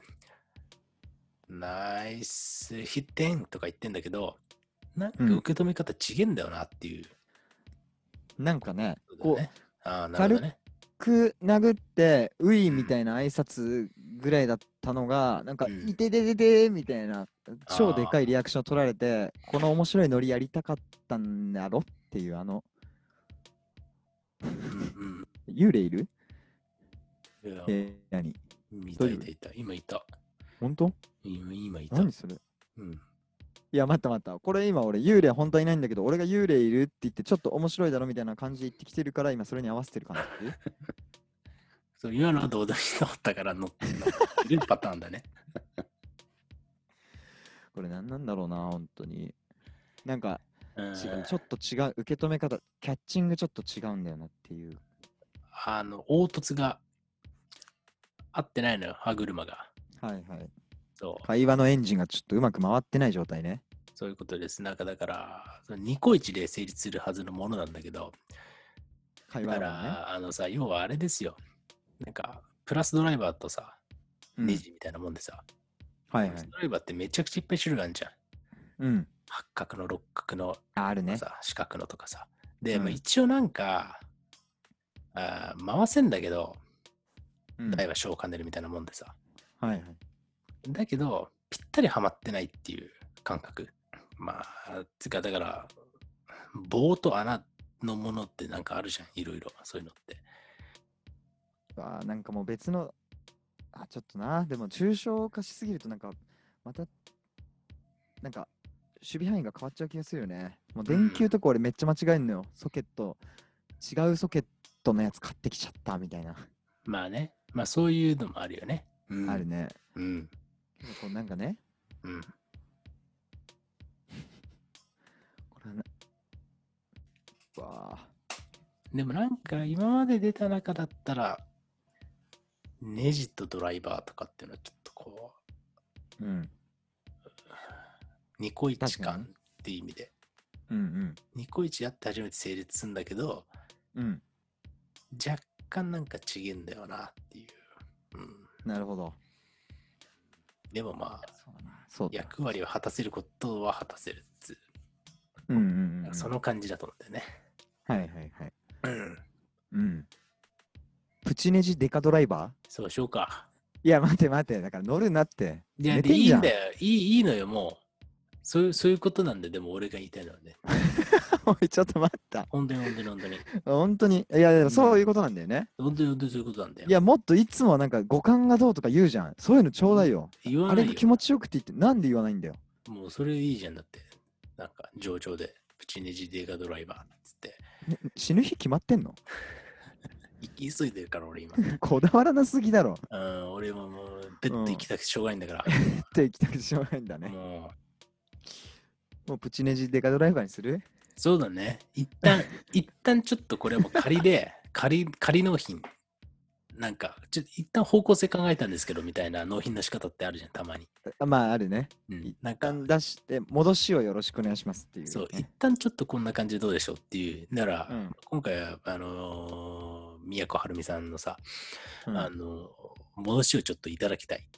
Speaker 2: ナイスヒッテンとか言ってんだけど、なんか
Speaker 3: うん
Speaker 2: 受け止め方ちげんだよなっていう、
Speaker 3: なんかね、
Speaker 2: こと
Speaker 3: こ
Speaker 2: だ
Speaker 3: う
Speaker 2: ね。あーなるほどね。
Speaker 3: く殴って、うい
Speaker 2: うん
Speaker 3: みたいな挨拶ぐらいだったのが、なんか、
Speaker 2: うん
Speaker 3: いててててみたいな、超でか
Speaker 2: あー
Speaker 3: いリアクション取られて、この面白いノリやりたかったんだろっていう、あの、
Speaker 2: うん
Speaker 3: 幽霊いる
Speaker 2: うん。いや
Speaker 3: えー、何
Speaker 2: いた
Speaker 3: 大丈
Speaker 2: い
Speaker 3: 夫
Speaker 2: たいた。今いた。
Speaker 3: 本当
Speaker 2: 今今いた。
Speaker 3: 何それ
Speaker 2: うん。
Speaker 3: いや、待った待った。これ今俺、幽霊本当はいないんだけど、俺が幽霊いるって言って、ちょっと面白いだろみたいな感じで言ってきてるから、今それに合わせてる感じ
Speaker 2: そう、今のはどうでもいいと思ったから乗ってんの。いるパターンだ ね。
Speaker 3: これ何なんだろうな、本当に。なんか、
Speaker 2: うん
Speaker 3: 違う、ちょっと違う、受け止め方、キャッチングちょっと違うんだよなっていう。
Speaker 2: あの、凹凸が合ってないのよ、歯車が。
Speaker 3: はいはい。
Speaker 2: そう、
Speaker 3: 会話のエンジンがちょっとうまく回ってない状態ね。
Speaker 2: そういうことです。なんかだから、そのニコイチで成立するはずのものなんだけど、
Speaker 3: 会
Speaker 2: だ
Speaker 3: 話
Speaker 2: か
Speaker 3: 論ね。
Speaker 2: ら、あのさ、要はあれですよ。なんか、プラスドライバーとさ、
Speaker 3: うん
Speaker 2: ネジみたいなもんでさ、
Speaker 3: は
Speaker 2: プ
Speaker 3: い
Speaker 2: ラ
Speaker 3: はい
Speaker 2: ス。ドライバーってめちゃくちゃいっぱい種類あるじゃん。
Speaker 3: うん。
Speaker 2: 八角の六角の
Speaker 3: あるね。
Speaker 2: さ、四角のとかさ。で、ま
Speaker 3: う
Speaker 2: あ、
Speaker 3: ん
Speaker 2: 一応なんか、あー回せんだけど、
Speaker 3: うんは
Speaker 2: 台
Speaker 3: い
Speaker 2: は小を兼ねるみたいなもんでさ。
Speaker 3: はい。
Speaker 2: だけど、ぴったりはまってないっていう感覚。まあ、つうか、だから、棒と穴のものってなんかあるじゃん、いろいろ、そういうのって。
Speaker 3: あーなんかもう別の、あ、ちょっとな、でも抽象化しすぎるとなんか、また、なんか、守備範囲が変わっちゃう気がするよね。もう電球とか俺めっちゃ間違えんのよ。ソケット、違うソケットのやつ買ってきちゃったみたいな。
Speaker 2: まあね、まあそういうのもあるよね。うん、
Speaker 3: ある。ね。
Speaker 2: うん。
Speaker 3: でもこうなんかね、
Speaker 2: うん。
Speaker 3: これはな、うわあ、
Speaker 2: でもなんか、今まで出た中だったら、ネジとドライバーとかっていうのはちょっとこ
Speaker 3: うん、
Speaker 2: う、ニコイチ
Speaker 3: 確か
Speaker 2: 感
Speaker 3: に
Speaker 2: っていう意味で、
Speaker 3: うん
Speaker 2: ニコイチやって初めて成立するんだけど、
Speaker 3: うん、うん、
Speaker 2: 若干なんかちげんだよなっていう。うん。
Speaker 3: なるほど。
Speaker 2: でもまあ、
Speaker 3: そうだな。そうだ。
Speaker 2: 役割を果たせることは果たせるっつう
Speaker 3: うんうん、うん。
Speaker 2: その感じだと思うんだよね。
Speaker 3: はいはいはい。
Speaker 2: うん。
Speaker 3: うん。プチネジデカドライバー
Speaker 2: そうしようか。
Speaker 3: いや、待て待て、だから乗るなって。
Speaker 2: いや、
Speaker 3: 寝
Speaker 2: で
Speaker 3: てん
Speaker 2: いい
Speaker 3: じゃ
Speaker 2: ん
Speaker 3: ん。
Speaker 2: だよ。いい、いいのよ、もう。そういう、そういうことなんで、でも俺が言いたいのはね。
Speaker 3: おい、ちょっと待った。
Speaker 2: 本当に本当に本当に。
Speaker 3: 本当に。いや、でもそういうことなんだよね。
Speaker 2: 本当に本当にそういうことなんだよ。
Speaker 3: いや、もっといつもなんか五感がどうとか言うじゃん。そういうのちょうだいよ。
Speaker 2: 言わ
Speaker 3: あ
Speaker 2: な
Speaker 3: れ
Speaker 2: い
Speaker 3: が
Speaker 2: よ。
Speaker 3: 気持ちよくて言って、なんで言わないんだよ。
Speaker 2: もうそれいいじゃんだって。なんか、上長で、プチネジデーガドライバーっつって。
Speaker 3: ね死ぬ日決まってんの
Speaker 2: 行き急いでるから、俺今。
Speaker 3: こだわらなすぎだろ。
Speaker 2: うん、俺ももう、ペッて行きたくてしょうがないんだか
Speaker 3: って行きたくてしょうがないんだ
Speaker 2: ら。
Speaker 3: ね。
Speaker 2: もう、
Speaker 3: もうプチネジデカドライバーにする
Speaker 2: そうだね。一 旦、一旦ちょっとこれはもう仮で、 仮、仮納品。なんか、ちょっと一旦方向性考えたんですけど、みたいな納品の仕方ってあるじゃん、たまに。
Speaker 3: あまあ、あるね。
Speaker 2: うん
Speaker 3: 一、
Speaker 2: なんか、
Speaker 3: 旦出して、戻しをよろしくお願いしますっていうね。
Speaker 2: そう、一旦ちょっとこんな感じでどうでしょうっていう。なら、
Speaker 3: うん
Speaker 2: 今回は、あのー、宮古晴美さんのさ、
Speaker 3: うん
Speaker 2: あのー、戻しをちょっといただきたい。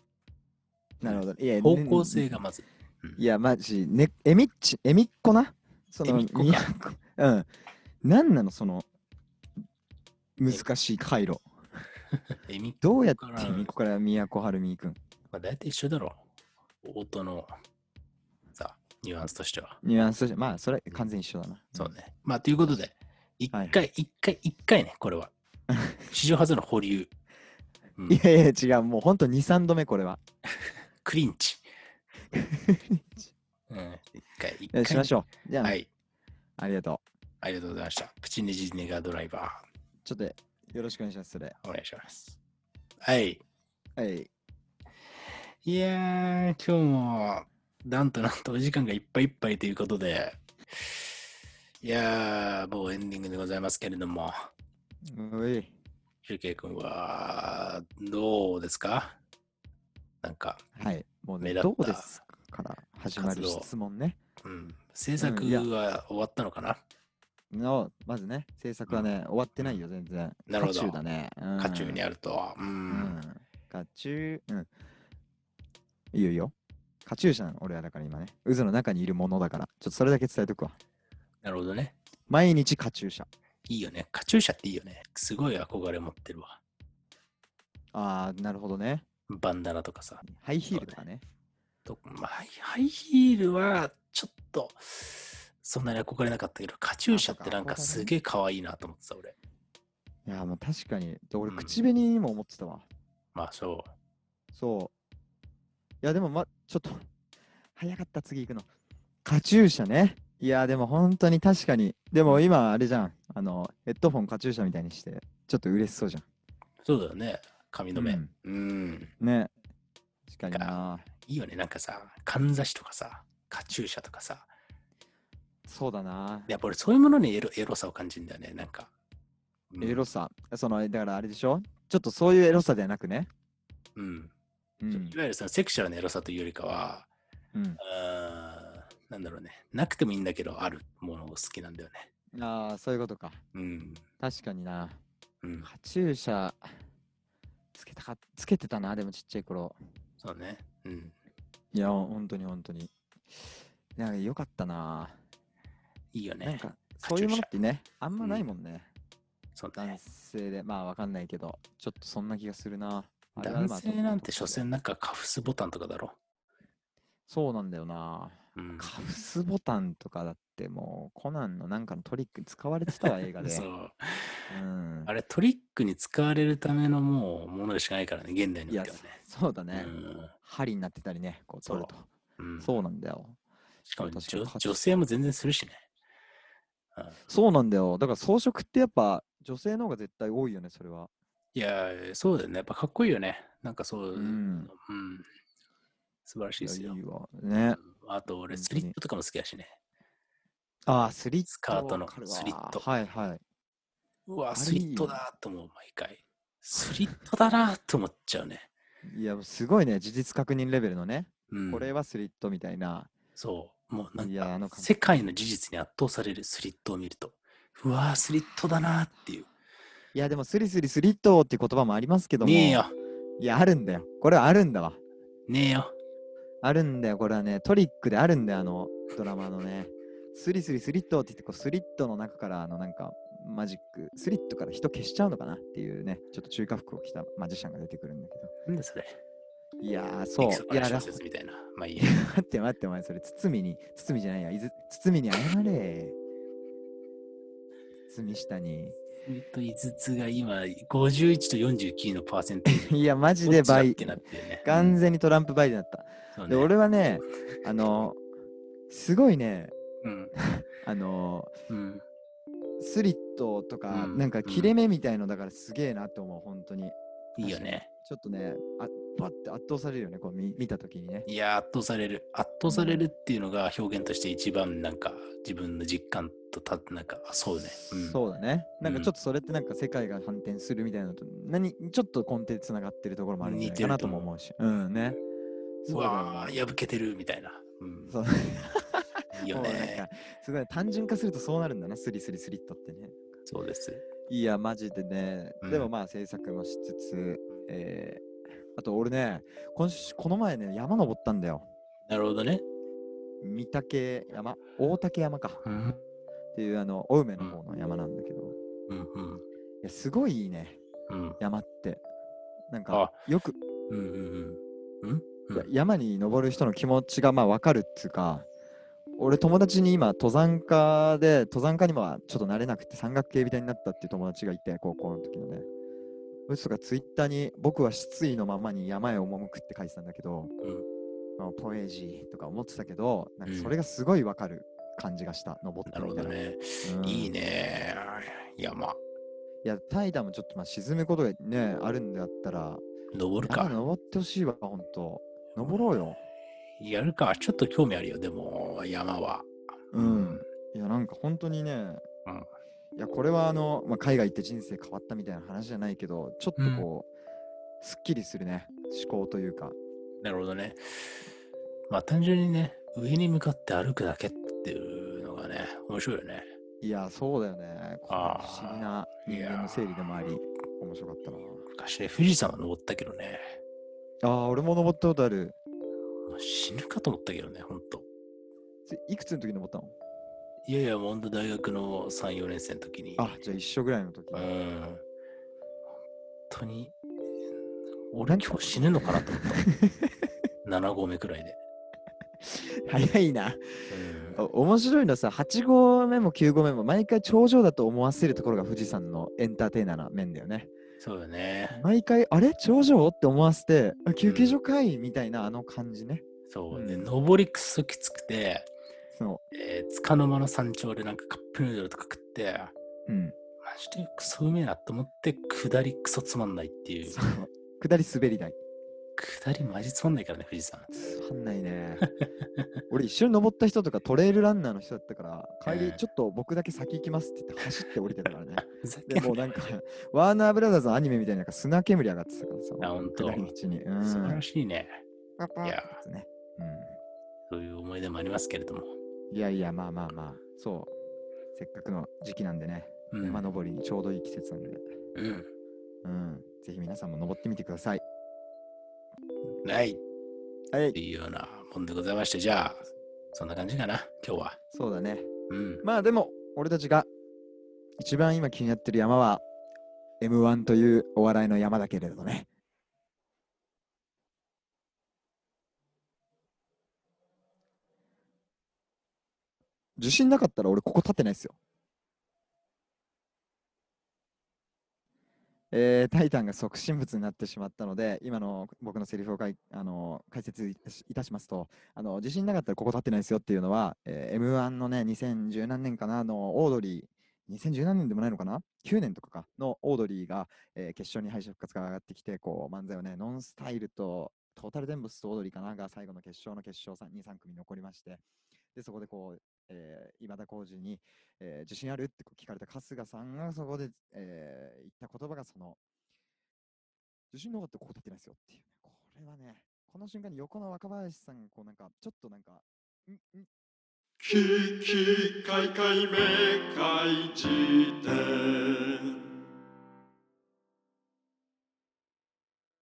Speaker 3: なるほど。いや、
Speaker 2: 方向性がまず。
Speaker 3: いや、マジ、ね、えみっち、えみっこな。そ
Speaker 2: え
Speaker 3: の、
Speaker 2: みっこか
Speaker 3: みやこうん。なんなの、その、難しい回路。
Speaker 2: えみ、
Speaker 3: どうやって
Speaker 2: ここから
Speaker 3: えみっこから宮古晴美くん。
Speaker 2: まあ、大体一緒だろう。音の、さ、ニュアンスとしては。
Speaker 3: ニュアンスとして、まあ、それは完全に一緒だな。
Speaker 2: そうね。まあ、ということで、一
Speaker 3: はい
Speaker 2: 回、一回、一回ね、これ は。史上初の保留。うん
Speaker 3: うん。いやいや、違う。もうほんと2、3度目、こ れは。
Speaker 2: クリンチ。うん、一回、一
Speaker 3: いや
Speaker 2: 回。
Speaker 3: しましょう。じゃあ、
Speaker 2: はい。
Speaker 3: ありがとう。
Speaker 2: ありがとうございました。プチネジネガドライバー。
Speaker 3: ちょっとよろしくお願いします、それ。
Speaker 2: お願いします。はい。
Speaker 3: はい。
Speaker 2: いやー、今日も、なんとなんとお時間がいっぱいいっぱいということで、いやー、もうエンディングでございますけれども、
Speaker 3: うい。
Speaker 2: シュウケイ君は、どうですかなんか、
Speaker 3: はい。もう
Speaker 2: 目
Speaker 3: ね、
Speaker 2: 立っ
Speaker 3: ど
Speaker 2: た
Speaker 3: うですから始ま
Speaker 2: 活
Speaker 3: る
Speaker 2: 動
Speaker 3: 質問ね。
Speaker 2: うん、制作
Speaker 3: うんいや
Speaker 2: は終わったのかな、
Speaker 3: の、まずね、制作はね、終わってないよ、全然。
Speaker 2: なるほど
Speaker 3: 渦中だね。うん
Speaker 2: 渦中にあると。う
Speaker 3: うんん。。渦中、うん。いいよいいよ。カチューシャなの俺はだから今ね。渦の中にいるものだから。ちょっとそれだけ伝えとくわ。
Speaker 2: なるほどね。
Speaker 3: 毎日カチューシャ。
Speaker 2: いいよね。カチューシャっていいよね。すごい憧れ持ってるわ。
Speaker 3: あー、なるほどね。
Speaker 2: バンダナとかさ。
Speaker 3: ハイヒールとかね。
Speaker 2: とまあ、ハイハイヒールはちょっとそんなに憧れなかったけど、カチューシャってなんか
Speaker 3: あそうか
Speaker 2: すげえ可愛いなと思ってた俺。
Speaker 3: いや、もう確かに。で俺、
Speaker 2: うん
Speaker 3: 口紅にも思ってたわ。
Speaker 2: まあそう。
Speaker 3: そう。いや、でも、ま、ちょっと、早かった、次行くの。カチューシャね。いや、でも本当に確かに。でも今、あれじゃん。あの、ヘッドフォンカチューシャみたいにして、ちょっと嬉しそうじゃ
Speaker 2: そうだよね。髪の目。う
Speaker 3: うんん。
Speaker 2: うん、
Speaker 3: ん。ね。確かにな。
Speaker 2: いいよね。なんかさ、かんざしとかさ、カチューシャとかさ。
Speaker 3: そうだな。
Speaker 2: やっぱ俺そういうものにエロエロさを感じるんだよね。なんか。うん
Speaker 3: エロさ。その、だからあれでしょちょっとそういうエロさではなくね。
Speaker 2: うん。い
Speaker 3: うん。
Speaker 2: わゆるそのセクシャルなエロさというよりかは、
Speaker 3: うん、
Speaker 2: あーなんだろうね。なくてもいいんだけど、あるものを好きなんだよね。
Speaker 3: ああ、そういうことか。
Speaker 2: うん。
Speaker 3: 確かにな。
Speaker 2: うん。
Speaker 3: カチューシャ、つけたか、つけてたな、でもちっちゃい頃。
Speaker 2: そうね。うん。
Speaker 3: いや、本当に本当に。なんか良かったな。
Speaker 2: いいよ
Speaker 3: なん
Speaker 2: ね。
Speaker 3: か、
Speaker 2: カ
Speaker 3: そういう
Speaker 2: チュー
Speaker 3: もの
Speaker 2: シャ
Speaker 3: ってね、あんまな
Speaker 2: う
Speaker 3: い
Speaker 2: ん
Speaker 3: もんね。
Speaker 2: そう
Speaker 3: 男
Speaker 2: ね。
Speaker 3: 性で、まあわかんないけど、ちょっとそんな気がするな。あれは
Speaker 2: 男
Speaker 3: まあ
Speaker 2: 性なんて
Speaker 3: ちょ
Speaker 2: 所
Speaker 3: っと特殊で
Speaker 2: 詮なんかカフスボタンとかだろ。
Speaker 3: そうなんだよな。
Speaker 2: うん。
Speaker 3: カフスボタンとかだってもう、コナンのなんかのトリックに使われてたわ、映画 で。
Speaker 2: そう。
Speaker 3: うん、
Speaker 2: あれトリックに使われるためのもうものでしかないからね、現代に
Speaker 3: い
Speaker 2: おい
Speaker 3: や
Speaker 2: てはね。、
Speaker 3: そうだね。
Speaker 2: うん
Speaker 3: 針になってたりね、こう取ると。
Speaker 2: うん、
Speaker 3: そうなんだよ。
Speaker 2: しかも
Speaker 3: 確かに
Speaker 2: 女
Speaker 3: カチューシャ
Speaker 2: 女性も全然するしね。
Speaker 3: そうなんだよ。だから装飾ってやっぱ女性の方が絶対多いよね、それは。
Speaker 2: いやー、そうだよね。やっぱかっこいいよね。なんかそう、う
Speaker 3: うんん。
Speaker 2: 素晴らしいですよ
Speaker 3: いや。いいわ。ね。
Speaker 2: あと俺、
Speaker 3: 本
Speaker 2: ス
Speaker 3: 当
Speaker 2: リ
Speaker 3: に
Speaker 2: ットとかも好きだしね。
Speaker 3: ああ、スリット。
Speaker 2: スカートの
Speaker 3: わかるわ
Speaker 2: スリット
Speaker 3: はいはい。
Speaker 2: うわ、
Speaker 3: あれ
Speaker 2: スリットだと思う、毎回。スリットだなと思っちゃうね。
Speaker 3: いや、すごいね、事実確認レベルのね、
Speaker 2: うん、
Speaker 3: これはスリットみたいな。
Speaker 2: そう、もうなん
Speaker 3: いやあの
Speaker 2: か、
Speaker 3: 感
Speaker 2: 世界の事実に圧倒されるスリットを見ると、うわー、スリットだなっていう。
Speaker 3: いや、でも、スリスリスリットっていう言葉もありますけども。
Speaker 2: ねえよ、
Speaker 3: いや、あるんだよ。これはあるんだわ。
Speaker 2: ねえよ。
Speaker 3: あるんだよ、これはね、トリックであるんだよ、あの、ドラマのね。スリスリスリットって言って、こう、スリットの中から、あの、なんか、マジック、スリットから人消しちゃうのかなっていうね、ちょっと中華服を着たマジシャンが出てくるんだけ
Speaker 2: なんだそれ。
Speaker 3: ど。いやー、
Speaker 2: そ。
Speaker 3: そうう。いや、だ
Speaker 2: 小説みたいな。まあいいや。い
Speaker 3: 待って待って、お前、それ、堤に、堤じゃないや、いず堤に謝れ。堤下に。
Speaker 2: と5つが今、51と49のパーセント。
Speaker 3: いや、マジで
Speaker 2: 倍
Speaker 3: 倍
Speaker 2: っ。てなってるね。
Speaker 3: 完全にトランプバイデンだった。
Speaker 2: そう
Speaker 3: で、
Speaker 2: ね、
Speaker 3: 俺はね、あの、すごいね、
Speaker 2: うん。
Speaker 3: あの、
Speaker 2: うん。
Speaker 3: スリットとか、
Speaker 2: うん
Speaker 3: なんか切れ目みたいのだからすげえなと思う、本当に。
Speaker 2: いいよね。
Speaker 3: ちょっとね、あバッて圧倒されるよね、こう見見たときにね。
Speaker 2: いや、圧倒される。圧倒されるっていうのが表現として一番なんか自分の実感とた、なんか、あそうね。うん。
Speaker 3: そうだね。なんか
Speaker 2: うん
Speaker 3: ちょっとそれってなんか世界が反転するみたいなのと、何、ちょっと根底つながってるところもあるんじゃないかなとも思うし。うんね。
Speaker 2: う
Speaker 3: そうだから
Speaker 2: わ
Speaker 3: もう
Speaker 2: ー、破けてるみたいな。うん。
Speaker 3: そう
Speaker 2: いいよ
Speaker 3: もうなん
Speaker 2: ね
Speaker 3: か。すごい単純化するとそうなるんだな、スリスリスリットってね。
Speaker 2: そうです。
Speaker 3: いや、マジでね、
Speaker 2: うん
Speaker 3: でもまあ制作もしつつ、えー、あと俺ね、今週、この前ね、山登ったんだよ。
Speaker 2: なるほどね。
Speaker 3: 御嶽山、大嶽山か。
Speaker 2: うん。
Speaker 3: っていう、あの、青梅の方の山なんだけど、い
Speaker 2: うん。うん
Speaker 3: や、すごいいいね、
Speaker 2: うん。
Speaker 3: 山って。なんか、よく、
Speaker 2: うん。うん。うん。うん。
Speaker 3: いや山に登る人の気持ちがまあ分かるっつうか、俺友達に今登山家で登山家にもちょっと慣れなくて山岳警備隊になったっていう友達がいて高校の時のねそいつがツイッターに僕は失意のままに山へ赴くって書いてたんだけど、
Speaker 2: うん
Speaker 3: まあポエジーとか思ってたけどなん
Speaker 2: う
Speaker 3: か
Speaker 2: ん
Speaker 3: それがすごい分かる感じがした登っ
Speaker 2: な
Speaker 3: た
Speaker 2: るほ
Speaker 3: みた
Speaker 2: ど
Speaker 3: いな、
Speaker 2: ね。
Speaker 3: うん
Speaker 2: いいね。山。
Speaker 3: いや、怠惰もちょっとまあ沈むことがね、あるんだったら、
Speaker 2: 登る
Speaker 3: 山
Speaker 2: か。
Speaker 3: 登ってほしいわ、ほんと。登ろうよ。
Speaker 2: やるか。ちょっと興味あるよ、でも、山は。
Speaker 3: うん。いや、なんか本当にね、いや、これはあの、まあ、海外行って人生変わったみたいな話じゃないけど、ちょっとこう、すっきりするね、思考というか。
Speaker 2: なるほどね。まあ単純にね、上に向かって歩くだけっていうのがね、面白いよね。
Speaker 3: いや、そうだよね。これ
Speaker 2: あー
Speaker 3: 不思議な人間の整理でもあ
Speaker 2: いや
Speaker 3: り、面白かったな。
Speaker 2: 昔ね、富士山は登ったけどね、
Speaker 3: ああ、俺も登ったことある。
Speaker 2: もう死ぬかと思ったけどね、ほんと。
Speaker 3: ついくつの時に登ったの
Speaker 2: いやいや、もうほんと大学の3、4年生の時に。
Speaker 3: あ、じゃあ一緒ぐらいの時
Speaker 2: うん。
Speaker 3: に。
Speaker 2: 本当に、俺今日死ぬのかなと思 った。7合目くらいで。
Speaker 3: 早いな。
Speaker 2: うん
Speaker 3: お面白いのはさ、8号目も9号目も毎回頂上だと思わせるところが富士山のエンターテイナーな面だよね。
Speaker 2: そうよね。
Speaker 3: 毎回、あれ頂上って思わせて、あ休憩所かいみたいなあの感じね。
Speaker 2: そう。で、
Speaker 3: うん
Speaker 2: 登りくっそきつくて、
Speaker 3: そ
Speaker 2: えー、つかの間の山頂でなんかカップヌードルとか食って、
Speaker 3: う。うん。
Speaker 2: マジでクソうめえなと思って、下りクソつまんないっていう
Speaker 3: そ。う下り滑り台。
Speaker 2: 下りマジつまんないからね、富士山。
Speaker 3: つまんない ね。俺一緒に登った人とかトレイルランナーの人だったから、帰
Speaker 2: うん
Speaker 3: りちょっと僕だけ先行きますって言って走って降りて たからね。
Speaker 2: ふざけ
Speaker 3: で
Speaker 2: んな
Speaker 3: もうなんか、ワーナーブラザーズのアニメみたいになんか砂煙上がってたからさ。
Speaker 2: あほんと
Speaker 3: 下り道に。うん。
Speaker 2: 素晴らしいね。
Speaker 3: パパ
Speaker 2: いや
Speaker 3: ッとねうん。
Speaker 2: そういう思い出もありますけれども。
Speaker 3: いやいや、まあまあまあ、そう。せっかくの時期なんでね、
Speaker 2: うん。
Speaker 3: 山登りにちょうどいい季節なんで、
Speaker 2: うん
Speaker 3: うん。ぜひ皆さんも登ってみてください。
Speaker 2: ないっ
Speaker 3: はい
Speaker 2: て、いうようなもんでございまして、じゃあ、そんな感じかな、今日は。
Speaker 3: そうだね。
Speaker 2: うん。
Speaker 3: まあでも、俺たちが一番今気になってる山は、M1 というお笑いの山だけれどね。受信なかったら俺ここ立ってないですよ。えー、タイタンが即身仏になってしまったので、今の僕のセリフをかい、あの解説いたしいたしますと、あの自信なかったらここ立ってないですよっていうのは、えー M1 のね、2010何年かなあの、オードリー、2010何年でもないのかな ?9 年とかかのオードリーが、えー決勝に敗者復活が上がってきて、こう漫才をね、ノンスタイルとトータルテンボスとオードリーかなが最後の決勝の決勝2、3組残りまして、で、そこでこう、えー今田耕司に、えー自信あるってこう聞かれた春日さんがそこで、えー言った言葉がその、自信なかったらここ立ってないですよっていう、ね、これはね、この瞬間に横の若林さんがこうなんか、ちょっとなんか、んん
Speaker 1: キキカイカイメカイ辞典